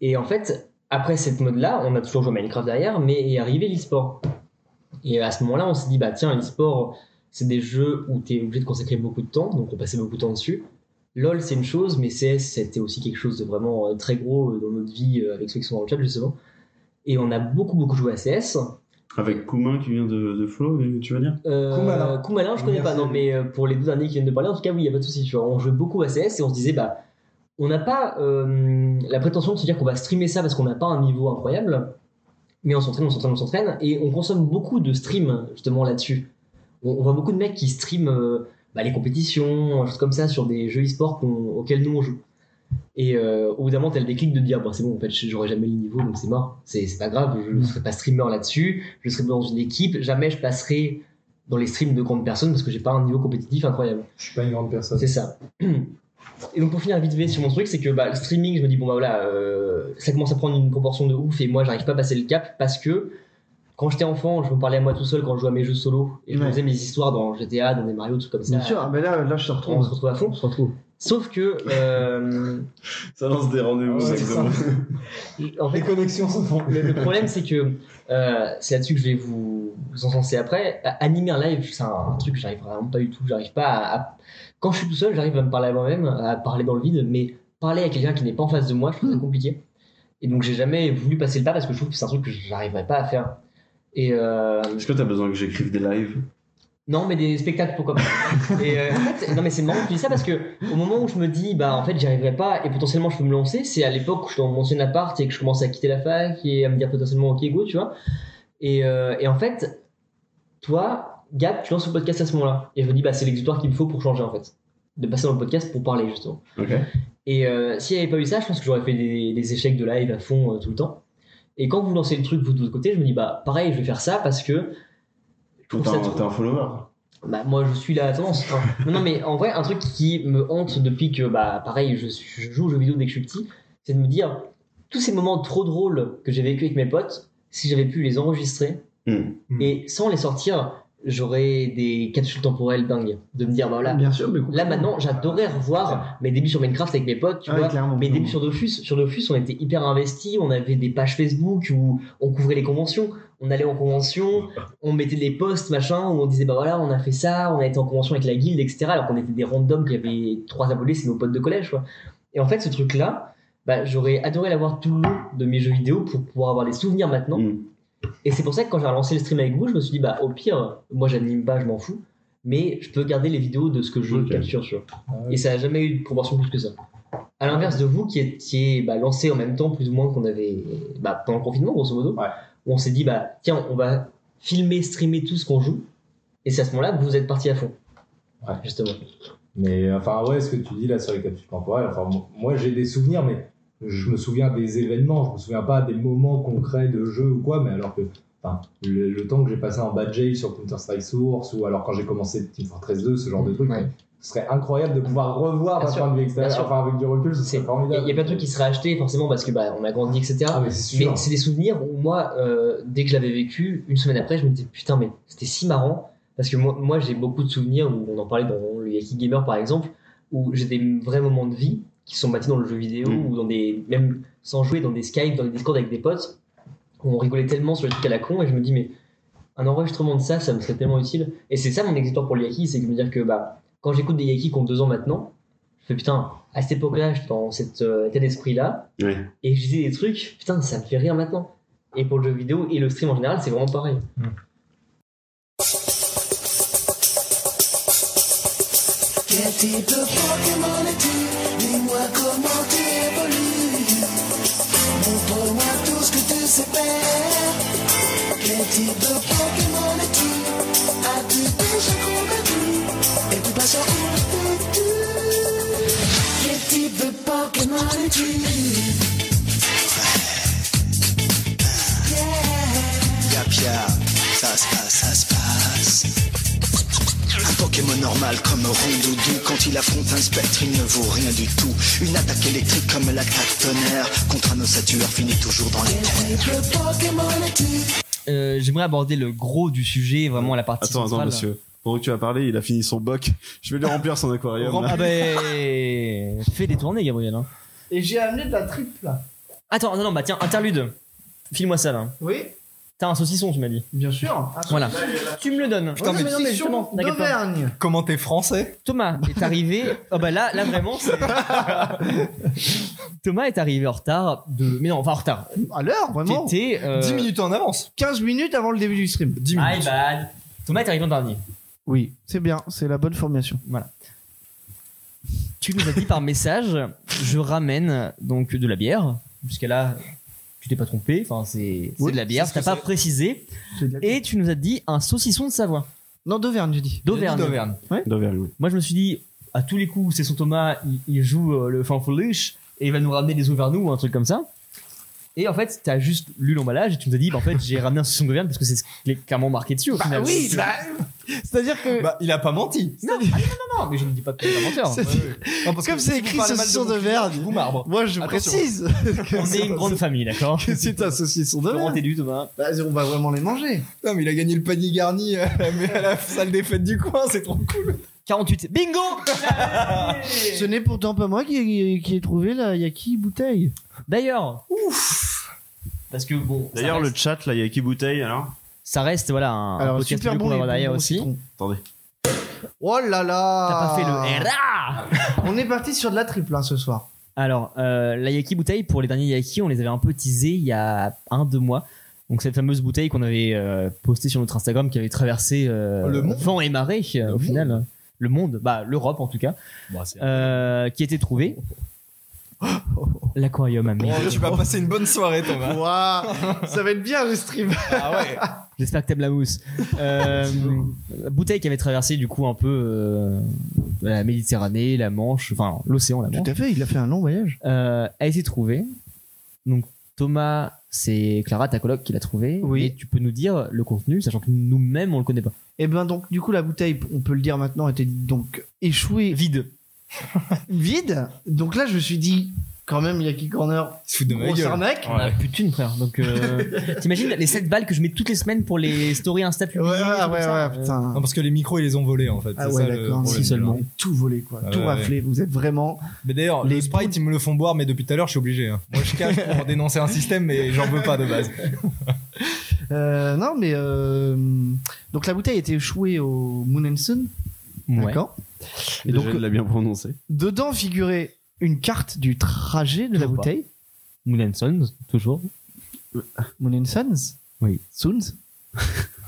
Et en fait, après cette mode-là, on a toujours joué à Minecraft derrière, mais est arrivé l'e-sport. Et à ce moment-là, on s'est dit, bah tiens, l'e-sport, c'est des jeux où tu es obligé de consacrer beaucoup de temps, donc on passait beaucoup de temps dessus. LOL, c'est une chose, mais CS, c'était aussi quelque chose de vraiment euh, très gros euh, dans notre vie euh, avec ceux qui sont dans le chat, justement. Et on a beaucoup, beaucoup joué à CS. Avec Koumin qui vient de, de Flo, tu veux dire Euh, Koumalin. Koumalin, je connais Merci. pas, non, mais euh, pour les deux derniers qui viennent de parler, en tout cas, oui, il n'y a pas de souci. Tu vois, on jouait beaucoup à CS et on se disait, bah, on n'a pas euh, la prétention de se dire qu'on va streamer ça parce qu'on n'a pas un niveau incroyable, mais on s'entraîne, on s'entraîne, on s'entraîne et on consomme beaucoup de streams justement là-dessus. On, on voit beaucoup de mecs qui streament euh, bah, les compétitions, choses comme ça, sur des jeux e-sport qu'on- auxquels nous on joue. Et euh, au bout d'un moment, t'as le déclic de dire, bon, c'est bon, en fait, j'aurai jamais le niveau, donc c'est mort. C'est c'est pas grave, je ne serai pas streamer là-dessus, je serai dans une équipe, jamais je passerai dans les streams de grandes personnes parce que j'ai pas un niveau compétitif incroyable. Je suis pas une grande personne. C'est ça. Et donc pour finir vite fait sur mon truc, c'est que bah, le streaming, je me dis bon bah voilà, euh, ça commence à prendre une proportion de ouf et moi j'arrive pas à passer le cap parce que quand j'étais enfant, je me parlais à moi tout seul quand je jouais à mes jeux solo et je Ouais. me faisais mes histoires dans GTA, dans des Mario, tout comme ça. Bien sûr, ah, mais là, là, je te On retrouve. se retrouve à fond. On se retrouve. Sauf que euh, Ça lance des rendez-vous, Ouais, c'est exactement. en fait, Les connexions se font. le, le problème, c'est que euh, c'est là-dessus que je vais vous, vous encenser après. À- Animer un live, c'est un, un truc que j'arrive vraiment pas du tout. J'arrive pas à, à- Quand je suis tout seul, j'arrive à me parler à moi-même, à parler dans le vide, mais parler à quelqu'un qui n'est pas en face de moi, je trouve ça compliqué. Et donc, j'ai jamais voulu passer le pas parce que je trouve que c'est un truc que j'arriverais pas à faire. Et euh, Est-ce que t'as besoin que j'écrive des lives non, mais des spectacles, pourquoi pas. et euh, en fait, non, mais c'est marrant que tu dis ça parce que au moment où je me dis, bah en fait, j'y arriverai pas et potentiellement je peux me lancer, c'est à l'époque où je suis dans mon ancien appart et que je commence à quitter la fac et à me dire potentiellement, ok, go, tu vois. Et, euh, et en fait, toi, Gap, tu lances le podcast à ce moment-là. Et je me dis, bah, c'est l'exutoire qu'il me faut pour changer, en fait. De passer dans le podcast pour parler, justement. Ok. Et euh, s'il n'y avait pas eu ça, je pense que j'aurais fait des, des échecs de live à fond euh, tout le temps. Et quand vous lancez le truc, vous de votre côté, je me dis, bah, pareil, je vais faire ça parce que. Je trouve T'es ça un, trop- t'es un follower. bah, moi, je suis là à tendance. Enfin, non, non, mais en vrai, un truc qui me hante depuis que, bah, pareil, je, suis- je joue aux jeux vidéo dès que je suis petit, c'est de me dire tous ces moments trop drôles que j'ai vécu avec mes potes, si j'avais pu les enregistrer Hmm. et sans les sortir, j'aurais des capsules temporelles dingues. De me dire, bah Hmm. voilà, Bien sûr, mais là maintenant, j'adorerais revoir mes débuts sur Minecraft avec mes potes, tu Ah, Ouais, vois. Ah clairement. Mes clairement. débuts sur Dofus, sur Dofus, on était hyper investis, on avait des pages Facebook où on couvrait les conventions, on allait en convention, on mettait des posts, machin, où on disait bah voilà, on a fait ça, on a été en convention avec la guilde, etc. Alors qu'on était des randoms qui avaient trois abonnés, c'est nos potes de collège, quoi. Et en fait, ce truc-là, bah, j'aurais adoré l'avoir tout le long de mes jeux vidéo pour pouvoir avoir des souvenirs maintenant. Mm. Et c'est pour ça que quand j'ai relancé le stream avec vous, je me suis dit bah au pire, moi j'anime pas, je m'en fous, mais je peux garder les vidéos de ce que je Ok. capture, tu vois. Ah Et ça n'a jamais eu de proportion plus que ça. À l'inverse de vous qui étiez bah, lancé en même temps, plus ou moins qu'on avait bah, pendant le confinement, grosso modo, Ouais. où on s'est dit bah tiens, on va filmer, streamer tout ce qu'on joue. Et c'est à ce moment-là que vous êtes parti à fond. Ouais. Justement. Mais euh, enfin, ouais, ce que tu dis là sur les capsules temporelles, enfin, mo- moi j'ai des souvenirs, mais je me souviens des événements, je me souviens pas des moments concrets de jeu ou quoi, mais alors que enfin, le, le temps que j'ai passé en bad jail sur Counter-Strike Source ou alors quand j'ai commencé Team Fortress 2, ce genre de truc, Ouais. ce serait incroyable de pouvoir revoir Bien d'un sûr, point de vue bien extérieur, sûr. enfin avec du recul, ce C'est- serait Il y a- formidable. il y a plein de trucs qui se rachetaient forcément parce que bah, on a grandi, etc. Ah, mais c'est Mais sûr. c'est des souvenirs où moi, euh, dès que je l'avais vécu, une semaine après, je me disais putain, mais c'était si marrant. Parce que moi, moi j'ai beaucoup de souvenirs où on en parlait dans le Yaki Gamer par exemple, où j'ai des vrais moments de vie qui sont bâtis dans le jeu vidéo Mm. ou dans des. même sans jouer, dans des Skype, dans des Discord avec des potes, où on rigolait tellement sur les trucs à la con et je me dis, mais un enregistrement de ça, ça me serait tellement utile. Et c'est ça mon exutoire pour le Yaki, c'est que je me dire que bah, quand j'écoute des Yaki qui ont deux ans maintenant, je fais putain, à cette époque-là, j'étais dans cet euh, état d'esprit-là, Oui. et je disais des trucs, putain, ça me fait rire maintenant. Et pour le jeu vidéo et le stream en général, c'est vraiment pareil. Yap yap, ça se passe, ça se passe. Un Pokémon normal comme Rondoudou, quand il affronte un spectre, il ne vaut rien du tout. Une attaque électrique comme l'attaque tonnerre, contre un ossature finit toujours dans les ténèbres. Euh, J'aimerais aborder le gros du sujet, vraiment la partie. Attends, attends, centrale. monsieur. Pendant que tu as parlé, il a fini son boc. Je vais lui remplir son aquarium. là. Ah ben, fais des tournées, Gabriel. hein. Et j'ai amené de la tripe là. Attends, non, non, bah tiens, interlude. File-moi ça là. Oui, T'as un saucisson, tu m'as dit. bien sûr. Voilà. Tu me le donnes. Putain, mais Ah, non, mais justement, justement, t'inquiète pas. d'Auvergne. Comment t'es français Thomas est arrivé. oh bah là, là vraiment. c'est- Thomas est arrivé en retard de. Mais non, enfin en retard. À l'heure, vraiment. T'étais. euh, Ah, 10 minutes en avance. 15 minutes avant le début du stream. 10 minutes. My bad. Thomas est arrivé en dernier. Oui, c'est bien, c'est la bonne formation. Tu nous as dit par message, je ramène donc de la bière. Jusqu'à là, tu t'es pas trompé. Enfin, c'est c'est Oui, de la bière. c'est ce T'as que pas c'est. précisé. C'est de la- Et tu nous as dit un saucisson de Savoie. Non, d'Auvergne, j'ai dit. D'Auvergne. D'Auvergne. D'Auvergne, oui. Moi, je me suis dit, à tous les coups, c'est son Thomas, il, il joue euh, le fanfoulish et il va nous ramener des Auvergnats ou un truc comme ça. Et en fait, t'as juste lu l'emballage et tu nous as dit, bah, en fait, j'ai ramené un saucisson d'Auvergne parce que c'est ce qui est clairement marqué dessus au final. oui, bah, (laughs) C'est-à-dire que. Bah, il a pas menti. Non, ah, non, non, non, mais je ne dis pas que t'es un menteur. c'est- Ah, bah (laughs) Non, parce Comme que c'est si vous écrit parlez mal saucisson de mon d'Auvergne. cuisine, je vous marbre. Moi, je Attention. précise (laughs) que On est une grande famille, d'accord que (laughs) c'est un saucisson Comment d'Auvergne. t'es du, Thomas Bah, on va vraiment les manger. Putain, mais il a gagné le panier garni euh, mais à la salle des fêtes du coin, c'est trop cool. 48. Bingo (laughs) Ce n'est pourtant pas moi qui, qui ai trouvé la Yaki bouteille. D'ailleurs. Ouf Parce que bon. ça D'ailleurs, le reste- chat, là, il y a qui bouteille alors Ça reste, voilà, un, un Alors, podcast super bleu bon. qu'on va les avoir derrière bonbons aussi. citron. Attendez. Oh là là T'as pas fait Ah. le RA On est parti sur de la triple hein, ce soir. Alors, euh, la Yaki bouteille, pour les derniers Yaki, on les avait un peu teasés il y a un, deux mois. Donc, cette fameuse bouteille qu'on avait euh, postée sur notre Instagram qui avait traversé euh, Le monde. vent et marée, euh, au hein. final. Le monde, bah l'Europe en tout cas, Bah, c'est (laughs) euh, qui a été trouvée. L'aquarium à mille. tu vas passer une bonne soirée, Thomas. Ça va être bien le stream. (laughs) Ah ouais. J'espère que t'aimes la (laughs) mousse. Euh, bouteille qui avait traversé du coup un peu euh, la Méditerranée, la Manche, enfin l'océan, la Manche. Tout à fait, il a fait un long voyage. Euh, a été trouvée. Donc Thomas, c'est Clara, ta coloc, qui l'a trouvée. Oui. Et tu peux nous dire le contenu, sachant que nous-mêmes on le connaît pas. Et ben donc du coup la bouteille, on peut le dire maintenant, était donc échouée. Vide. Vide. Donc là je me suis dit quand même Yaki Corner. Il se fout de ma Grosse gueule. arnaque. On a plus de thunes, frère. Donc, euh, (laughs) t'imagines les 7 balles que je mets toutes les semaines pour les stories Insta publiées, Ouais, ouais, des trucs comme ouais, ça ouais, putain. Non, parce que les micros, ils les ont volés en fait. Ah C'est ouais, ça, le d'accord. problème. Si seulement. Tout volé quoi, Ah tout ouais, raflé. Vous êtes vraiment. Mais d'ailleurs, les sprites, ils me le font boire, mais depuis tout à l'heure, je suis obligé. hein. Moi, je cache pour dénoncer un système, mais j'en veux pas de base. Euh, non mais euh, donc la bouteille était échouée au Moon and Sun. Ouais. D'accord. Et donc, il l'a bien prononcé. Dedans figurait une carte du trajet de la bouteille. Moon and Sons, toujours. Moon and Suns Oui. Suns (laughs)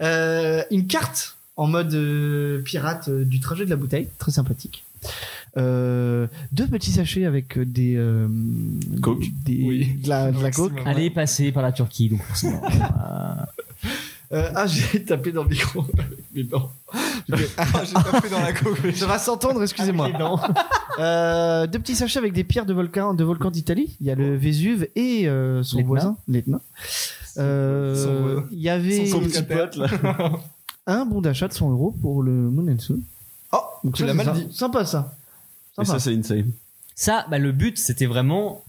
Euh, Une carte en mode euh, pirate euh, du trajet de la bouteille, très sympathique. Euh, deux petits sachets avec euh, des. euh, Coke. des- de la, de la coke. Allez passer par la Turquie, donc forcément. (laughs) Euh, ah, (laughs) j'ai tapé dans (laughs) le micro. Mais non. J'ai tapé dans la coque. Ça va s'entendre, excusez-moi. (laughs) Euh, deux petits sachets avec des pierres de volcans de volcans d'Italie. Il y a le Vésuve et euh, son L'Etna. voisin, l'Etna. Euh, Son- Il y avait son petit pote, là. un bon d'achat de 100 euros pour le Moon and Sun. Oh, Donc tu ça, l'as c'est mal sy- dit. Sympa ça. Et Sympa. ça, c'est insane. ça, bah, le but, c'était vraiment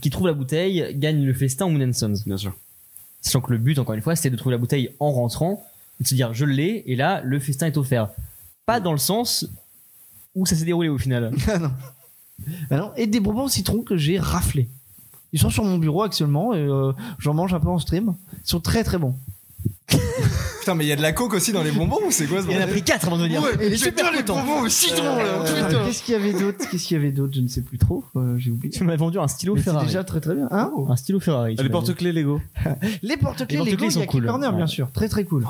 qui trouve la bouteille gagne le festin au Moon and Sons. Bien sûr. Sachant que le but, encore une fois, c'était de trouver la bouteille en rentrant, de se dire je l'ai, et là, le festin est offert. Pas dans le sens où ça s'est déroulé au final. Ah non. Ah non. Et des bonbons au citron que j'ai raflés. Ils sont sur mon bureau actuellement et euh, j'en mange un peu en stream. Ils sont très très bons. Putain, mais il y a de la coke aussi dans les bonbons ou c'est quoi ce Il en a bordel pris 4 avant de venir. Ouais, il est putain, super les content. bonbons au citron, là, Euh, putain. Qu'est-ce qu'il y avait d'autre Qu'est-ce qu'il y avait d'autre Je ne sais plus trop. Euh, j'ai oublié. Tu m'as vendu un stylo Mais c'est Ferrari. déjà très très bien. Hein Un stylo Ferrari. tu Les m'as dit. porte-clés Lego. les porte-clés, Les les, porte-clés sont gars, il y a Key cool. Corner, Ouais. bien sûr. Très très cool.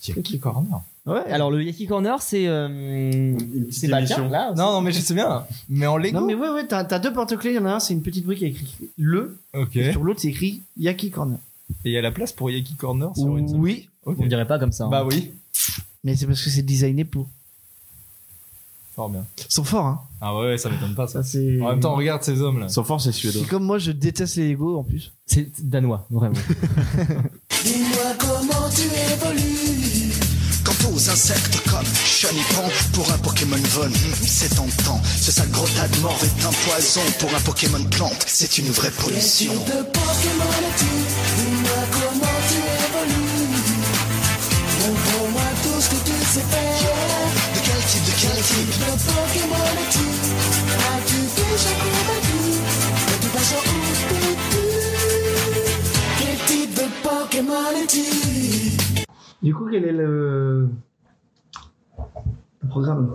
Qui corner Ouais. Alors le Yaki Corner, c'est euh, c'est petite Bastien, émission. là. Non, non, mais je sais bien. Mais en Lego. non mais ouais ouais, t'as t'as deux porte-clés. Il y en a un, c'est une petite brique qui a écrit le. Ok. Et Et sur l'autre, c'est écrit Yaki Corner. il y a la place pour Yaki Corner sur une. Oui, Ok. On le dirait pas comme ça. hein. Bah oui. mais c'est parce que c'est designé pour. Fort bien. Ils sont forts, hein. Ah ouais, ouais, ça m'étonne pas ça. Ça c'est. En même temps, regarde ces hommes là. Sans force, c'est suédois. Et comme moi, je déteste les Lego en plus. C'est danois, vraiment. Dis-moi comment tu évolues. Quant aux insectes comme chenipan pour un Pokémon Von, hmm, c'est tentant. Ce sale gros tas de mort est un poison pour un Pokémon plante. C'est une vraie pollution. De Pokémon es-tu Dis-moi comment tu évolues. Montre-moi tout ce que tu sais faire. De quel type, de quel type De Pokémon es-tu As-tu déjà combattu Que tu passes en haut Quel type de Pokémon es-tu Du coup, quel est le. Le programme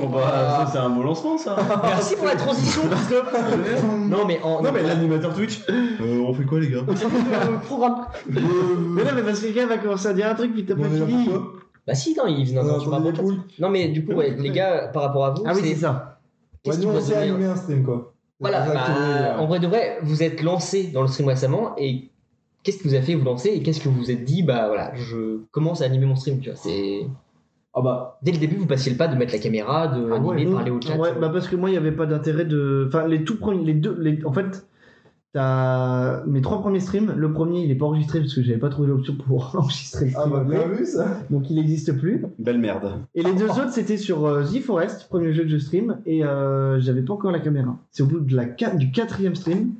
Bon, bah, ça, c'est un beau lancement, (laughs) ça. Merci pour la transition, Christophe. (laughs) non, mais en. non, mais (laughs) l'animateur Twitch. Euh, on fait quoi, les gars le programme. Mais non, mais parce que le gars va commencer à dire un truc, puis t'as pas fini. Bah si, non, il non, non, tu parles pas de podcast. Non, mais du coup, ouais, les gars, par rapport à vous, Ah oui, c'est c'est ça. qu'est-ce Ouais, qui nous, vous on a s'est donné- animé un stream, quoi. Voilà, C'est ça qui est, bah, euh, en vrai de vrai, vous êtes lancé dans le stream récemment et qu'est-ce qui vous a fait vous lancer et qu'est-ce que vous vous êtes dit, bah voilà, je commence à animer mon stream, tu vois, c'est. Ah bah, Dès le début, vous passiez le pas de mettre la caméra, de Ah animer, ouais, de nous- parler au chat. Ouais, bah parce que moi, il n'y avait pas d'intérêt de. Enfin, les tout premiers. Les deux, les... En fait, t'as mes trois premiers streams. Le premier, il n'est pas enregistré parce que j'avais pas trouvé l'option pour (laughs) enregistrer le ah stream. bah, après. bien vu ça. donc, il n'existe plus. Belle merde. Et les deux autres, c'était sur euh, The Forest, premier jeu que je stream. Et euh, j'avais pas encore la caméra. C'est au bout de la... qua- du quatrième stream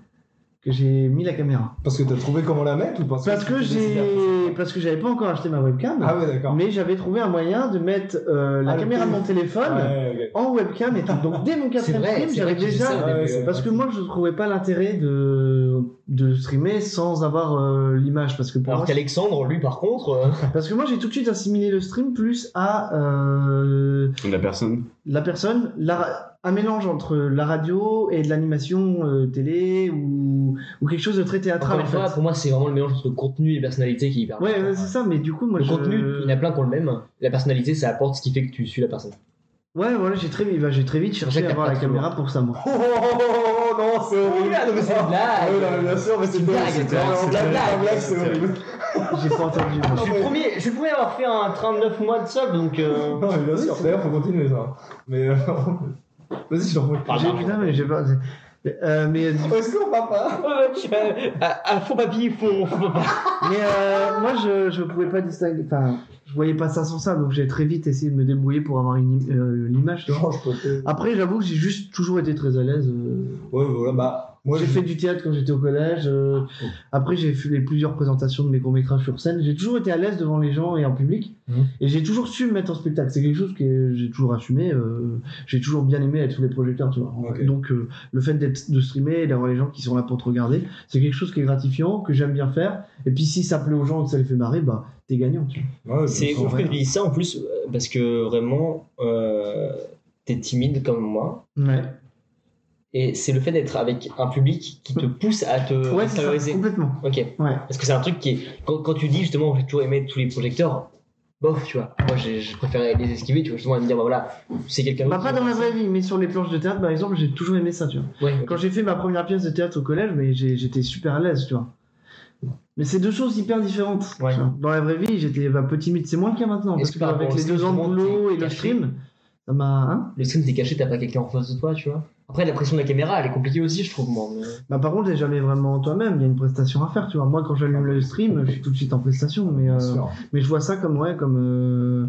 que j'ai mis la caméra. Parce que t'as trouvé comment la mettre ou parce, Parce que tu t'es décidé à- j'ai. Parce que j'avais pas encore acheté ma webcam. Ah ouais, d'accord. mais j'avais trouvé un moyen de mettre euh, la Ah, le caméra de mon téléphone Ouais, ok. en webcam et tout. Donc dès mon quatrième vrai, stream, c'est j'avais vrai que tu déjà. euh, dis ça au début, c'est ouais. parce que moi, je trouvais pas l'intérêt de de streamer sans avoir euh, l'image, parce que pour Alors moi, qu'Alexandre, lui, par contre, euh, parce que moi, j'ai tout de suite assimilé le stream plus à euh, La personne. la personne, la ra- un mélange entre la radio et de l'animation euh, télé ou, ou quelque chose de très encore théâtral. en une fois, fait. pour moi, c'est vraiment le mélange entre contenu et personnalité qui est hyper Ouais, important. ouais, c'est ça. Mais du coup, moi, Le je- contenu, il y en a plein qui ont le même. La personnalité, ça apporte ce qui fait que tu suis la personne. Ouais, voilà, j'ai très, vite- bah, j'ai très vite cherché à avoir la caméra pour ça, moi. Oh, oh, oh, oh, non, c'est horrible. Oula, non, mais c'est une blague. Ouais, non, mais bien sûr, mais c'est une une blague. blague, C'est c'est vraiment une de la blague. blague, blague, c'est horrible. J'ai pas entendu. Je suis, le premier, je suis le premier à avoir fait un 39 mois de sub, donc. (laughs) euh, Non, mais bien sûr, d'ailleurs, faut continuer ça. Mais. euh, (laughs) Vas-y, je t'en prie. J'ai- putain, mais j'ai pas. mais, euh, mais, Au secours, papa ouais, je suis à, Bah, à- à fond papy, fond, fond papa. mais, euh, moi, je, je pouvais pas distinguer. Enfin, je voyais pas ça sans ça, donc j'ai très vite essayé de me débrouiller pour avoir une im- euh, l'image. tu vois. Genre, je peux te- Après, j'avoue que j'ai juste toujours été très à l'aise. euh, Ouais, voilà, bah. Moi, j'ai je- Ah, fait du théâtre quand j'étais au collège. euh, Après, j'ai fait les plusieurs présentations de mes courts-métrages sur scène. J'ai toujours été à l'aise devant les gens et en public. Mhm. Et j'ai toujours su me mettre en spectacle. C'est quelque chose que j'ai toujours assumé. euh, j'ai toujours bien aimé être sous les projecteurs, tu vois. Ok. Donc, euh, le fait d'être, de streamer et d'avoir les gens qui sont là pour te regarder, c'est quelque chose qui est gratifiant, que j'aime bien faire. Et puis, si ça plaît aux gens et que ça les fait marrer, bah, t'es gagnant, tu vois. Ouais, C'est je- ouf que tu dises ça en plus, euh, parce que vraiment, euh, t'es timide comme moi. Ouais. Et c'est le fait d'être avec un public qui te pousse à te Ouais, c'est ça, valoriser. complètement. Ok. Ouais. Parce que c'est un truc qui est. Quand, quand tu dis justement, j'ai toujours aimé tous les projecteurs, bof, tu vois. Moi, j'ai- je préférais les esquiver, tu vois, justement, à me dire, bah voilà, c'est quelqu'un Bah, d'autre. pas dans la vraie vie, mais sur les planches de théâtre, par exemple, j'ai toujours aimé ça, tu vois. Ouais, ok. Quand j'ai fait ma première pièce de théâtre au collège, mais j'ai- j'étais super à l'aise, tu vois. Mais c'est deux choses hyper différentes. Ouais. tu vois. Dans la vraie vie, j'étais bah, un peu timide. C'est moins le cas maintenant. Est-ce Parce que que, par avec rapport au les deux ans stream, de boulot t'es et le caché stream, ça m'a. hein Le stream, t'es caché, t'as pas quelqu'un en face de toi, tu vois. Après, la pression de la caméra, elle est compliquée aussi, je trouve, moi. mais- (laughs) bah, par contre, t'es jamais vraiment toi-même. Il y a une prestation à faire, tu vois. Moi, quand j'allume le stream, je suis tout de suite en prestation. Mais, Bien euh, sûr. mais je vois ça comme, ouais, comme, euh,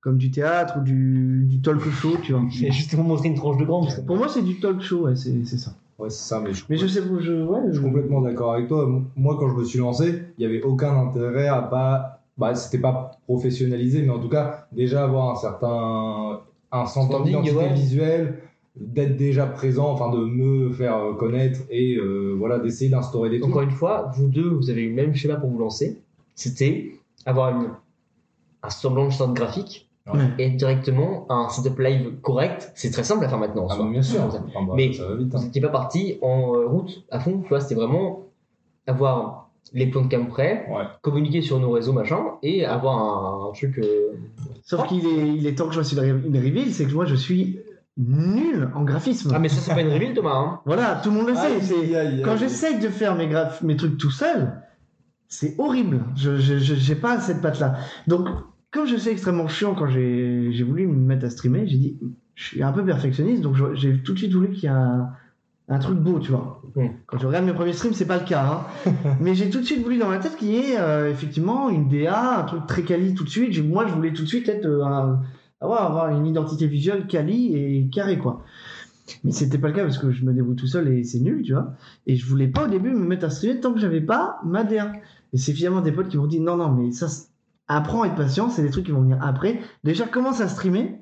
comme du théâtre ou du, du talk show, tu vois. C'est juste pour montrer une tranche de grande. Pour moi, c'est du talk show, ouais, c'est c'est ça. Ouais, c'est ça, mais je Mais je sais, je, ouais, Je je- suis complètement d'accord avec toi. Moi, quand je me suis lancé, il n'y avait aucun intérêt à pas. Bah, c'était pas professionnalisé, mais en tout cas, déjà avoir un certain. un sentiment Standing, d'identité ouais. visuelle, d'être déjà présent, enfin de me faire euh, connaître et euh, voilà, d'essayer d'instaurer des trucs. Encore une fois, vous deux, vous avez eu le même schéma pour vous lancer. C'était avoir une, un semblant de sorte graphique Ouais. et directement un setup live correct. C'est très simple à faire maintenant. en Ah, soi. bah, bien sûr, Vous Enfin, bah, Mais- ça va vite. hein. n'étiez pas parti en euh, route à fond. Tu vois, c'était vraiment avoir les plans de cam prêts, Ouais. communiquer sur nos réseaux, machin, et avoir un, un truc. euh, Sauf qu'il est, il est temps que je fasse une, ré- une reveal, c'est que moi je suis nul en graphisme. Ah, mais ça, (laughs) c'est pas une reveal, Thomas. hein. Voilà, tout le monde le sait. Aïe, c'est- aïe, aïe. Quand j'essaye de faire mes, graph- mes trucs tout seul, c'est horrible. Je je- je- j'ai pas cette patte-là. Donc, comme je suis extrêmement chiant quand j'ai j'ai voulu me mettre à streamer, j'ai dit, je suis un peu perfectionniste, donc je- j'ai tout de suite voulu qu'il y ait un, un truc beau, tu vois. Mm. Quand je regarde mes premiers streams, c'est pas le cas. hein. Mais j'ai tout de suite voulu dans ma tête qu'il y ait euh, effectivement une DA, un truc très quali tout de suite. J'ai- Moi, je voulais tout de suite être euh, un- avoir, avoir une identité visuelle quali et carré, quoi. Mais c'était pas le cas parce que je me débrouille tout seul et c'est nul, tu vois. Et je voulais pas au début me mettre à streamer tant que j'avais pas ma DA. Et c'est finalement des potes qui m'ont dit non, non, mais ça, c'est- apprends à être patient, c'est des trucs qui vont venir après. Déjà, commence à streamer.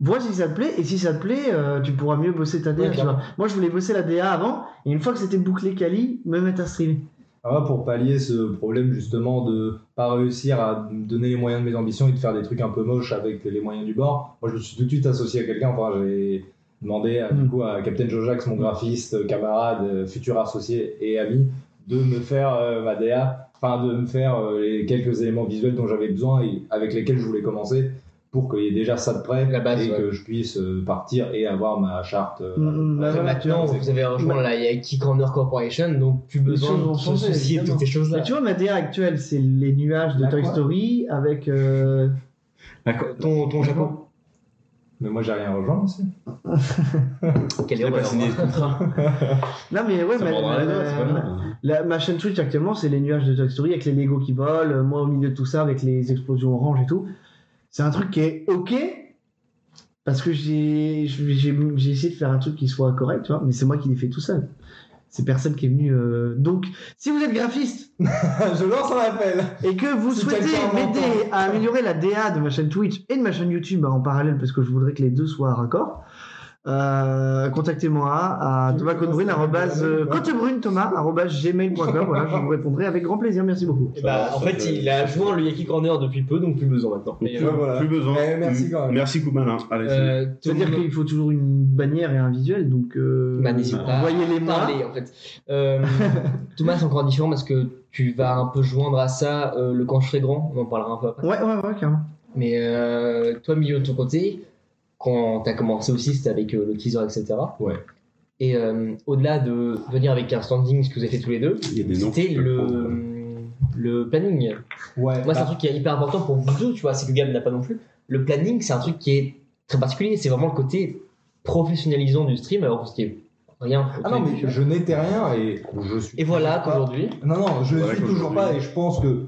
Vois si ça te plaît, et si ça te plaît, euh, tu pourras mieux bosser ta DA. Ouais, tu vois. Moi, je voulais bosser la DA avant, et une fois que c'était bouclé Kali, me mettre à streamer. Ah, pour pallier ce problème justement de pas réussir à me donner les moyens de mes ambitions et de faire des trucs un peu moches avec les moyens du bord. Moi, je me suis tout de suite associé à quelqu'un. Enfin, j'ai demandé à, du Mm. coup à Captain Jojax, mon graphiste, camarade, euh, futur associé et ami, de me faire euh, ma DA, enfin de me faire euh, les quelques éléments visuels dont j'avais besoin et avec lesquels je voulais commencer pour qu'il y ait déjà ça de près La base, et ouais. que je puisse euh, partir et avoir ma charte. euh, Mm, bah, à peu ouais, près. tu vois, Maintenant, vous avez rejoint la Yaki Corner Corporation, donc plus besoin choses ont de se changé, soucier de toutes ces choses-là. Mais tu vois, ma DA actuelle, c'est les nuages de La Toy Bah, quoi Story avec. euh, Ton, ton Japon, Mais moi, j'ai rien rejoint aussi. quelle J'ai pas erreur. signé de contrat. Non, mais ouais, Ça ma, prendra ma- les notes, ma- voilà. la- ma chaîne Twitch actuellement, c'est les nuages de Toy Story avec les Lego qui volent, euh, moi au milieu de tout ça avec les explosions orange et tout. C'est un truc qui est ok parce que j'ai j'ai- j'ai- j'ai essayé de faire un truc qui soit correct, tu vois, mais c'est moi qui l'ai fait tout seul. C'est personne qui est venu. euh, Donc, si vous êtes graphiste (laughs) je lance un appel. et que vous Si souhaitez quelqu'un m'aider m'entend. à améliorer la DA de ma chaîne Twitch et de ma chaîne YouTube bah, en parallèle, parce que je voudrais que les deux soient raccord, euh, contactez-moi à Tu veux Thomas que Cotebrune, je fasse arrobase, la euh, même chose Cotebrune, Thomas, arobase gmail.com. Voilà, je vous répondrai avec grand plaisir. Merci beaucoup. Eh bah, en fait, il a joint le Yaki Corner depuis peu, donc plus besoin maintenant. Mais, Plus, euh, Ouais, voilà. plus besoin. Mais merci quand même. Eh, Merci Koumalin. Allez, salut. euh, tout le C'est-à-dire monde- qu'il faut toujours une bannière et un visuel, donc euh, Bah, n'hésite pas envoyez-les à moi. parler, en fait. (laughs) Euh, Thomas, c'est encore différent parce que tu vas un peu joindre à ça euh, le quand je serai grand, on en parlera un peu après. Ouais, ouais, ouais, carrément. Mais euh, toi, Milo, de ton côté, quand t'as commencé aussi, c'était avec euh, le teaser, etc. Ouais. Et euh, au-delà de venir avec un standing, ce que vous avez fait tous les deux, Il y a des noms que c'était tu peux prendre, le, le planning. Ouais, Moi, c'est bah- un truc qui est hyper important pour vous deux, tu vois, c'est que Gab n'a pas non plus. Le planning, c'est un truc qui est très particulier, c'est vraiment le côté professionnalisant du stream, alors que c'était rien. Ah non, mais je n'étais rien et je suis. Et voilà qu'aujourd'hui. Non, non, je ne Voilà suis toujours pas et je pense que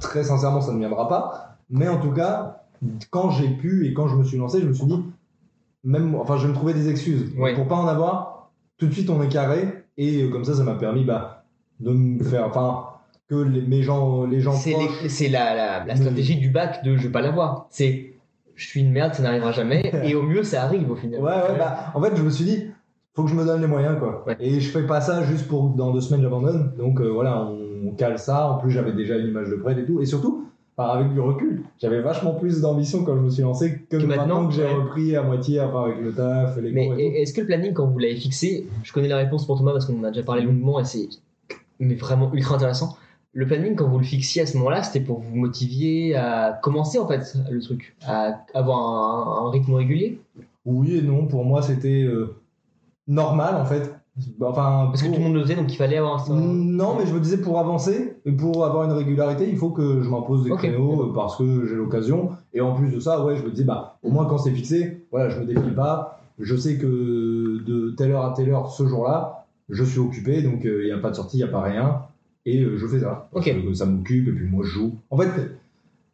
très sincèrement, ça ne viendra pas. Mais en tout cas, quand j'ai pu et quand je me suis lancé, je me suis dit, même, enfin, je vais me trouvais des excuses pour pas en avoir. Tout de suite, on est carré et euh, comme ça, ça m'a permis bah, de me faire, enfin, que les, mes gens, les gens C'est proches. les- C'est la, la, la stratégie du bac de je vais pas l'avoir. C'est je suis une merde, ça (laughs) n'arrivera jamais, et au mieux, ça arrive au final. Ouais, ouais, bah, en fait, je me suis dit, faut que je me donne les moyens, quoi. Et je fais pas ça juste pour que dans deux semaines, j'abandonne. Donc euh, voilà, on, on cale ça. En plus, j'avais déjà une image de près et tout. Et surtout, par- avec du recul, j'avais vachement plus d'ambition quand je me suis lancé que, maintenant, que j'ai repris à moitié, enfin, avec le taf et les Mais cours et tout. est- est-ce que le planning, quand vous l'avez fixé, je connais la réponse pour Thomas parce qu'on en a déjà parlé longuement et c'est mais vraiment ultra intéressant. Le planning, quand vous le fixiez à ce moment-là, c'était pour vous motiver à commencer en fait le truc, à avoir un, un rythme régulier. Oui et non, pour moi, c'était euh, normal, en fait. Enfin, parce que tout le monde le faisait, donc il fallait avoir ça. Non, mais je me disais pour avancer et pour avoir une régularité, il faut que je m'impose des Ok. créneaux euh, parce que j'ai l'occasion. Et en plus de ça, ouais, je me disais, bah, au moins quand c'est fixé, voilà, je me défile pas. Je sais que de telle heure à telle heure, ce jour-là, je suis occupé, donc euh, il n'y a pas de sortie, il n'y a pas rien. Et euh, je fais ça. Parce que ça m'occupe et puis moi je joue. En fait,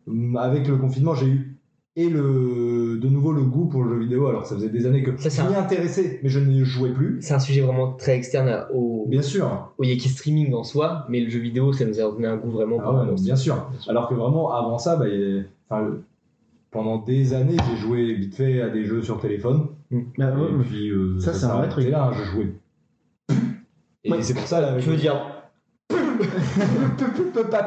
hum, avec le confinement, j'ai eu et le, de nouveau le goût pour le jeu vidéo. Alors ça faisait des années que je m'y intéressais, mais je ne jouais plus. C'est un sujet vraiment très externe à- au. Bien sûr. Au Yaki streaming en soi, mais le jeu vidéo, ça nous a donné un goût vraiment. Ah ouais, non, bien sûr. Alors que vraiment, avant ça, bah, il y a- enfin, le- pendant des années, j'ai joué vite fait à des jeux sur téléphone. Bah, ouais, mais et puis, euh, ça, c'est un vrai s'arrêtait truc. là, hein, je jouais. Et c'est pour ça, là. avec- Je veux dire. Ah,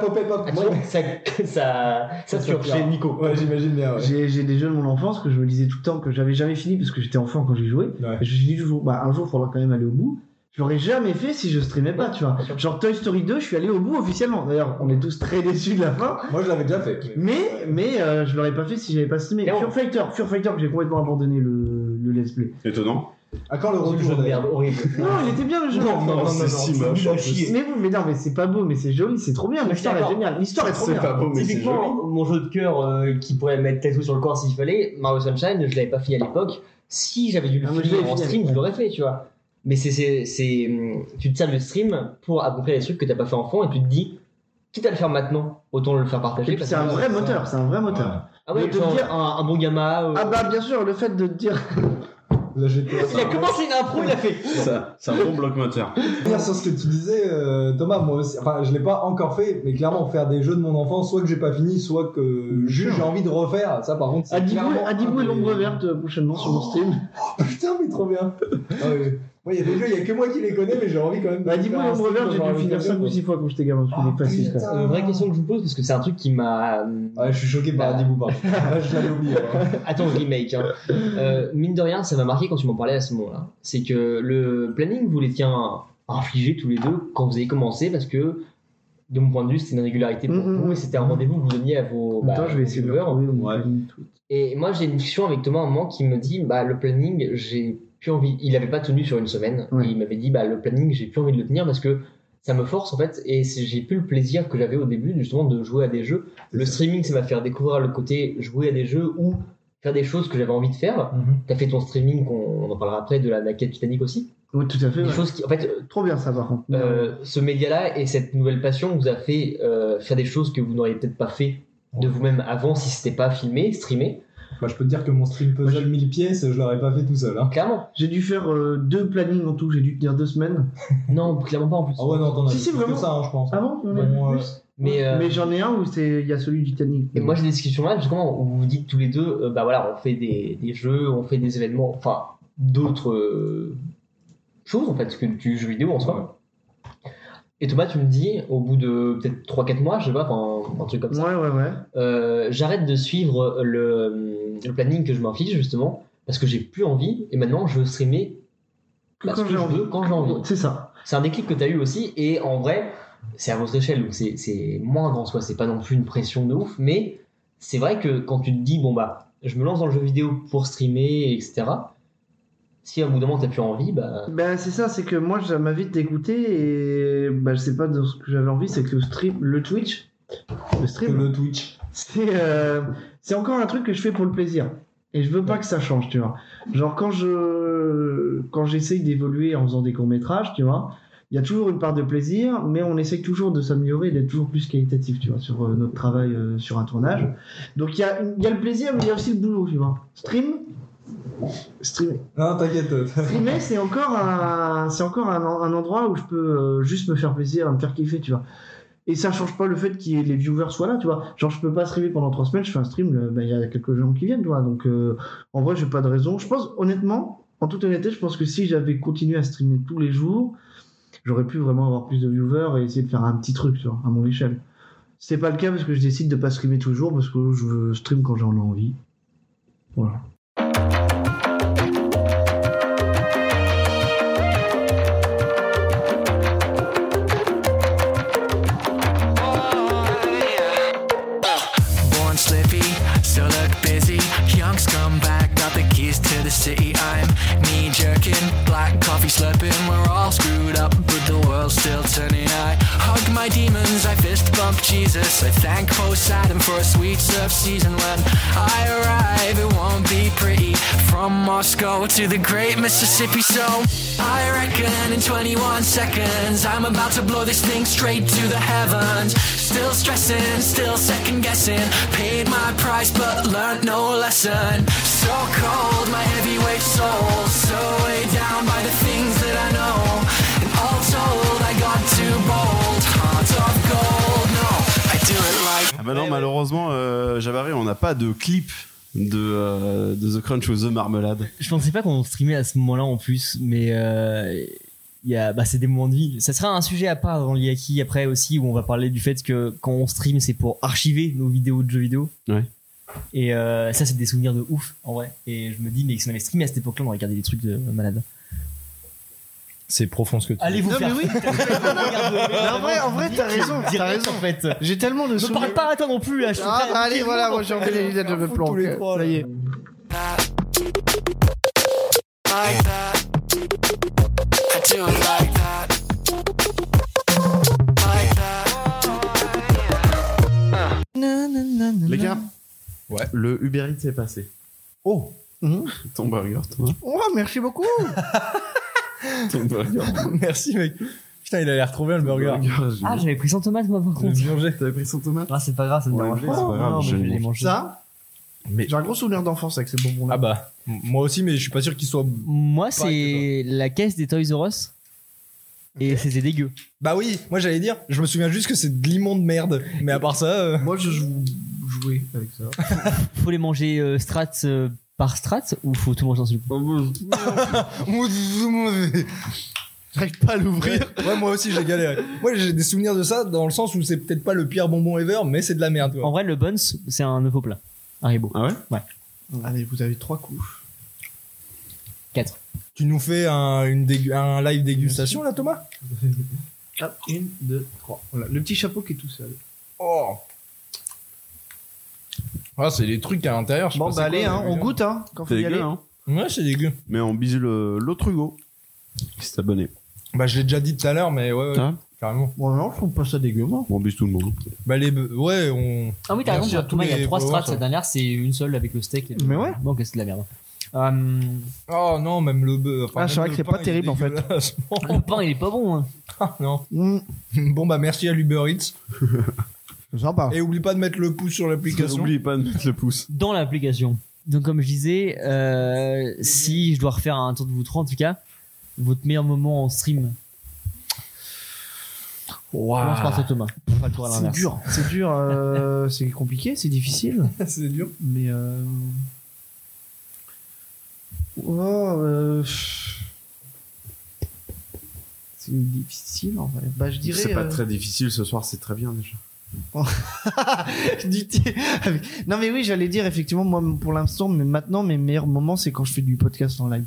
ça, ça, ça, sur chez Nico. Ouais, j'imagine bien. J'ai j'ai des jeux de mon enfance que je me disais tout le temps que j'avais jamais fini parce que j'étais enfant quand j'y jouais. Et je me suis dit toujours, bah, un jour, il faudra quand même aller au bout. Je l'aurais jamais fait si je streamais pas, tu vois. Genre Toy Story 2, je suis allé au bout officiellement. D'ailleurs, on est tous très déçus de la fin. Moi, je l'avais déjà fait. Mais, mais euh, je l'aurais pas fait si j'avais pas streamé. Fur Fighter, Fur Fighter que j'ai complètement abandonné le, le let's play. Étonnant. À quand le retour de merde horrible Non, il était bien le jeu. Ah, Non, non, non, c'est si moche, en plus. Mais, vous- mais non, mais c'est pas beau, mais c'est joli, c'est trop bien. Mais L'histoire est d'accord. géniale. L'histoire est trop bien. Typiquement, mon jeu de cœur euh, qui pourrait mettre tatou sur le corps s'il fallait, Mario Sunshine, je l'avais pas fini à l'époque. Si j'avais dû le Ah, moi, je finir l'avais en fini à stream, je l'époque. l'aurais fait, tu vois. Mais c'est, c'est, c'est, hum, tu te sers du stream pour accomplir des trucs que t'as pas fait enfant et tu te dis, quitte à le faire maintenant, autant le faire partager. Et puis parce c'est que- un vrai moteur, c'est un vrai moteur. Ah ouais, de te genre, dire- un, un bon gamma. euh, Ah bah bien sûr, le fait de te dire. Il a commencé Ah, une impro, il a (laughs) fait. Ça, c'est un bon bloc moteur. revenir sur ce que tu disais, euh, Thomas, moi aussi, enfin, je l'ai pas encore fait, mais clairement, faire des jeux de mon enfance, soit que j'ai pas fini, soit que juste j'ai envie de refaire. Ça, par contre, c'est Adibou, clairement Adibou un et des- l'ombre verte euh, prochainement sur mon stream. Putain, mais trop bien. Ah ouais. Moi, il y a des jeux, il y a que moi qui les connais, mais j'ai envie quand même. de Bah, Adibou et faire un l'ombre stream verte, j'ai dans dû un finir occasion, 5 ou 6 fois quand j'étais gamin, parce qu'il est facile quand Euh, même. vraie question que je vous pose parce que c'est un truc qui m'a. hum, je suis choqué Bah. par Adibou, pardon. (laughs) je l'avais oublié. Attends, le remake. hein. Euh, mine de rien, ça m'a marqué quand tu m'en parlais à ce moment-là. C'est que le planning, vous l'étiez un- infligé tous les deux quand vous avez commencé parce que, de mon point de vue, c'était une régularité pour vous et c'était un rendez-vous que vous donniez à vos. bah, Attends, je vais essayer de le retrouver. mon- et moi, j'ai une discussion avec Thomas un moment qui me dit bah, le planning, j'ai plus envie. Il n'avait pas tenu sur une semaine. Ouais. Et il m'avait dit bah, le planning, j'ai plus envie de le tenir parce que ça me force en fait. Et c'est- j'ai plus le plaisir que j'avais au début justement de jouer à des jeux. Le streaming, ça m'a fait découvrir le côté jouer à des jeux ou faire des choses que j'avais envie de faire. Mhm. T'as fait ton streaming, qu'on on en parlera après, de la maquette Titanic aussi. Oui, tout à fait. Des ouais. choses qui, en fait, euh, Trop bien ça par contre. euh, ce média-là et cette nouvelle passion vous a fait euh, faire des choses que vous n'auriez peut-être pas fait de vous-même avant si c'était pas filmé, streamé. Bah, je peux te dire que mon stream puzzle 1000 pièces, je l'aurais pas fait tout seul. Hein. Clairement. J'ai dû faire euh, deux plannings en tout, j'ai dû tenir deux semaines. Non, clairement pas en plus. Ah ouais, non, t'en as Si, si, plus vraiment. que ça, hein, je pense. Ah bon On en a Bon, plus euh, Mais, euh, j'en ai un où c'est il y a celui du Titanic. Et moi j'ai des discussions là justement où vous vous dites tous les deux, euh, bah voilà, on fait des, des jeux, on fait des événements, enfin d'autres euh, choses en fait que du jeu vidéo en soi. Et Thomas, tu me dis, au bout de peut-être 3-4 mois, je sais pas, enfin, un truc comme ça, Ouais, ouais, ouais. euh, j'arrête de suivre le, le planning que je m'inflige justement, parce que j'ai plus envie, et maintenant je veux streamer bah, ce Quand que j'ai je envie. veux, quand j'ai envie. C'est ça. C'est un déclic que tu as eu aussi, et en vrai, c'est à votre échelle, donc c'est- c'est moindre en soi, c'est pas non plus une pression de ouf, mais c'est vrai que quand tu te dis, bon bah, je me lance dans le jeu vidéo pour streamer, etc. Si à un bout d'un moment t'as plus envie, bah. Ben, c'est ça, c'est que moi, ça m'a vite dégoûté et bah, je sais pas de ce que j'avais envie, c'est que le stream, le Twitch, le stream, le Twitch, c'est euh, c'est encore un truc que je fais pour le plaisir et je veux pas que ça change, tu vois. Genre quand je quand j'essaye d'évoluer en faisant des courts métrages, tu vois, il y a toujours une part de plaisir, mais on essaye toujours de s'améliorer, d'être toujours plus qualitatif, tu vois, sur euh, notre travail euh, sur un tournage. Donc il y a il y a le plaisir, mais il y a aussi le boulot, tu vois. Stream, streamer. (laughs) Non, t'inquiète. Streamer, c'est encore un, euh, c'est encore un, un endroit où je peux euh, juste me faire plaisir, me faire kiffer, tu vois. Et ça change pas le fait que les viewers soient là, tu vois. Genre, je peux pas streamer pendant trois semaines, je fais un stream, bah, il y a quelques gens qui viennent, tu vois. Donc, euh, en vrai, j'ai pas de raison. Je pense, honnêtement, en toute honnêteté, je pense que si j'avais continué à streamer tous les jours, j'aurais pu vraiment avoir plus de viewers et essayer de faire un petit truc, tu vois, à mon échelle. C'est pas le cas parce que je décide de pas streamer toujours parce que je stream quand j'en ai envie. Voilà. Born slippy, still look busy. Young scumbag, got the keys to the city. I'm knee jerking, black coffee slipping. We're all screwed up, but the world's still turning. I hug my demons, I fist bump Jesus. I thank Poseidon for a sweet surf season. When I arrive, it won't be pretty. From Moscow to the great Mississippi, so I reckon in 21 seconds I'm about to blow this thing straight to the heavens. Still stressing, still second guessing. Paid my price, but learned no lesson. So cold, my heavyweight soul. So weighed down by the things that I know. And all told, I got too bold. Heart of gold, no, I do it like. Ah bah non, malheureusement, euh, Javari, on n'a pas de clip de, euh, de The Crunch ou The Marmelade. (laughs) Je pensais pas qu'on streamait à ce moment-là en plus, mais euh, il y a, bah, c'est des moments de vie. Ça sera un sujet à part dans l'IAKI après aussi, où on va parler du fait que quand on stream, c'est pour archiver nos vidéos de jeux vidéo. Ouais. Et euh, ça, c'est des souvenirs de ouf en vrai. Et je me dis, mais si on avait streamé à cette époque-là, on regardait des trucs de malade. C'est profond ce que tu Allez vous Non, faire. mais oui. (laughs) Mais en vrai, en vrai, t'as raison, t'as Direct, raison. en fait. J'ai tellement de Ne parle souvenirs. pas à toi non plus. là, je suis Ah, très- bah, allez, voilà, moi j'ai enlevé les lunettes de me plan. Ça y est. like that. I do it like that. Like that. Les gars, ouais. le Uber Eats est passé. Oh Ton burger, toi. Oh, merci beaucoup Ton burger. Merci mec. Putain, il allait retrouver le burger. Ah, j'avais pris sans tomate, moi, par contre. T'avais pris sans tomate Ah, c'est pas grave, ça me dérange pas. pas grave, Non, mais je je vais l'ai les manger. Ça Mais- J'ai un gros souvenir d'enfance avec ces bonbons-là. Ah bah, m- moi aussi, mais je suis pas sûr qu'il soit. Moi, c'est la caisse des Toys R Us. Et c'était dégueu. Bah oui, moi j'allais dire, je me souviens juste que c'est de l'immonde merde. Mais à part ça. euh, (laughs) Moi je joue. Jouer avec ça. Faut les manger euh, strat euh, par strat ou faut tout manger dans seul coup J'arrive pas à l'ouvrir. Ouais, ouais, moi aussi j'ai galéré. Moi j'ai des souvenirs de ça dans le sens où c'est peut-être pas le pire bonbon ever, mais c'est de la merde. En vrai, le buns, c'est un nouveau plat. Haribo. Ah ouais Ouais. Allez, vous avez trois (laughs) couches. 4. Tu nous fais un, une dégu- un live dégustation là, Thomas Hop, Ah, une, deux, trois. Voilà, le petit chapeau qui est tout seul. Oh Ah, c'est des trucs à l'intérieur. je sais Bon, pas bah, c'est allez, quoi, hein, mais on bien. goûte, hein, quand faut C'est y dégueu, aller. hein. Ouais, c'est dégueu. Mais on bise le- l'autre Hugo qui s'est abonné. Bah, je l'ai déjà dit tout à l'heure, mais ouais, ouais, Hein Ah. carrément. Bon, non, je trouve pas ça dégueu, moi. On bise tout le monde. Bah, les. be- Ouais, on. Ah oui, t'as Merci à raison, tous Thomas, il y les a 3 followers, strats. ça. Cette dernière, c'est une seule avec le steak. Et le- Mais ouais. Bon, que c'est de la merde. Euh, Oh non, même le bœuf. enfin, Ah, c'est même vrai le que c'est pain, pas il est terrible, en fait. dégueulasse. (laughs) le pain, il est pas bon. hein. Ah, non. Mmh, Bon, bah, merci à l'Uber Eats. c'est sympa. Et oublie pas de mettre le pouce sur l'application. N'oubliez pas de mettre le pouce. dans l'application. Donc, comme je disais, euh, si je dois refaire un tour de vous trois, en tout cas, votre meilleur moment en stream. On Commence par toi, Thomas. On fera le tour à C'est l'inverse. dur, c'est dur, (laughs) euh, c'est compliqué, c'est difficile, (laughs) c'est dur. mais. Euh... oh, euh, pff. C'est difficile en vrai. Bah, je dirais. C'est pas euh, très difficile ce soir, c'est très bien déjà. du thé. (laughs) non, mais oui, j'allais dire, effectivement, moi, pour l'instant, mais maintenant, mes meilleurs moments, c'est quand je fais du podcast en live.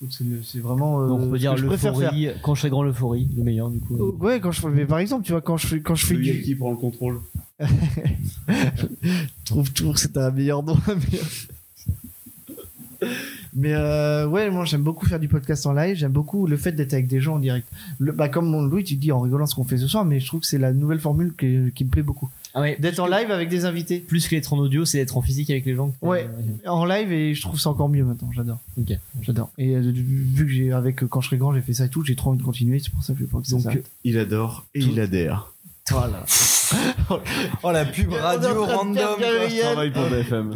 Donc, C'est le- c'est vraiment. euh, Donc, on peut ce dire que je préfère faire. Oh. l'euphorie, quand je serai grand, l'euphorie, le meilleur, du coup. Ouais, quand je mais par exemple, tu vois, quand je fais, quand je fais Celui du. qui prend le contrôle. Je trouve toujours que c'est un meilleur nom. un meilleur- Mais euh, ouais, moi j'aime beaucoup faire du podcast en live, j'aime beaucoup le fait d'être avec des gens en direct. Le- bah, comme mon Louis, tu dis en rigolant ce qu'on fait ce soir, mais je trouve que c'est la nouvelle formule que- qui me plaît beaucoup. Ah D'être en live avec des invités. Plus que d'être en audio, c'est d'être en physique avec les gens. Ouais, en live et je trouve ça encore mieux maintenant, j'adore. Ok. J'adore. Et euh, vu que j'ai avec euh, quand je serai grand, j'ai fait ça et tout, j'ai trop envie de continuer, c'est pour ça que je veux pas que ça Donc, s'arrête. il adore et il adhère. euh, Voilà. Oh la pub (laughs) radio On est en train de random. faire quoi. Gabriel. Je travaille (laughs) pour BFM.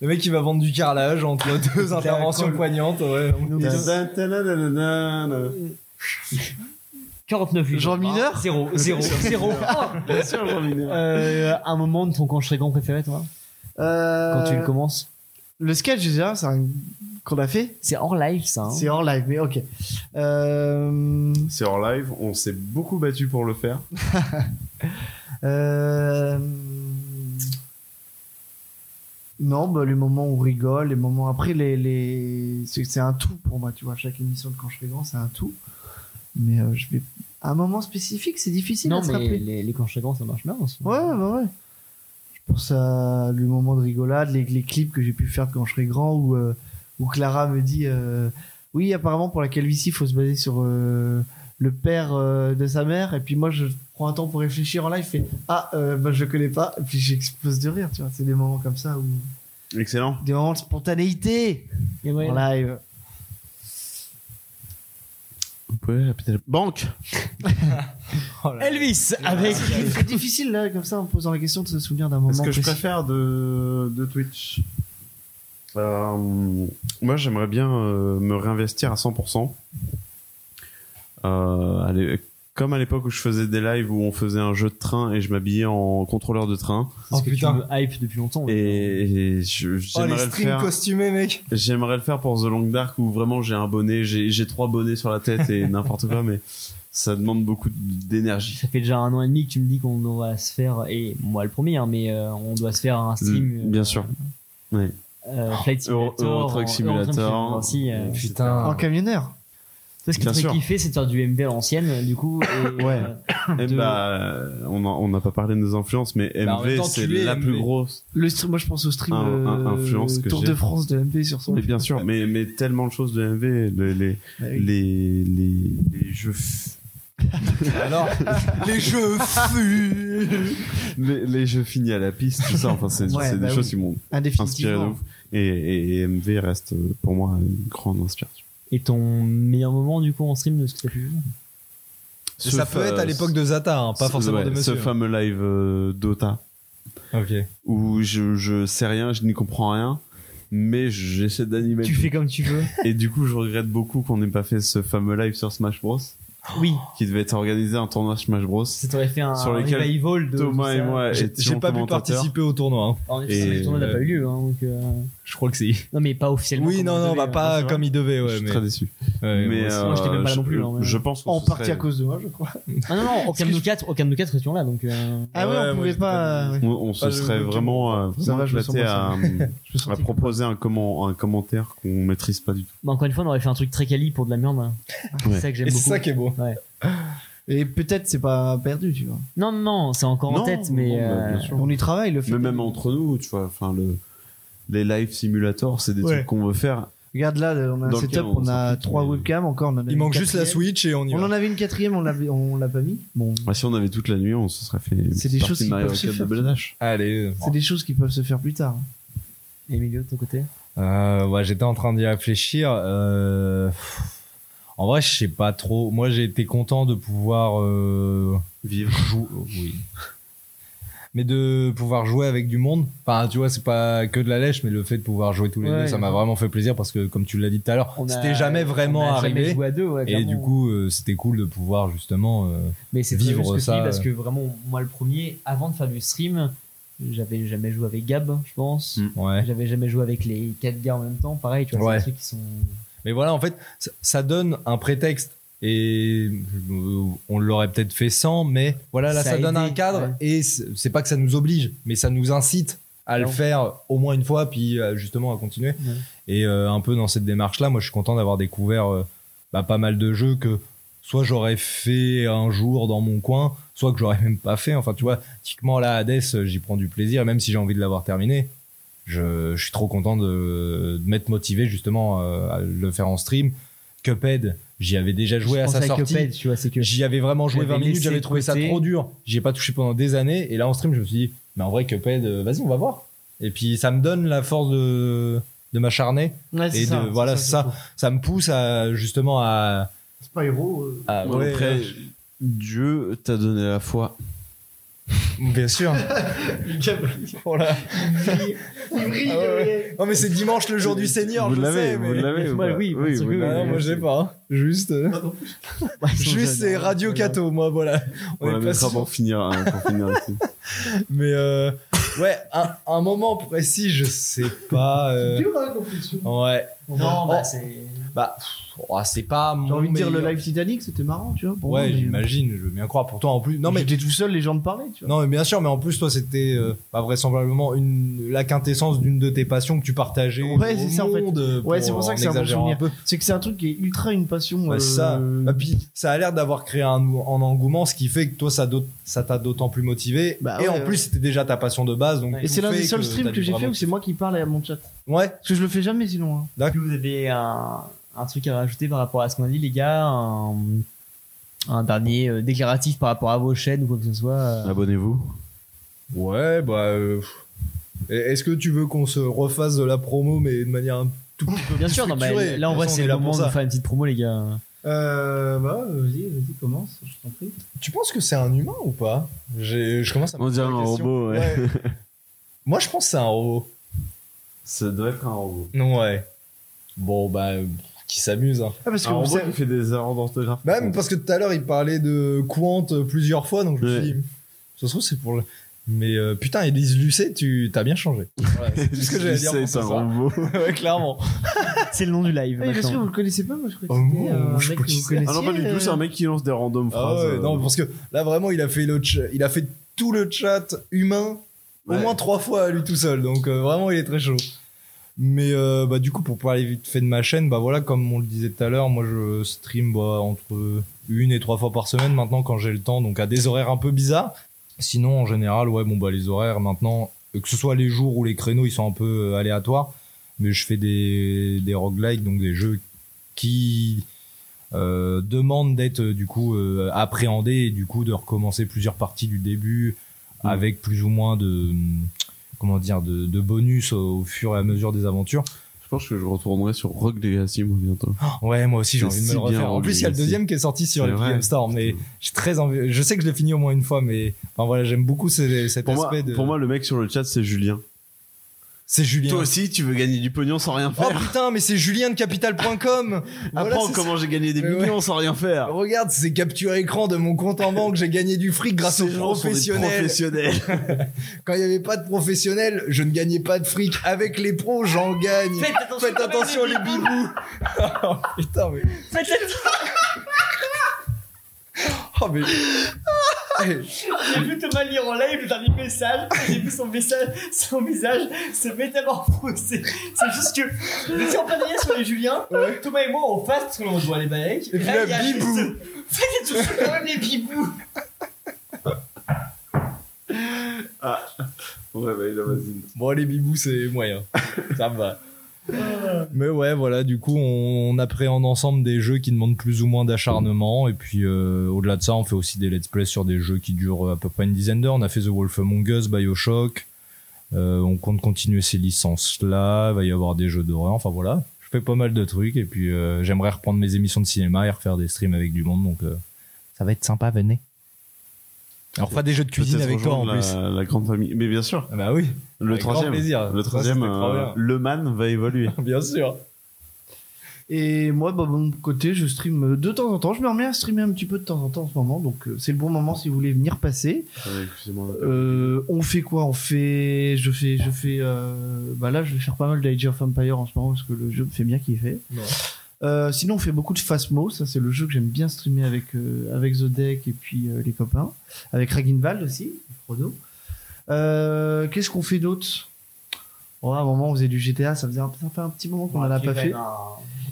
Le mec il va vendre du carrelage entre (laughs) deux interventions poignantes. Ouais. Jean 49 Jean Mineur 0, (laughs) 0, 0. Bien sûr, Jean Mineur. un moment de ton quand je serai grand préféré, toi Euh, Quand tu le commences Le sketch, déjà, c'est un- qu'on a fait. C'est hors live, ça. hein. C'est hors live, mais ok. Euh, C'est hors live, on s'est beaucoup battu pour le faire. (laughs) euh, Non, bah, les moments où on rigole, les moments après, les, les... c'est c'est un tout pour moi, tu vois. Chaque émission de Quand je fais grand, c'est un tout. Mais euh, je vais. Un moment spécifique, c'est difficile Non, à se mais rappeler. les, les quand je serai grand, ça marche bien. en ce moment. Ouais, bah ouais. Je pense à le moment de rigolade, les, les clips que j'ai pu faire quand je serai grand, où, euh, où Clara me dit euh, Oui, apparemment, pour la calvitie, il faut se baser sur euh, le père euh, de sa mère. Et puis moi, je prends un temps pour réfléchir en live, je fais Ah, euh, bah, je le connais pas. Et puis j'explose de rire, tu vois. C'est des moments comme ça, où... Excellent. des moments de spontanéité en live. Banque Elvis avec. C'est difficile, là, comme ça, en posant la question, de se souvenir d'un moment. Est-ce que je précis. préfère de, de Twitch Euh, Moi, j'aimerais bien euh, me réinvestir à 100%. Euh, allez, comme à l'époque où je faisais des lives où on faisait un jeu de train et je m'habillais en contrôleur de train. Parce que tu me hype depuis longtemps. Et, et je- Oh les j'aimerais le streams faire. costumés mec. J'aimerais le faire pour The Long Dark où vraiment j'ai un bonnet, j'ai j'ai trois bonnets sur la tête (laughs) et n'importe quoi, mais ça demande beaucoup d'énergie. Ça fait déjà un an et demi que tu me dis qu'on doit se faire, et moi le premier, hein, mais euh, on doit se faire un stream. Mm, Bien sûr. Oui. euh, Flight Euro- Simulator. Euro en- Truck Euro Simulator. Mm. aussi, euh, En camionneur. Toi, ce qui Bien te ferait sûr. kiffer, c'est de faire du MV à l'ancienne, du coup. Et, euh, ouais. Eh bah, euh, on n'a on n'a pas parlé de nos influences, mais Bah, en même MV, temps, c'est tu es la MV. plus grosse Le stream, moi, je pense au stream Un- un- euh, influence que Tour j'ai. de France de MP sur son. Mais bien sûr, mais, mais tellement de choses de MV, le- les, les, les, les jeux. f- (laughs) Alors les jeux fus. les, les jeux finis à la piste, tout ça, enfin, c'est Ouais, c'est bah des oui. choses qui m'ont Indéfinitivement. inspiré de ouf. Et, et- et MV reste euh, pour moi une grande inspiration. Et ton meilleur moment, du coup, en stream de ce que t'as pu vivre Ce ça peut fa- être à l'époque de Zata, hein, pas ce- forcément ouais, de monsieur. Ce fameux live euh, Dota. Ok. Où je, je sais rien, je n'y comprends rien, mais j'essaie d'animer. Tu fais comme tu (laughs) veux. Et du coup, je regrette beaucoup qu'on n'ait pas fait ce fameux live sur Smash Bros. Oui. Qui devait être organisé en tournoi Smash Bros. Ça t'aurait fait un sur lequel revival de Thomas tout et ça. moi J'ai- étions j'ai pas pu commentateurs. Participer au tournoi. hein. En effet, le tournoi n'a pas eu lieu, hein, donc, euh, Je crois que c'est. Non, mais pas officiellement. Oui, comme on non, non, devait, bah hein, pas c'est vrai. comme il devait. Ouais, Je suis mais- très déçu. mais Ouais, moi aussi. euh, Moi, j'étais même pas là non plus, hein, mais- je pense que En ce partie serait- à cause de moi, je crois. Ah non, non, aucun de nous quatre, aucun de nous quatre étions là, donc. euh, Ah ouais, on pouvait pas. ouais. On, on se Ah, je- serait ok. vraiment, euh, Ça vraiment va, je me sens éclaté moins à, (laughs) seul. Je me sens à proposer un, comment, un commentaire qu'on maîtrise pas du tout. Mais bah, encore une fois, on aurait fait un truc très quali pour de la merde. hein. C'est ça que j'aime Et beaucoup. c'est ça qui est beau. Ouais. euh, Et peut-être c'est pas perdu, tu vois. Non, non, non, c'est encore en Non, tête, mais. non, bah, euh, bien sûr. On y travaille, le fait. Mais même entre nous, tu vois, enfin, le, les live simulators, c'est des Ouais. trucs qu'on veut faire. Regarde là, on a Dans un lequel setup, on on a s'en fout, trois mais- webcams encore. On en a Il une manque juste la quatrième. Switch et on y On va. en avait une quatrième, on l'avait- on l'a pas mis. Bon, Bah, si on avait toute la nuit, on se serait fait une C'est des partie choses de qui Mario peuvent se Kart faire. Double Dash. Allez. c'est des choses qui peuvent se faire plus tard. Emilio, de ton côté Euh, ouais, j'étais en train d'y réfléchir. euh, pff, En vrai, je sais pas trop. Moi, j'ai été content de pouvoir euh, vivre. Oui. Mais de pouvoir jouer avec du monde. Enfin, tu vois, c'est pas que de la lèche, mais le fait de pouvoir jouer tous les Ouais, deux, ça m'a d'accord. vraiment fait plaisir parce que, comme tu l'as dit tout à l'heure, On a- c'était jamais vraiment on a jamais arrivé. joué à deux, ouais, et clairement. du coup, euh, c'était cool de pouvoir justement euh, Mais c'est très juste vivre que ça. si, parce que euh, vraiment, moi le premier, avant de faire du stream, j'avais jamais joué avec Gab, je pense. Mm. Ouais. J'avais jamais joué avec les quatre gars en même temps. Pareil, tu vois, Ouais. c'est des trucs qui sont. Mais voilà, en fait, ça, ça donne un prétexte. Et euh, on l'aurait peut-être fait sans, mais voilà, là, Ça ça, a donne aidé, un cadre. ouais. Et c'est c'est pas que ça nous oblige, mais ça nous incite à le Non. faire au moins une fois, puis euh, justement à continuer. Ouais. Et euh, un peu dans cette démarche-là, moi, je suis content d'avoir découvert euh, bah, pas mal de jeux que soit j'aurais fait un jour dans mon coin, soit (laughs) que j'aurais même pas fait. Enfin, tu vois, typiquement, là, Hades, euh, j'y prends du plaisir, même si j'ai envie de l'avoir terminé. je, je suis trop content de, de m'être motivé justement euh, à le faire en stream. Cuphead, j'y avais déjà joué Je à sa pensais sortie. Cuphead, tu vois, c'est que J'y avais vraiment joué j'avais 20 minutes, laissé j'avais de trouvé ça côté. trop dur. J'y ai pas touché pendant des années. Et là, en stream, je me suis dit, mais en vrai, Cuphead, euh, vas-y, on va voir. Et puis, ça me donne la force de, de m'acharner. Ouais, c'est et ça, de, c'est ça, voilà, c'est ça, ça, me pousse à, justement à, C'est pas héros. euh. à- ouais, Après, Dieu t'a donné la foi. Bien sûr. Ah Oh, mais c'est dimanche, le jour du Seigneur, Vous je l'avez, sais. vous mais... (laughs) l'avez ou Moi, pas oui, Oui, parce que vous oui, Ah non, l'avez, moi, je j'ai sais. pas. hein. Juste. euh, (laughs) Juste, c'est Bah, Radio Cato, moi, voilà. On, est la pas mettra sûr. pour finir, hein, pour finir le (laughs) film. Mais euh, ouais, un, un moment précis, je sais pas. euh, Dur, hein, compétition. ouais. Non, bah, c'est. Bah, pff, oh, c'est pas mon. J'ai envie de dire le meilleur- live Titanic, c'était marrant, tu vois. pour moi, Ouais, mais- j'imagine, je veux bien croire. Pourtant, en plus. Non, mais. J'étais tout seul, les gens me parlaient, tu vois. Non, mais bien sûr, mais en plus, toi, c'était euh, bah, vraisemblablement une, la quintessence d'une de tes passions que tu partageais Ouais, au c'est ça en fait. monde. euh, Ouais, pour c'est pour ça en que c'est un bon exagérant souvenir. C'est que c'est un truc qui est ultra une passion. Bah, euh, ça. Bah, puis, ça a l'air d'avoir créé un, un engouement, ce qui fait que toi, ça d'aut- ça t'a d'autant plus motivé. Bah, et ouais, en ouais. plus, c'était déjà ta passion de base. Donc Et c'est l'un tout des fait seuls streams t'as que dû j'ai fait vraiment où c'est moi qui parle à mon chat. Ouais. Parce que je le fais jamais sinon. hein. Est-ce que vous avez un, un truc à rajouter par rapport à ce qu'on a dit, les gars Un, un dernier euh, déclaratif par rapport à vos chaînes ou quoi que ce soit euh, Abonnez-vous. Ouais, bah. euh, pff. Et- Est-ce que tu veux qu'on se refasse de la promo, mais de manière un tout petit peu Bien plus sûr, non, mais structurée là en De vrai, toute façon, c'est on est le là moment pour de ça. faire une petite promo, les gars. (laughs) Euh, bah, vas-y, vas-y, commence, je t'en prie. Tu penses que c'est un humain ou pas J'ai- Je commence à me On poser dirait la un question. Oh, robot, ouais. Ouais. (laughs) Moi, je pense que c'est un robot. Ça doit être un robot. Ouais. Bon, bah, euh, qui s'amuse. Hein. Ah, parce que un vous robot savez- qui fait des erreurs d'orthographe. Bah, mais parce que tout à l'heure, il parlait de Quant euh, plusieurs fois, donc je me suis Ouais. dit, ça se trouve, c'est pour le. Mais euh, putain, Elise Lucet, tu t'as bien changé. Voilà, c'est tout ce que j'allais dire. pour C'est ce un soir. robot. (laughs) ouais, clairement. C'est le nom du live. Ah, mais parce que vous le connaissez pas, moi je croyais que c'était Oh, euh, un je sais mec pas que qui vous c'est. connaissiez. Ah non, pas du tout, c'est un euh, mec qui lance des random Ah phrases. ouais, euh, non, parce que là vraiment, il a fait le, ch- il a fait tout le chat humain Ouais. au moins trois fois à lui tout seul. Donc euh, vraiment, il est très chaud. Mais euh, bah du coup, pour parler vite fait de ma chaîne, bah voilà, comme on le disait tout à l'heure, moi je stream bah, entre une et trois fois par semaine maintenant quand j'ai le temps, donc à des horaires un peu bizarres. Sinon, en général, ouais, bon bah les horaires maintenant, euh, que ce soit les jours ou les créneaux, ils sont un peu euh, aléatoires. Mais je fais des des roguelikes, donc des jeux qui euh, demande d'être euh, du coup euh, appréhendé et du coup de recommencer plusieurs parties du début Mm. avec plus ou moins de comment dire de, de bonus au, au fur et à mesure des aventures. Je pense que je retournerai sur Rock Legacy moi, bientôt. Ouais, moi aussi j'ai envie C'est de me si le bien, refaire. En plus, il y a le Rogue Legacy. deuxième qui est sorti sur Ah, C'est les vrai, Game Store, mais j'ai très envie. Je sais que je l'ai fini au moins une fois, mais enfin voilà, j'aime beaucoup ce- cet Pour moi, aspect de. pour moi, le mec sur le chat, c'est Julien. c'est Julien. Toi aussi, tu veux gagner du pognon sans rien Oh faire. putain, mais c'est Julien de Capital.com. Voilà, Apprends c'est comment j'ai gagné des Mais millions ouais. sans rien faire. Regarde, c'est capture écran de mon compte en banque, j'ai gagné du fric grâce Ces aux gens sont des professionnels. professionnels. (laughs) Quand il n'y avait pas de professionnels, je ne gagnais pas de fric. Avec les pros, j'en gagne. Faites attention, les bibous. (laughs) oh, putain, mais... Faites attention. Oh, mais... Eh, J'ai vu Thomas lire en live le dernier message, j'ai vu son message, son visage se métamorphoser. C'est juste que on était en plein délire sur les Juliens, Thomas et moi on passe parce qu'on rejoint les Balek. Et puis là, il y a bibou. juste- Faites attention quand même les bibous. Ouais, bah, il a vas-y. Bon, les bibous, c'est (laughs) moyen. Ça me va. Mais ouais, voilà, du coup, on, on appréhende ensemble des jeux qui demandent plus ou moins d'acharnement. Et puis, euh, au-delà de ça, on fait aussi des let's play sur des jeux qui durent à peu près une dizaine d'heures. On a fait The Wolf Among Us, Bioshock. Euh, on compte continuer ces licences-là. Il va y avoir des jeux d'horreur. Enfin, voilà. Je fais pas mal de trucs. Et puis, euh, j'aimerais reprendre mes émissions de cinéma et refaire des streams avec du monde. Donc, euh, ça va être sympa, venez. Alors, pas des jeux de cuisine Peut-être avec toi en rejoindre plus. la, la grande famille. Mais bien sûr, Ah Bah oui, le Avec grand troisième. plaisir. Le Ça, troisième, c'était trop euh, bien. le man va évoluer. bien (laughs) sûr. Et moi, bah, de mon côté, je stream de temps en temps. Je me remets à streamer un petit peu de temps en temps en ce moment, donc euh, c'est le bon moment si vous voulez venir passer. Attendez, excusez-moi. Euh, on fait quoi On fait, je fais, je fais. euh, Bah là, je vais faire pas mal d'Age of Empire en ce moment parce que le jeu me fait bien kiffer. Ouais. Euh, sinon, on fait beaucoup de Phasmo. Ça, c'est le jeu que j'aime bien streamer avec euh, avec The Deck et puis euh, les copains, avec Raginvald aussi, Frodo. Euh, Qu'est-ce qu'on fait d'autre Oh, à un moment, on faisait du GTA. Ça faisait un, ça fait un petit moment qu'on en a pas fait.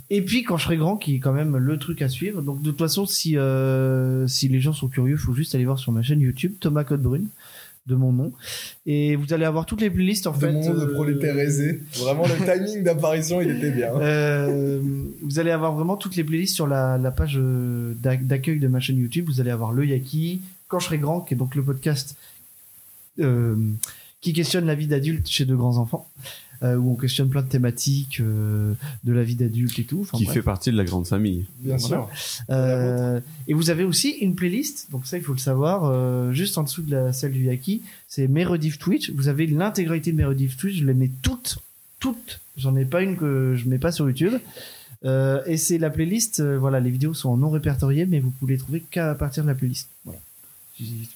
Et puis quand je serai grand, qui est quand même le truc à suivre. Donc de toute façon, si euh, si les gens sont curieux, faut juste aller voir sur ma chaîne YouTube Thomas Codebrune. de mon nom. Et vous allez avoir toutes les playlists en De fait. mon nom de euh, prolétaire aisé. Vraiment, le timing d'apparition, il était bien. euh, vous allez avoir vraiment toutes les playlists sur la, la page euh, d'ac- d'accueil de ma chaîne YouTube. Vous allez avoir le Yaki, Quand je serai grand, qui est donc le podcast euh, qui questionne la vie d'adulte chez de grands enfants, euh, où on questionne plein de thématiques euh, de la vie d'adulte et tout. Enfin, qui bref. fait partie de la grande famille. Bien sûr. Euh, et vous avez aussi une playlist, donc ça il faut le savoir, euh, juste en dessous de la celle du Yaki, c'est mes rediffs Twitch. Vous avez l'intégralité de mes rediffs Twitch, je les mets toutes, toutes. J'en ai pas une que je mets pas sur YouTube. Euh, et c'est la playlist, euh, voilà, les vidéos sont non répertoriées, mais vous pouvez les trouver qu'à partir de la playlist. Voilà.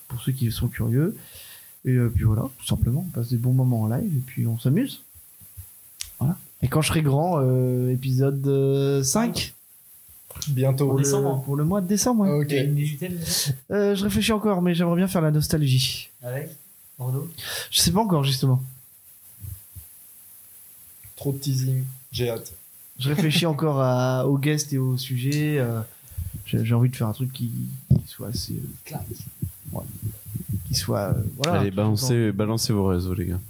Pour ceux qui sont curieux. Et euh, puis voilà, tout simplement, on passe des bons moments en live et puis on s'amuse. Voilà. Et quand je serai grand, euh, épisode euh, 5 Bientôt. pour, le, pour le mois de décembre. ouais. T'as une digitale déjà Euh, je réfléchis encore, mais j'aimerais bien faire la nostalgie. Avec Bordeaux Je sais pas encore, justement. Trop de teasing. J'ai hâte. Je réfléchis encore à- aux guests et aux sujets. euh, J'ai j'ai envie de faire un truc qui, qui soit assez. euh, ouais. Qui soit. euh, voilà. Allez, balancez, balancez vos réseaux, les gars.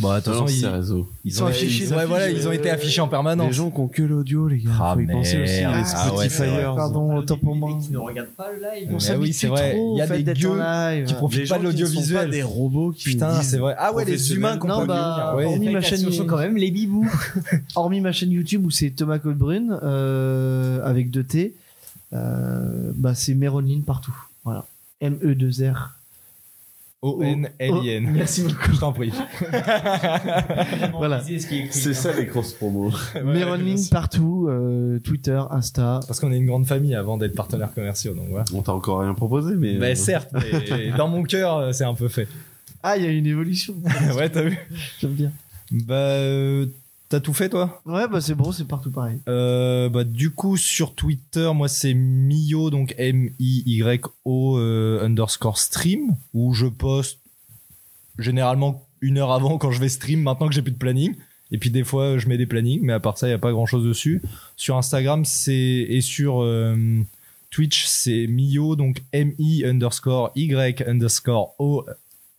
Bon, attention, ils- ces réseaux. ils sont affichés, ouais, voilà, ils ont été affichés en permanence. Les gens qui ont que l'audio, les gars. Ah, Faut y penser aussi. merde. les Ah ouais, c'est vrai. Spotifyers. Pardon, autant pour moi. Qui ne regarde pas le live. Mais On s'habitue Eh oui, c'est vrai. trop Il y a au fait des d'être gueux en live. qui profitent Les pas gens de qui ne sont pas l'audiovisuel. des robots qui Putain, nous disent c'est vrai. Ah ouais, les professionnels. humains qu'on Non, peut bah, devenir, ouais. hormis ma Affectation chaîne YouTube. quand même, les bibous. (laughs) Hormis ma chaîne YouTube où c'est Thomas Colbrune euh, avec deux T, euh, bah c'est Meronline partout. Voilà. E M-E-2-R. O-N-L-I-N. Oh, merci beaucoup. Je t'en prie. (laughs) Voilà. hein. C'est ça les grosses promos. Meronline partout, euh, Twitter, Insta. Parce qu'on est une grande famille avant d'être partenaires commerciaux, donc voilà. On t'a encore rien proposé, mais. euh, euh, Bah certes, mais dans mon cœur, euh, c'est un peu fait. Ah, il y a (laughs) une évolution. ouais, t'as vu J'aime bien. Bah, euh, t'as tout fait, toi Ouais, bah c'est bon, c'est partout pareil. Euh, bah, du coup, sur Twitter, moi, c'est Mio, donc M-I-Y-O euh, underscore stream, où je poste généralement une heure avant quand je vais stream, maintenant que j'ai plus de planning. Et puis, des fois, je mets des plannings, mais à part ça, il n'y a pas grand chose dessus. Sur Instagram, c'est, et sur euh, Twitch, c'est Mio, donc M-I underscore Y underscore O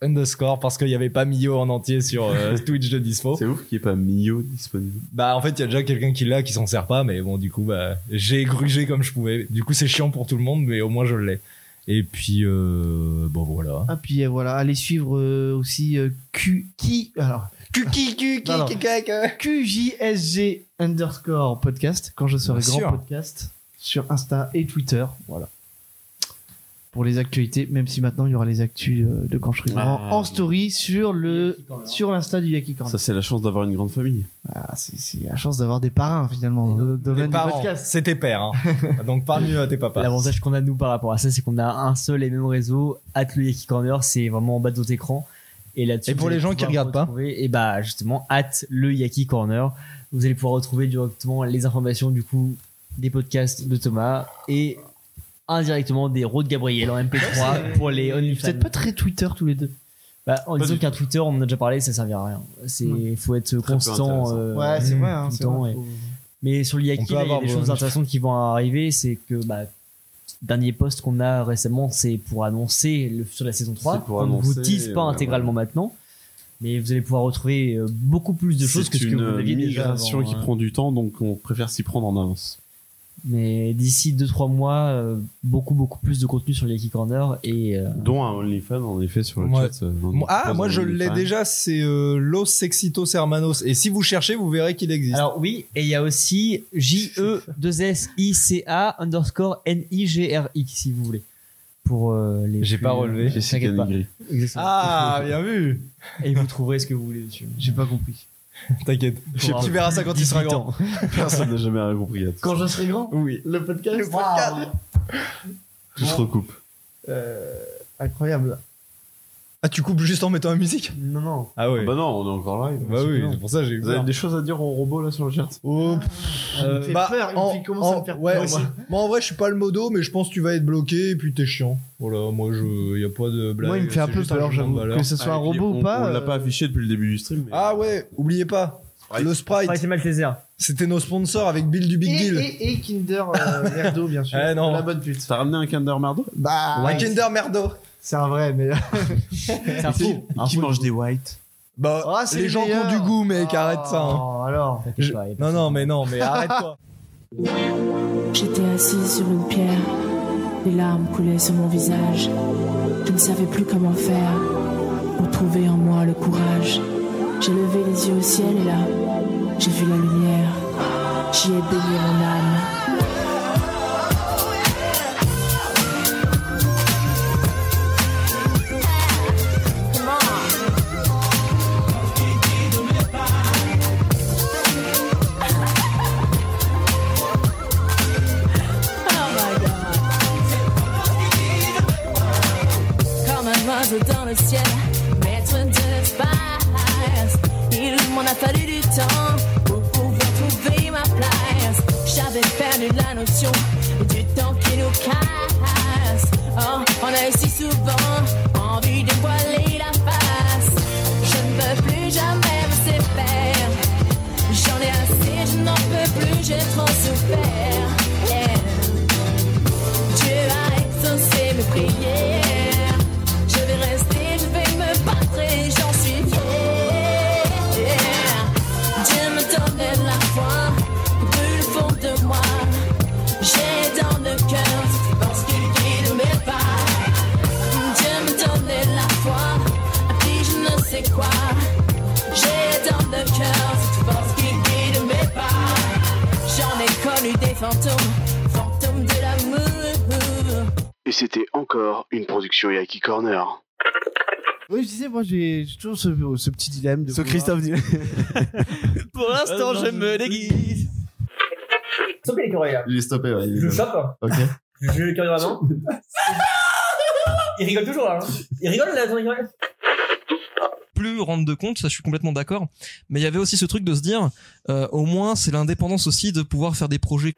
underscore, parce qu'il n'y avait pas Mio en entier sur euh, (laughs) Twitch de Dispo. C'est ouf qu'il n'y ait pas Mio disponible. Bah en fait il y a déjà quelqu'un qui l'a qui s'en sert pas mais bon du coup bah j'ai grugé comme je pouvais. Du coup c'est chiant pour tout le monde mais au moins je l'ai. Et puis euh, bon voilà. Ah, puis euh, voilà, allez suivre euh, aussi euh, Q. Qui Alors. Q, qui, Q, qui, qui, QJSG underscore podcast, quand je serai Bien grand sûr. podcast, sur Insta et Twitter. Voilà. Pour les actualités, même si maintenant il y aura les actus euh, de quand je serai grand Ah. en story sur le sur l'insta du Yaki Corner. Ça, c'est la chance d'avoir une grande famille. Ah, c'est c'est la chance d'avoir des parrains finalement dans le domaine Tes du parents, podcast. c'est tes pères. (laughs) hein. Donc parle mieux à tes papas. L'avantage qu'on a nous par rapport à ça, c'est qu'on a un seul et même réseau, at le Yaki Corner, c'est vraiment en bas de votre écran. Et là-dessus, Et pour les gens qui regardent pas et bah justement, at le Yaki Corner, vous allez pouvoir retrouver directement les informations du coup des podcasts de Thomas et indirectement des roads de Gabriel en MP3 pour les OnlyFans. Peut-être pas très Twitter tous les deux. Bah, en disant qu'un Twitter, on en a déjà parlé, ça servira à rien. C'est, faut être peu constant. intéressant. euh, Ouais, c'est vrai, tout hein, le c'est temps, vrai, et- faut- Mais sur On l'IAKI, peut il y a avoir des vos- choses intéressantes qui vont arriver. C'est que, bah, dernier post qu'on a récemment, c'est pour annoncer le, sur la saison 3. C'est pour on ne vous annoncer, tease pas ouais, intégralement maintenant. Mais vous allez pouvoir retrouver euh, beaucoup plus de choses que C'est ce que une vous euh, aviez déjà. migration avant, qui hein. prend du temps, donc on préfère s'y prendre en avance. Mais d'ici 2-3 mois, euh, beaucoup, beaucoup plus de contenu sur l'IAKI Corner et, euh, Dont un OnlyFans, en effet, sur le Moi- chat. euh, on Moi- ah propose moi un je l'ai OnlyFans. déjà c'est euh, Los Exitos Hermanos et si vous cherchez vous verrez qu'il existe. Alors oui, et il y a aussi E J-E-2-S-I-C-A underscore N-I-G-R-I si vous voulez. Pour euh, les. J'ai plus- pas relevé. Jessica T'inquiète pas. Negri. Exactement. (laughs) Ah bien vu. Et vous trouverez ce que vous voulez dessus. J'ai pas compris. T'inquiète. J'ai Tu verras ça quand il sera grand. (laughs) Personne n'a jamais rien compris. Quand je serai grand Oui. Le podcast. Tout se recoupe. Euh, incroyable. Ah tu coupes juste en mettant la musique Non, non. Ah ouais. Bah non, on est encore live. Bah oui, c'est pour ça que j'ai eu Vous avez peur. des choses à dire au robot là sur le chat Oh, Euh, il me fait bah, peur, il me en- fait- il commence à me faire ouais, peur, aussi. moi. Moi, en vrai, je suis pas le modo, mais je pense que tu vas être bloqué et puis t'es chiant. Voilà, moi, je, y a pas de blague. Moi, il me fait un c'est peu juste peur, jugement de j'avoue, valeur. que ce soit un Ah, et puis, robot ou on- pas. On l'a euh, Ah pas affiché depuis le début du stream. mais- Ah ouais, oubliez pas, Le Sprite. Sprite et Malteser. C'était nos sponsors avec Bill du Big Et, Deal. et, et Kinder (laughs) euh, Merdo, bien sûr. Eh non. Eh, La bonne pute. T'as ramené un Kinder Mardo Bah, Un Kinder Merdo. C'est un vrai, (laughs) mais. C'est un fou. Qui mange des whites Bah, Ah, c'est les le gens qui ont meilleur. du goût, mec, arrête ça. hein. Oh, alors. Je- Non, non, mais non, mais arrête-toi. J'étais assise sur une pierre. Des larmes coulaient sur mon visage. Je ne savais plus comment faire pour trouver en moi le courage. J'ai levé les yeux au ciel et là, j'ai vu la lumière. J'y ai baigné mon âme. Comme un oiseau dans le ciel, maître de l'espace. Il m'en a fallu du temps pour pouvoir trouver ma place. J'avais perdu la notion du temps qui nous casse. Oh, on a eu si souvent envie de voiler la face. Je ne veux plus jamais me séparer. J'en ai assez, je n'en peux plus, j'ai trop souffert. Yeah. Dieu a exaucé mes prières. Je vais rester, je vais me battre et j'en suis fier. Dieu me donnait la foi, du fond de moi. J'ai dans le cœur, parce qu'il guide mes pas. Dieu me donnait la foi, puis je ne sais quoi. J'ai dans le cœur, parce qu'il guide mes pas. J'en ai connu des fantômes, fantômes de l'amour. Et c'était encore une production Yaki Corner. Oui, je disais, moi, j'ai j'ai toujours ce, ce petit dilemme. De Ce Christophe (laughs) dilemme. Pour Euh, l'instant, je me déguise. Stoppez les chorégraphes. Il est stoppé, ouais. Je le chope. hein. (laughs) Ok. Je le (laughs) chorégraphe. hein. Il rigole toujours là. hein. Il rigole là, attends, il rigole. plus rendre de compte, ça je suis complètement d'accord. Mais il y avait aussi ce truc de se dire, euh, au moins c'est l'indépendance aussi de pouvoir faire des projets.